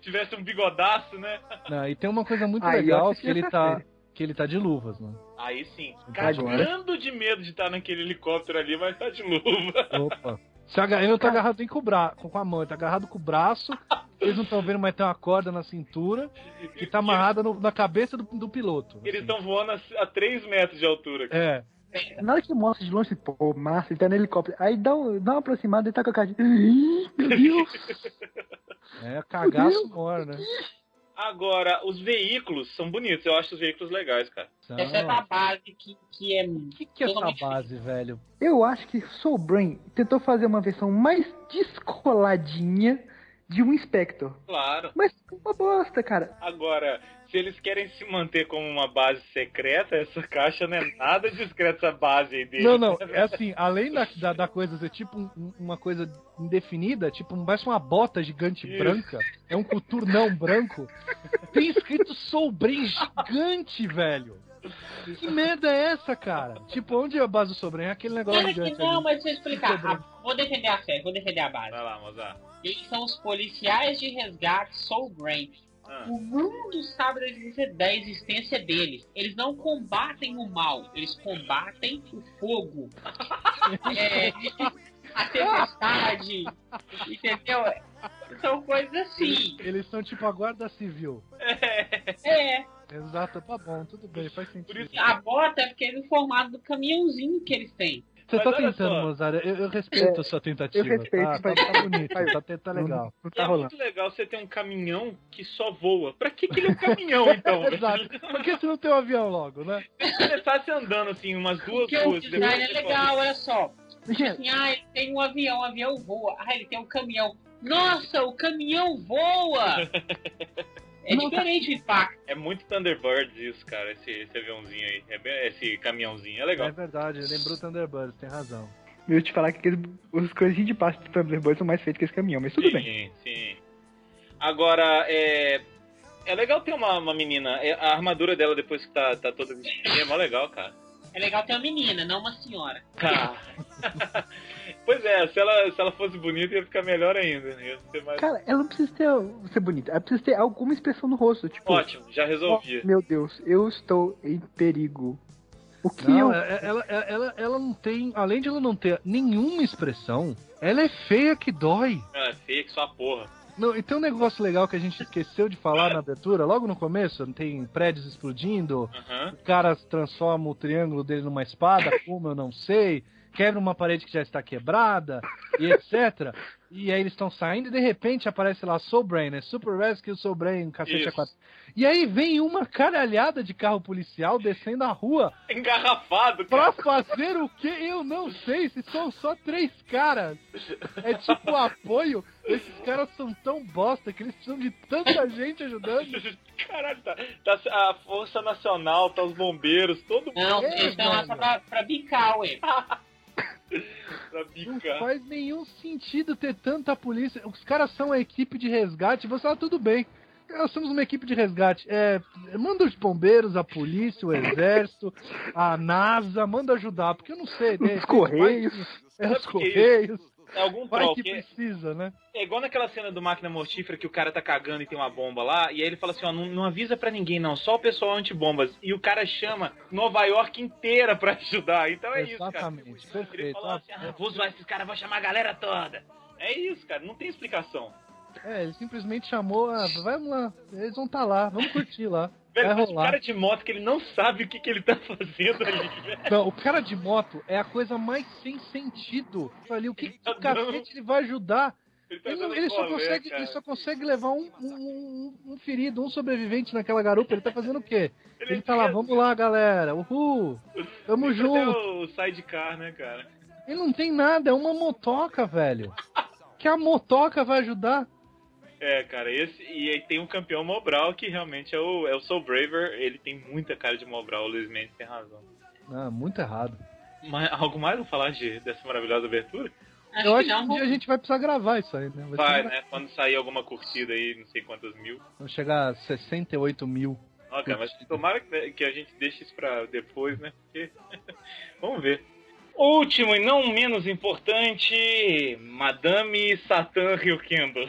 Speaker 1: Tivesse um bigodaço, né?
Speaker 7: Não, e tem uma coisa muito
Speaker 3: Aí eu
Speaker 7: legal
Speaker 3: assisti
Speaker 7: que ele
Speaker 3: essa
Speaker 7: tá.
Speaker 3: série.
Speaker 7: Que ele tá de luvas, né?
Speaker 1: Aí sim,
Speaker 3: Agora.
Speaker 1: cagando de medo de estar naquele helicóptero ali, mas tá de luva.
Speaker 7: Opa. Se agarra, ele não tá agarrado nem com, o bra... com com a mão, ele tá agarrado com o braço. Eles não estão vendo, mas tem uma corda na cintura que tá amarrada no- na cabeça do, do piloto.
Speaker 1: Eles
Speaker 7: assim.
Speaker 1: estão voando a, a 3 metros de altura. cara.
Speaker 7: É.
Speaker 3: Na hora que mostra de longe, pô, massa, ele tá no helicóptero. Aí dá, um- dá uma aproximada e tá com a cara de. "Ih, Meu Deus!
Speaker 7: É cagaço
Speaker 3: (laughs)
Speaker 7: mora, né?
Speaker 1: Agora, os veículos são bonitos. Eu acho os veículos legais, cara.
Speaker 7: Então,
Speaker 2: Essa é a base que, que é.
Speaker 7: o que, que é essa
Speaker 2: totalmente
Speaker 7: base, velho?
Speaker 3: Eu acho que Soul Brain tentou fazer uma versão mais descoladinha de um Inspector.
Speaker 1: Claro.
Speaker 3: Mas ficou uma bosta, cara.
Speaker 1: Agora, se eles querem se manter como uma base secreta, essa caixa não é nada discreta, essa base aí deles.
Speaker 7: Não, não, é assim, além da, da, da coisa ser tipo um- uma coisa indefinida, tipo, parece uma bota gigante
Speaker 1: Isso.
Speaker 7: branca, é um coturnão branco, tem escrito Sobrinho gigante, velho. Que merda é essa, cara? Tipo, onde é a base do Sobrinho? É aquele negócio
Speaker 2: Claro que
Speaker 7: gigante
Speaker 2: não,
Speaker 7: ali.
Speaker 2: mas deixa eu explicar. Ah, vou defender a série, vou defender a base.
Speaker 1: Vai lá, Mozart.
Speaker 2: Eles são os policiais de resgate Soul Brain.
Speaker 1: Ah.
Speaker 2: O mundo sabe da existe- da existência deles. Eles não combatem o mal, eles combatem o fogo. É, a tempestade. Entendeu? São coisas assim.
Speaker 7: Eles são tipo a guarda civil.
Speaker 2: É.
Speaker 7: Exato, tá bom, tudo bem, faz
Speaker 1: Por
Speaker 7: sentido.
Speaker 1: isso-
Speaker 2: A bota é porque é no formato do caminhãozinho que eles têm.
Speaker 7: Você
Speaker 1: Mas
Speaker 7: tá
Speaker 1: olha
Speaker 7: tentando,
Speaker 1: só.
Speaker 7: Mozart, eu, eu respeito a sua tentativa.
Speaker 3: É, eu respeito,
Speaker 7: tá, tá,
Speaker 3: mas-
Speaker 7: tá bonito,
Speaker 3: mas-
Speaker 7: tá, tá, tá
Speaker 3: Não-
Speaker 7: legal.
Speaker 3: Não
Speaker 1: E
Speaker 3: tá
Speaker 1: é
Speaker 3: rolando.
Speaker 1: muito legal você ter um caminhão que só voa. Pra que, que ele é um caminhão, então?
Speaker 7: Exato. Por que você não tem um avião logo, né?
Speaker 1: Se começasse andando, assim, umas duas
Speaker 2: Porque o
Speaker 1: ruas. depois
Speaker 2: design é
Speaker 1: você
Speaker 2: legal, olha só.
Speaker 3: Gente,
Speaker 2: Assim, ah, ele tem um avião, o avião voa. Ah, ele tem um caminhão. Nossa, o caminhão voa!
Speaker 1: (laughs)
Speaker 2: É
Speaker 3: Não,
Speaker 2: diferente o impacto.
Speaker 1: fala, É muito Thunderbirds isso, cara, esse, esse aviãozinho aí. É bem- esse caminhãozinho, é
Speaker 7: É
Speaker 1: legal.
Speaker 7: verdade, lembrou Thunderbirds, tem razão.
Speaker 3: eu te falar que aqueles, os coisinhos de pasta do Thunderbird são mais feitos que esse caminhão, mas tudo
Speaker 1: sim,
Speaker 3: bem.
Speaker 1: sim. Agora, é... É legal ter uma, uma menina. É, A armadura dela depois que tá, tá toda vestidinha é mó legal, cara.
Speaker 2: É legal ter uma menina, não uma senhora.
Speaker 1: Tá. (laughs) pois é, se ela, se ela fosse bonita ia ficar melhor ainda. né? Ia ser mais...
Speaker 3: Cara, ela não precisa ter, ser bonita, ela precisa ter alguma expressão no rosto, tipo.
Speaker 1: Ótimo, já resolvi.
Speaker 3: "Oh, meu Deus, eu estou em perigo. O que (laughs) eu.
Speaker 7: Não, é- ela, ela, ela, ela não tem, além de ela não ter nenhuma expressão, ela é feia que dói.
Speaker 1: Ela é feia que só a porra.
Speaker 7: Não, e tem um negócio legal que a gente esqueceu de falar na abertura, logo no começo, tem prédios explodindo,
Speaker 1: Aham.
Speaker 7: o cara transforma o triângulo dele numa espada, como eu não sei, quebra uma parede que já está quebrada e etc. E aí eles estão saindo e de repente aparece lá Soul Brain, né? Super Rescue Soul Brain, um cacete a
Speaker 1: Isso.
Speaker 7: quatro. E aí vem uma caralhada de carro policial descendo a rua
Speaker 1: Engarrafado, cara. (laughs)
Speaker 7: pra fazer o que? Eu não sei, se são só três caras. É tipo apoio. Esses caras são tão bosta que eles precisam de tanta gente ajudando.
Speaker 1: Caralho, tá, tá- a Força Nacional, tá os bombeiros, todo mundo
Speaker 2: Não,
Speaker 7: É,
Speaker 2: eles estão lá
Speaker 7: mano.
Speaker 2: só pra, pra bicar, ué.
Speaker 1: pra
Speaker 7: Não
Speaker 1: bicar.
Speaker 7: faz nenhum sentido ter tanta polícia. Os caras são a equipe de resgate. Você fala, tudo bem. Nós somos uma equipe de resgate. É, manda os bombeiros, a polícia,
Speaker 3: (laughs)
Speaker 7: o exército, a NASA, manda ajudar, porque eu não sei. né? de
Speaker 3: Os
Speaker 7: repente,
Speaker 3: Correios.
Speaker 7: vai que- É, os
Speaker 1: Sabe o que é
Speaker 7: correios.
Speaker 1: É algum
Speaker 7: Vai
Speaker 1: troll,
Speaker 7: que
Speaker 1: que é-
Speaker 7: precisa, né?
Speaker 1: é igual naquela cena do Máquina Mortífera que o cara tá cagando e tem uma bomba lá, e aí ele fala assim, ó, não, não avisa pra ninguém não, só o pessoal antibombas. E o cara chama Nova York inteira pra (laughs) ajudar, então é isso, cara.
Speaker 7: Exatamente.
Speaker 1: Ele
Speaker 7: Perfeito.
Speaker 1: falou assim, ah, vou zoar esses caras, vou chamar a galera toda. É isso, cara, não tem explicação.
Speaker 7: É, ele simplesmente chamou. Ah, vamos lá. Eles vão estar lá. Vamos curtir lá.
Speaker 1: Velho,
Speaker 7: Vai
Speaker 1: mas o
Speaker 7: rolar.
Speaker 1: cara de moto que ele não sabe o que, que ele tá (laughs) fazendo ali, velho.
Speaker 7: Não, o cara de moto é a coisa mais sem sentido. Eu falei, o que,
Speaker 1: tá
Speaker 7: que o cacete ele vai ajudar?
Speaker 1: Ele, tá
Speaker 7: Ele, não-
Speaker 1: dando
Speaker 7: ele só
Speaker 1: rolê,
Speaker 7: consegue,
Speaker 1: cara. assim,
Speaker 7: ele só consegue levar
Speaker 1: é
Speaker 7: um, um- um- um ferido, um sobrevivente naquela garupa. Ele tá fazendo o quê? Ele tá lá, vamos lá, galera. Uhul! Tamo
Speaker 1: Cadê
Speaker 7: junto!
Speaker 1: o sidecar, né, cara?
Speaker 7: Ele não tem nada, é uma motoca, velho. Que a motoca vai ajudar?
Speaker 1: É, cara, esse, e aí tem um campeão Mobral que realmente é o, é o Soul Braver, ele tem muita cara de Mobral, o Luiz Mendes tem razão.
Speaker 7: Ah, muito errado.
Speaker 1: Mas, algo mais pra falar de, dessa maravilhosa abertura?
Speaker 2: Acho
Speaker 7: Eu
Speaker 2: que é
Speaker 7: acho que um
Speaker 2: não.
Speaker 7: dia a gente vai precisar gravar isso aí, né? Vai ser
Speaker 1: Vai,
Speaker 7: engra-
Speaker 1: né? Quando sair alguma curtida aí, não sei quantas mil.
Speaker 7: Vamos chegar a 68 mil.
Speaker 1: Ó, cara, mas tomara que que a gente deixe isso pra depois, né? Porque... (laughs) Vamos ver. Último e não menos importante, Madame Satan Ryukendo.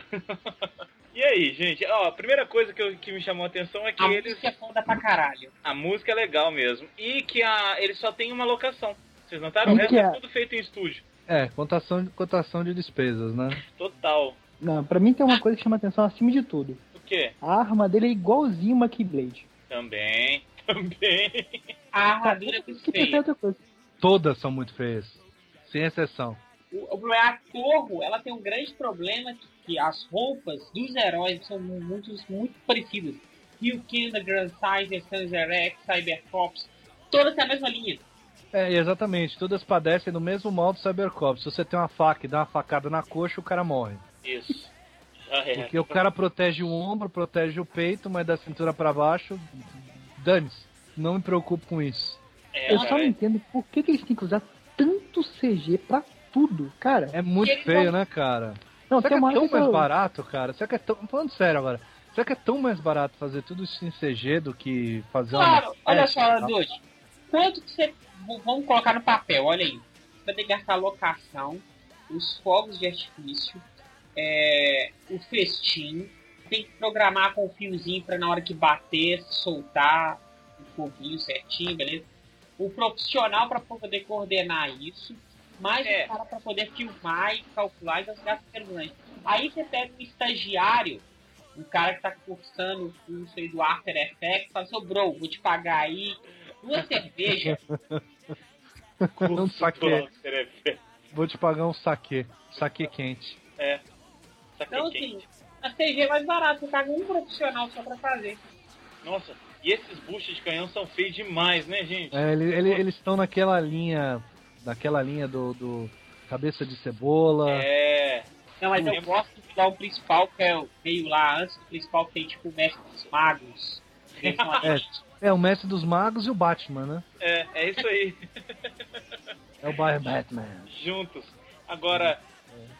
Speaker 1: (laughs) e aí, gente? Ó, a primeira coisa que, eu- que me chamou a atenção é que
Speaker 2: A
Speaker 1: eles
Speaker 2: música é foda pra caralho.
Speaker 1: A música é legal mesmo. E que a, ele só tem uma locação. Vocês notaram? O
Speaker 3: Como
Speaker 1: resto
Speaker 3: que
Speaker 1: é
Speaker 3: é?
Speaker 1: tudo feito em estúdio.
Speaker 7: É, contação de, cotação de despesas, né?
Speaker 1: Total.
Speaker 3: Não, pra mim tem uma coisa que chama atenção acima de tudo.
Speaker 1: O quê?
Speaker 3: A arma dele é igualzinha uma Keyblade.
Speaker 1: Também. (laughs) Também.
Speaker 2: A
Speaker 7: Tá
Speaker 2: armadura é muito
Speaker 3: Que pensar
Speaker 2: feia.
Speaker 3: outra coisa.
Speaker 7: Todas são muito feias. Sem exceção.
Speaker 2: O, o problema é a Corvo, ela tem um grande problema que, que as roupas dos heróis são muito, muito parecidas. Hill King, The Grand Sizer, Sanzer X, Cybercops, todas têm a mesma linha.
Speaker 7: É, exatamente. Todas padecem do mesmo mal do Cybercop. Se você tem uma faca e dá uma facada na coxa, o cara morre.
Speaker 1: Isso. Ah, é.
Speaker 7: Porque o cara protege o ombro, protege o peito, mas da cintura pra baixo, dane-se. Não me preocupo com isso.
Speaker 1: É,
Speaker 3: Eu só não
Speaker 1: cara,
Speaker 3: entendo por que, que eles têm que usar tanto CG pra tudo, cara.
Speaker 7: É muito
Speaker 2: Ele
Speaker 7: feio, né, cara?
Speaker 3: Não,
Speaker 7: Será
Speaker 3: tem um uma hora
Speaker 7: que é tão
Speaker 3: que eu-
Speaker 7: mais barato, cara? Será que é tão... Falando sério agora. Será que é tão mais barato fazer tudo isso em CG do que fazer uma...
Speaker 2: Claro, olha
Speaker 7: maquete e
Speaker 2: só,
Speaker 7: tal?
Speaker 2: Dude. Quanto que você. v- Vamos colocar no papel, olha aí. Você vai ter que gastar locação, os fogos de artifício, é, o festim. Tem que programar com o fiozinho pra na hora que bater, soltar o foguinho certinho, beleza? O profissional pra poder coordenar isso, mais
Speaker 1: É.
Speaker 2: o cara pra poder filmar e calcular e gastar grande. Aí você pega um estagiário um cara que tá cursando o curso aí do After Effects, fala assim, "Ô, bro, vou te pagar aí duas cervejas.
Speaker 7: um saque.
Speaker 1: After Effects.
Speaker 7: Vou te pagar um saque. Saque quente.
Speaker 1: Saca
Speaker 2: Então,
Speaker 1: quem?
Speaker 2: assim, a CG é mais barata, você paga um profissional só pra fazer.
Speaker 1: Nossa, e esses buchos de canhão são feios demais, né, gente?
Speaker 7: É, ele- ele- eles estão naquela linha. Naquela linha do. do cabeça de cebola.
Speaker 1: É.
Speaker 2: Não, mas eu
Speaker 1: Hum.
Speaker 2: gosto de dar o principal, que é o meio lá, antes do principal que tem, tipo, o Mestre dos Magos. Eles são
Speaker 7: (laughs)
Speaker 2: ali.
Speaker 7: É. o mestre dos magos e o Batman, né?
Speaker 1: É, é isso aí. (laughs)
Speaker 7: É o Bar- Batman.
Speaker 1: Juntos. Agora,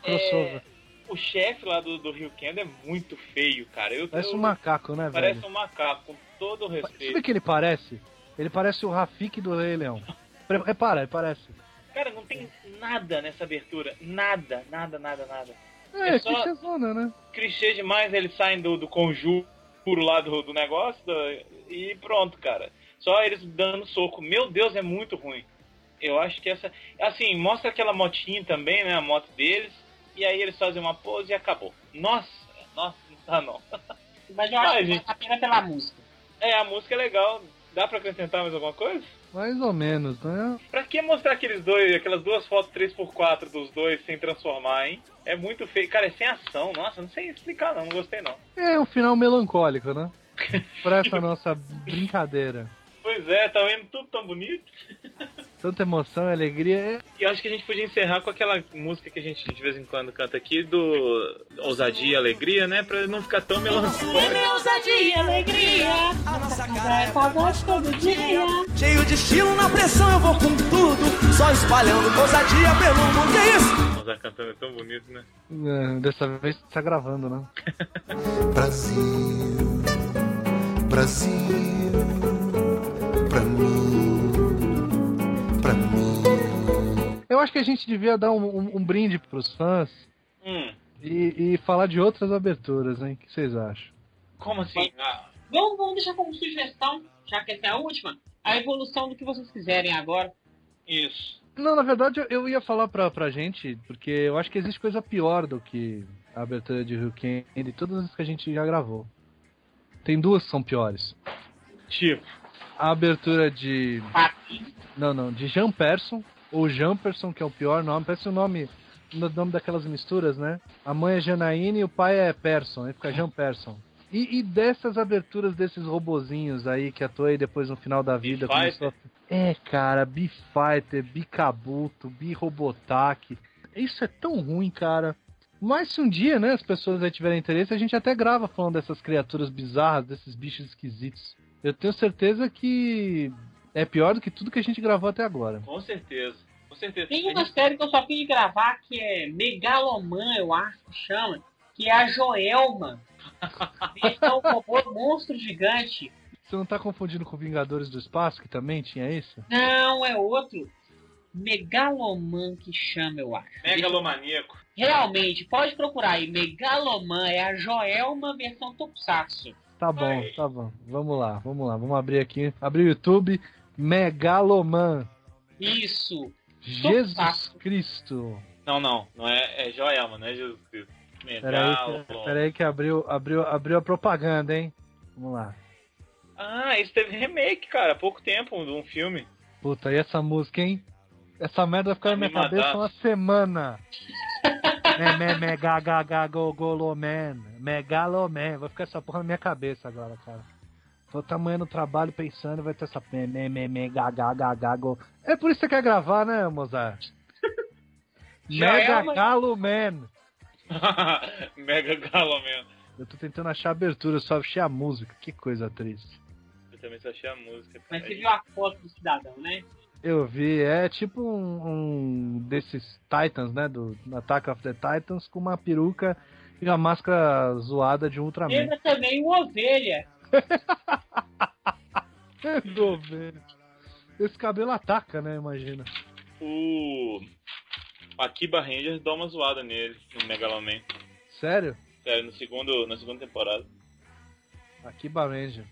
Speaker 7: Crossover.
Speaker 1: É, o chefe lá do, do Rio Kendo é muito feio, cara. Eu,
Speaker 7: parece
Speaker 1: eu-
Speaker 7: um macaco, né,
Speaker 1: Parece
Speaker 7: velho?
Speaker 1: um macaco, com todo o
Speaker 7: Sabe
Speaker 1: respeito.
Speaker 7: o que ele parece? Ele parece o Rafik do Rei Leão. Pre- Repara, ele parece.
Speaker 1: Cara, não tem nada nessa abertura. Nada, nada, nada, nada.
Speaker 7: É,
Speaker 1: É só-
Speaker 7: que chazona, né?
Speaker 1: clichê demais, eles saem do, do conjuro lá do, do negócio da- e pronto, cara. Só eles dando soco. Meu Deus, é muito ruim. Eu acho que essa. Assim, mostra aquela motinha também, né? A moto deles. E aí eles fazem uma pose e acabou. Nossa, nossa, não tá não.
Speaker 2: Mas eu acho
Speaker 1: Ai,
Speaker 2: que vale
Speaker 1: gente.
Speaker 2: a pena pela música.
Speaker 1: É, a música é legal. Dá pra acrescentar mais alguma coisa?
Speaker 7: Mais ou menos, né?
Speaker 1: Pra que mostrar aqueles dois, aquelas duas fotos 3x4 dos dois sem transformar, hein? É muito feio. Cara, é sem ação. Nossa, não sei explicar não, não gostei não.
Speaker 7: É um final melancólico,
Speaker 1: (laughs)
Speaker 7: né? Pra essa nossa brincadeira.
Speaker 1: Pois é, tá vendo tudo tão bonito.
Speaker 7: Tanta emoção e alegria. é-
Speaker 1: E eu acho que a gente podia encerrar com aquela música que a gente de vez em quando canta aqui, do Ousadia e Alegria, né? Pra não ficar tão melancólico.
Speaker 2: Ousadia, alegria.
Speaker 9: A nossa cara é
Speaker 2: Pagode todo dia.
Speaker 9: Cheio de estilo na pressão, eu vou com tudo. Só espalhando ousadia pelo mundo. Que isso?
Speaker 1: Usar cantando é tão bonito, né?
Speaker 7: É, Dessa vez tá gravando, né?
Speaker 11: Brasil, Brasil, pra mim, pra mim.
Speaker 7: Eu acho que a gente devia dar um, um- um brinde pros fãs
Speaker 1: Hum,
Speaker 7: e, e falar de outras aberturas, hein? O que vocês acham?
Speaker 1: como assim? Ah,
Speaker 2: Vamos, vamos deixar como sugestão, já que essa é a última, a evolução do que vocês quiserem agora.
Speaker 1: isso.
Speaker 7: Não, na verdade eu- eu ia falar pra, pra gente, porque eu acho que existe coisa pior do que a abertura de Rio Candy, todas as que a gente já gravou. Tem duas que são piores.
Speaker 1: Tipo,
Speaker 7: A abertura de Não, não, de Jean Person, ou Jamperson, que é o pior nome, parece o nome, o nome daquelas misturas, né? A mãe é Janaíne e o pai é Person, aí fica Jean Person. E, e dessas aberturas desses robozinhos aí que a Toei depois no final da vida
Speaker 1: Beefighter.
Speaker 7: começou a... É, cara, Bifighter, Bicabuto, Birobotac. Isso é tão ruim, cara. Mas se um dia, né, as pessoas aí tiverem interesse, a gente até grava falando dessas criaturas bizarras, desses bichos esquisitos. Eu tenho certeza que é pior do que tudo que a gente gravou até agora.
Speaker 1: com certeza. Com certeza.
Speaker 2: Tem
Speaker 1: A
Speaker 2: uma
Speaker 1: gente- é
Speaker 2: série que eu só fiz gravar que é Megaloman, eu acho que chama, que é a Joelma.
Speaker 1: (laughs)
Speaker 2: Esse é um robô monstro gigante.
Speaker 7: Você não tá confundindo com Vingadores do Espaço, que também tinha isso?
Speaker 2: Não, é outro. Megaloman que chama, eu acho.
Speaker 1: Megalomaníaco.
Speaker 2: Realmente, pode procurar aí. Megaloman é a Joelma versão Tokusatsu.
Speaker 7: Tá bom, tá bom. Vamos lá, vamos lá. Vamos abrir aqui. Abrir o YouTube. Megaloman.
Speaker 2: Isso.
Speaker 7: Jesus
Speaker 2: fácil.
Speaker 7: Cristo.
Speaker 1: Não, não. Não é, é Joelma, não é Jesus Cristo.
Speaker 7: Peraí
Speaker 1: Megalo-
Speaker 7: que, peraí que abriu, abriu, abriu a propaganda, hein? Vamos lá.
Speaker 1: Ah, isso teve remake, cara, há pouco tempo de um filme. (laughs)
Speaker 7: Puta, e essa música, hein? Essa merda vai ficar na minha
Speaker 1: Animadaço.
Speaker 7: cabeça uma semana. (laughs) me, me, me, ga, ga, ga, go, goloman. Megaloman. Vai ficar essa porra na minha cabeça agora, cara. Vou estar amanhã no trabalho pensando, vai ter essa. Me, me, me, me, ga, ga, ga, ga, go. É por isso que você quer gravar, né, Mozart?
Speaker 2: Já é uma-
Speaker 7: Megaloman.
Speaker 1: Mega Galo mesmo.
Speaker 7: Eu tô tentando achar a abertura, eu só achei a música. Que coisa triste.
Speaker 1: Eu também só achei a música. cara.
Speaker 2: Mas você viu a foto do cidadão, né?
Speaker 7: Eu vi, é tipo um, um desses Titans, né? Do Attack of the Titans, com uma peruca e uma máscara zoada de um Ultraman.
Speaker 2: Lembra também o Ovelha. é
Speaker 7: Do velho. Esse cabelo ataca, né? Imagina.
Speaker 1: O Akiba Rangers dá uma zoada nele, no Megaloman.
Speaker 7: Sério?
Speaker 1: Sério, no segundo, na segunda temporada.
Speaker 7: Aqui Ranger.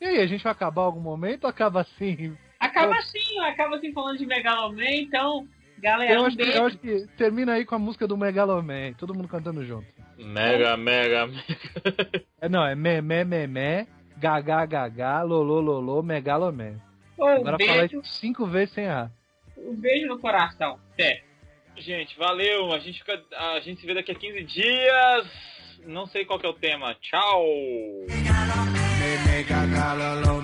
Speaker 7: E aí, a gente vai acabar algum momento ou acaba assim?
Speaker 2: Acaba assim, acaba assim falando de Megaloman, então, galera,
Speaker 7: Eu
Speaker 2: um
Speaker 7: acho, que,
Speaker 2: beijo.
Speaker 7: eu acho que termina aí com a música do Megaloman, todo mundo cantando junto.
Speaker 1: Mega, mega,
Speaker 7: É, não, é me, me, me, me, gagá, gagá, lolô, lolô, Megaloman.
Speaker 2: Um
Speaker 7: Agora fala
Speaker 2: beijo,
Speaker 7: isso cinco vezes sem errar.
Speaker 2: um beijo no coração. É.
Speaker 1: Gente, valeu. A gente, fica, a gente se vê daqui a 15 dias. Não sei qual que é o tema. Tchau.
Speaker 11: Me, me, ga, ga, la, lo,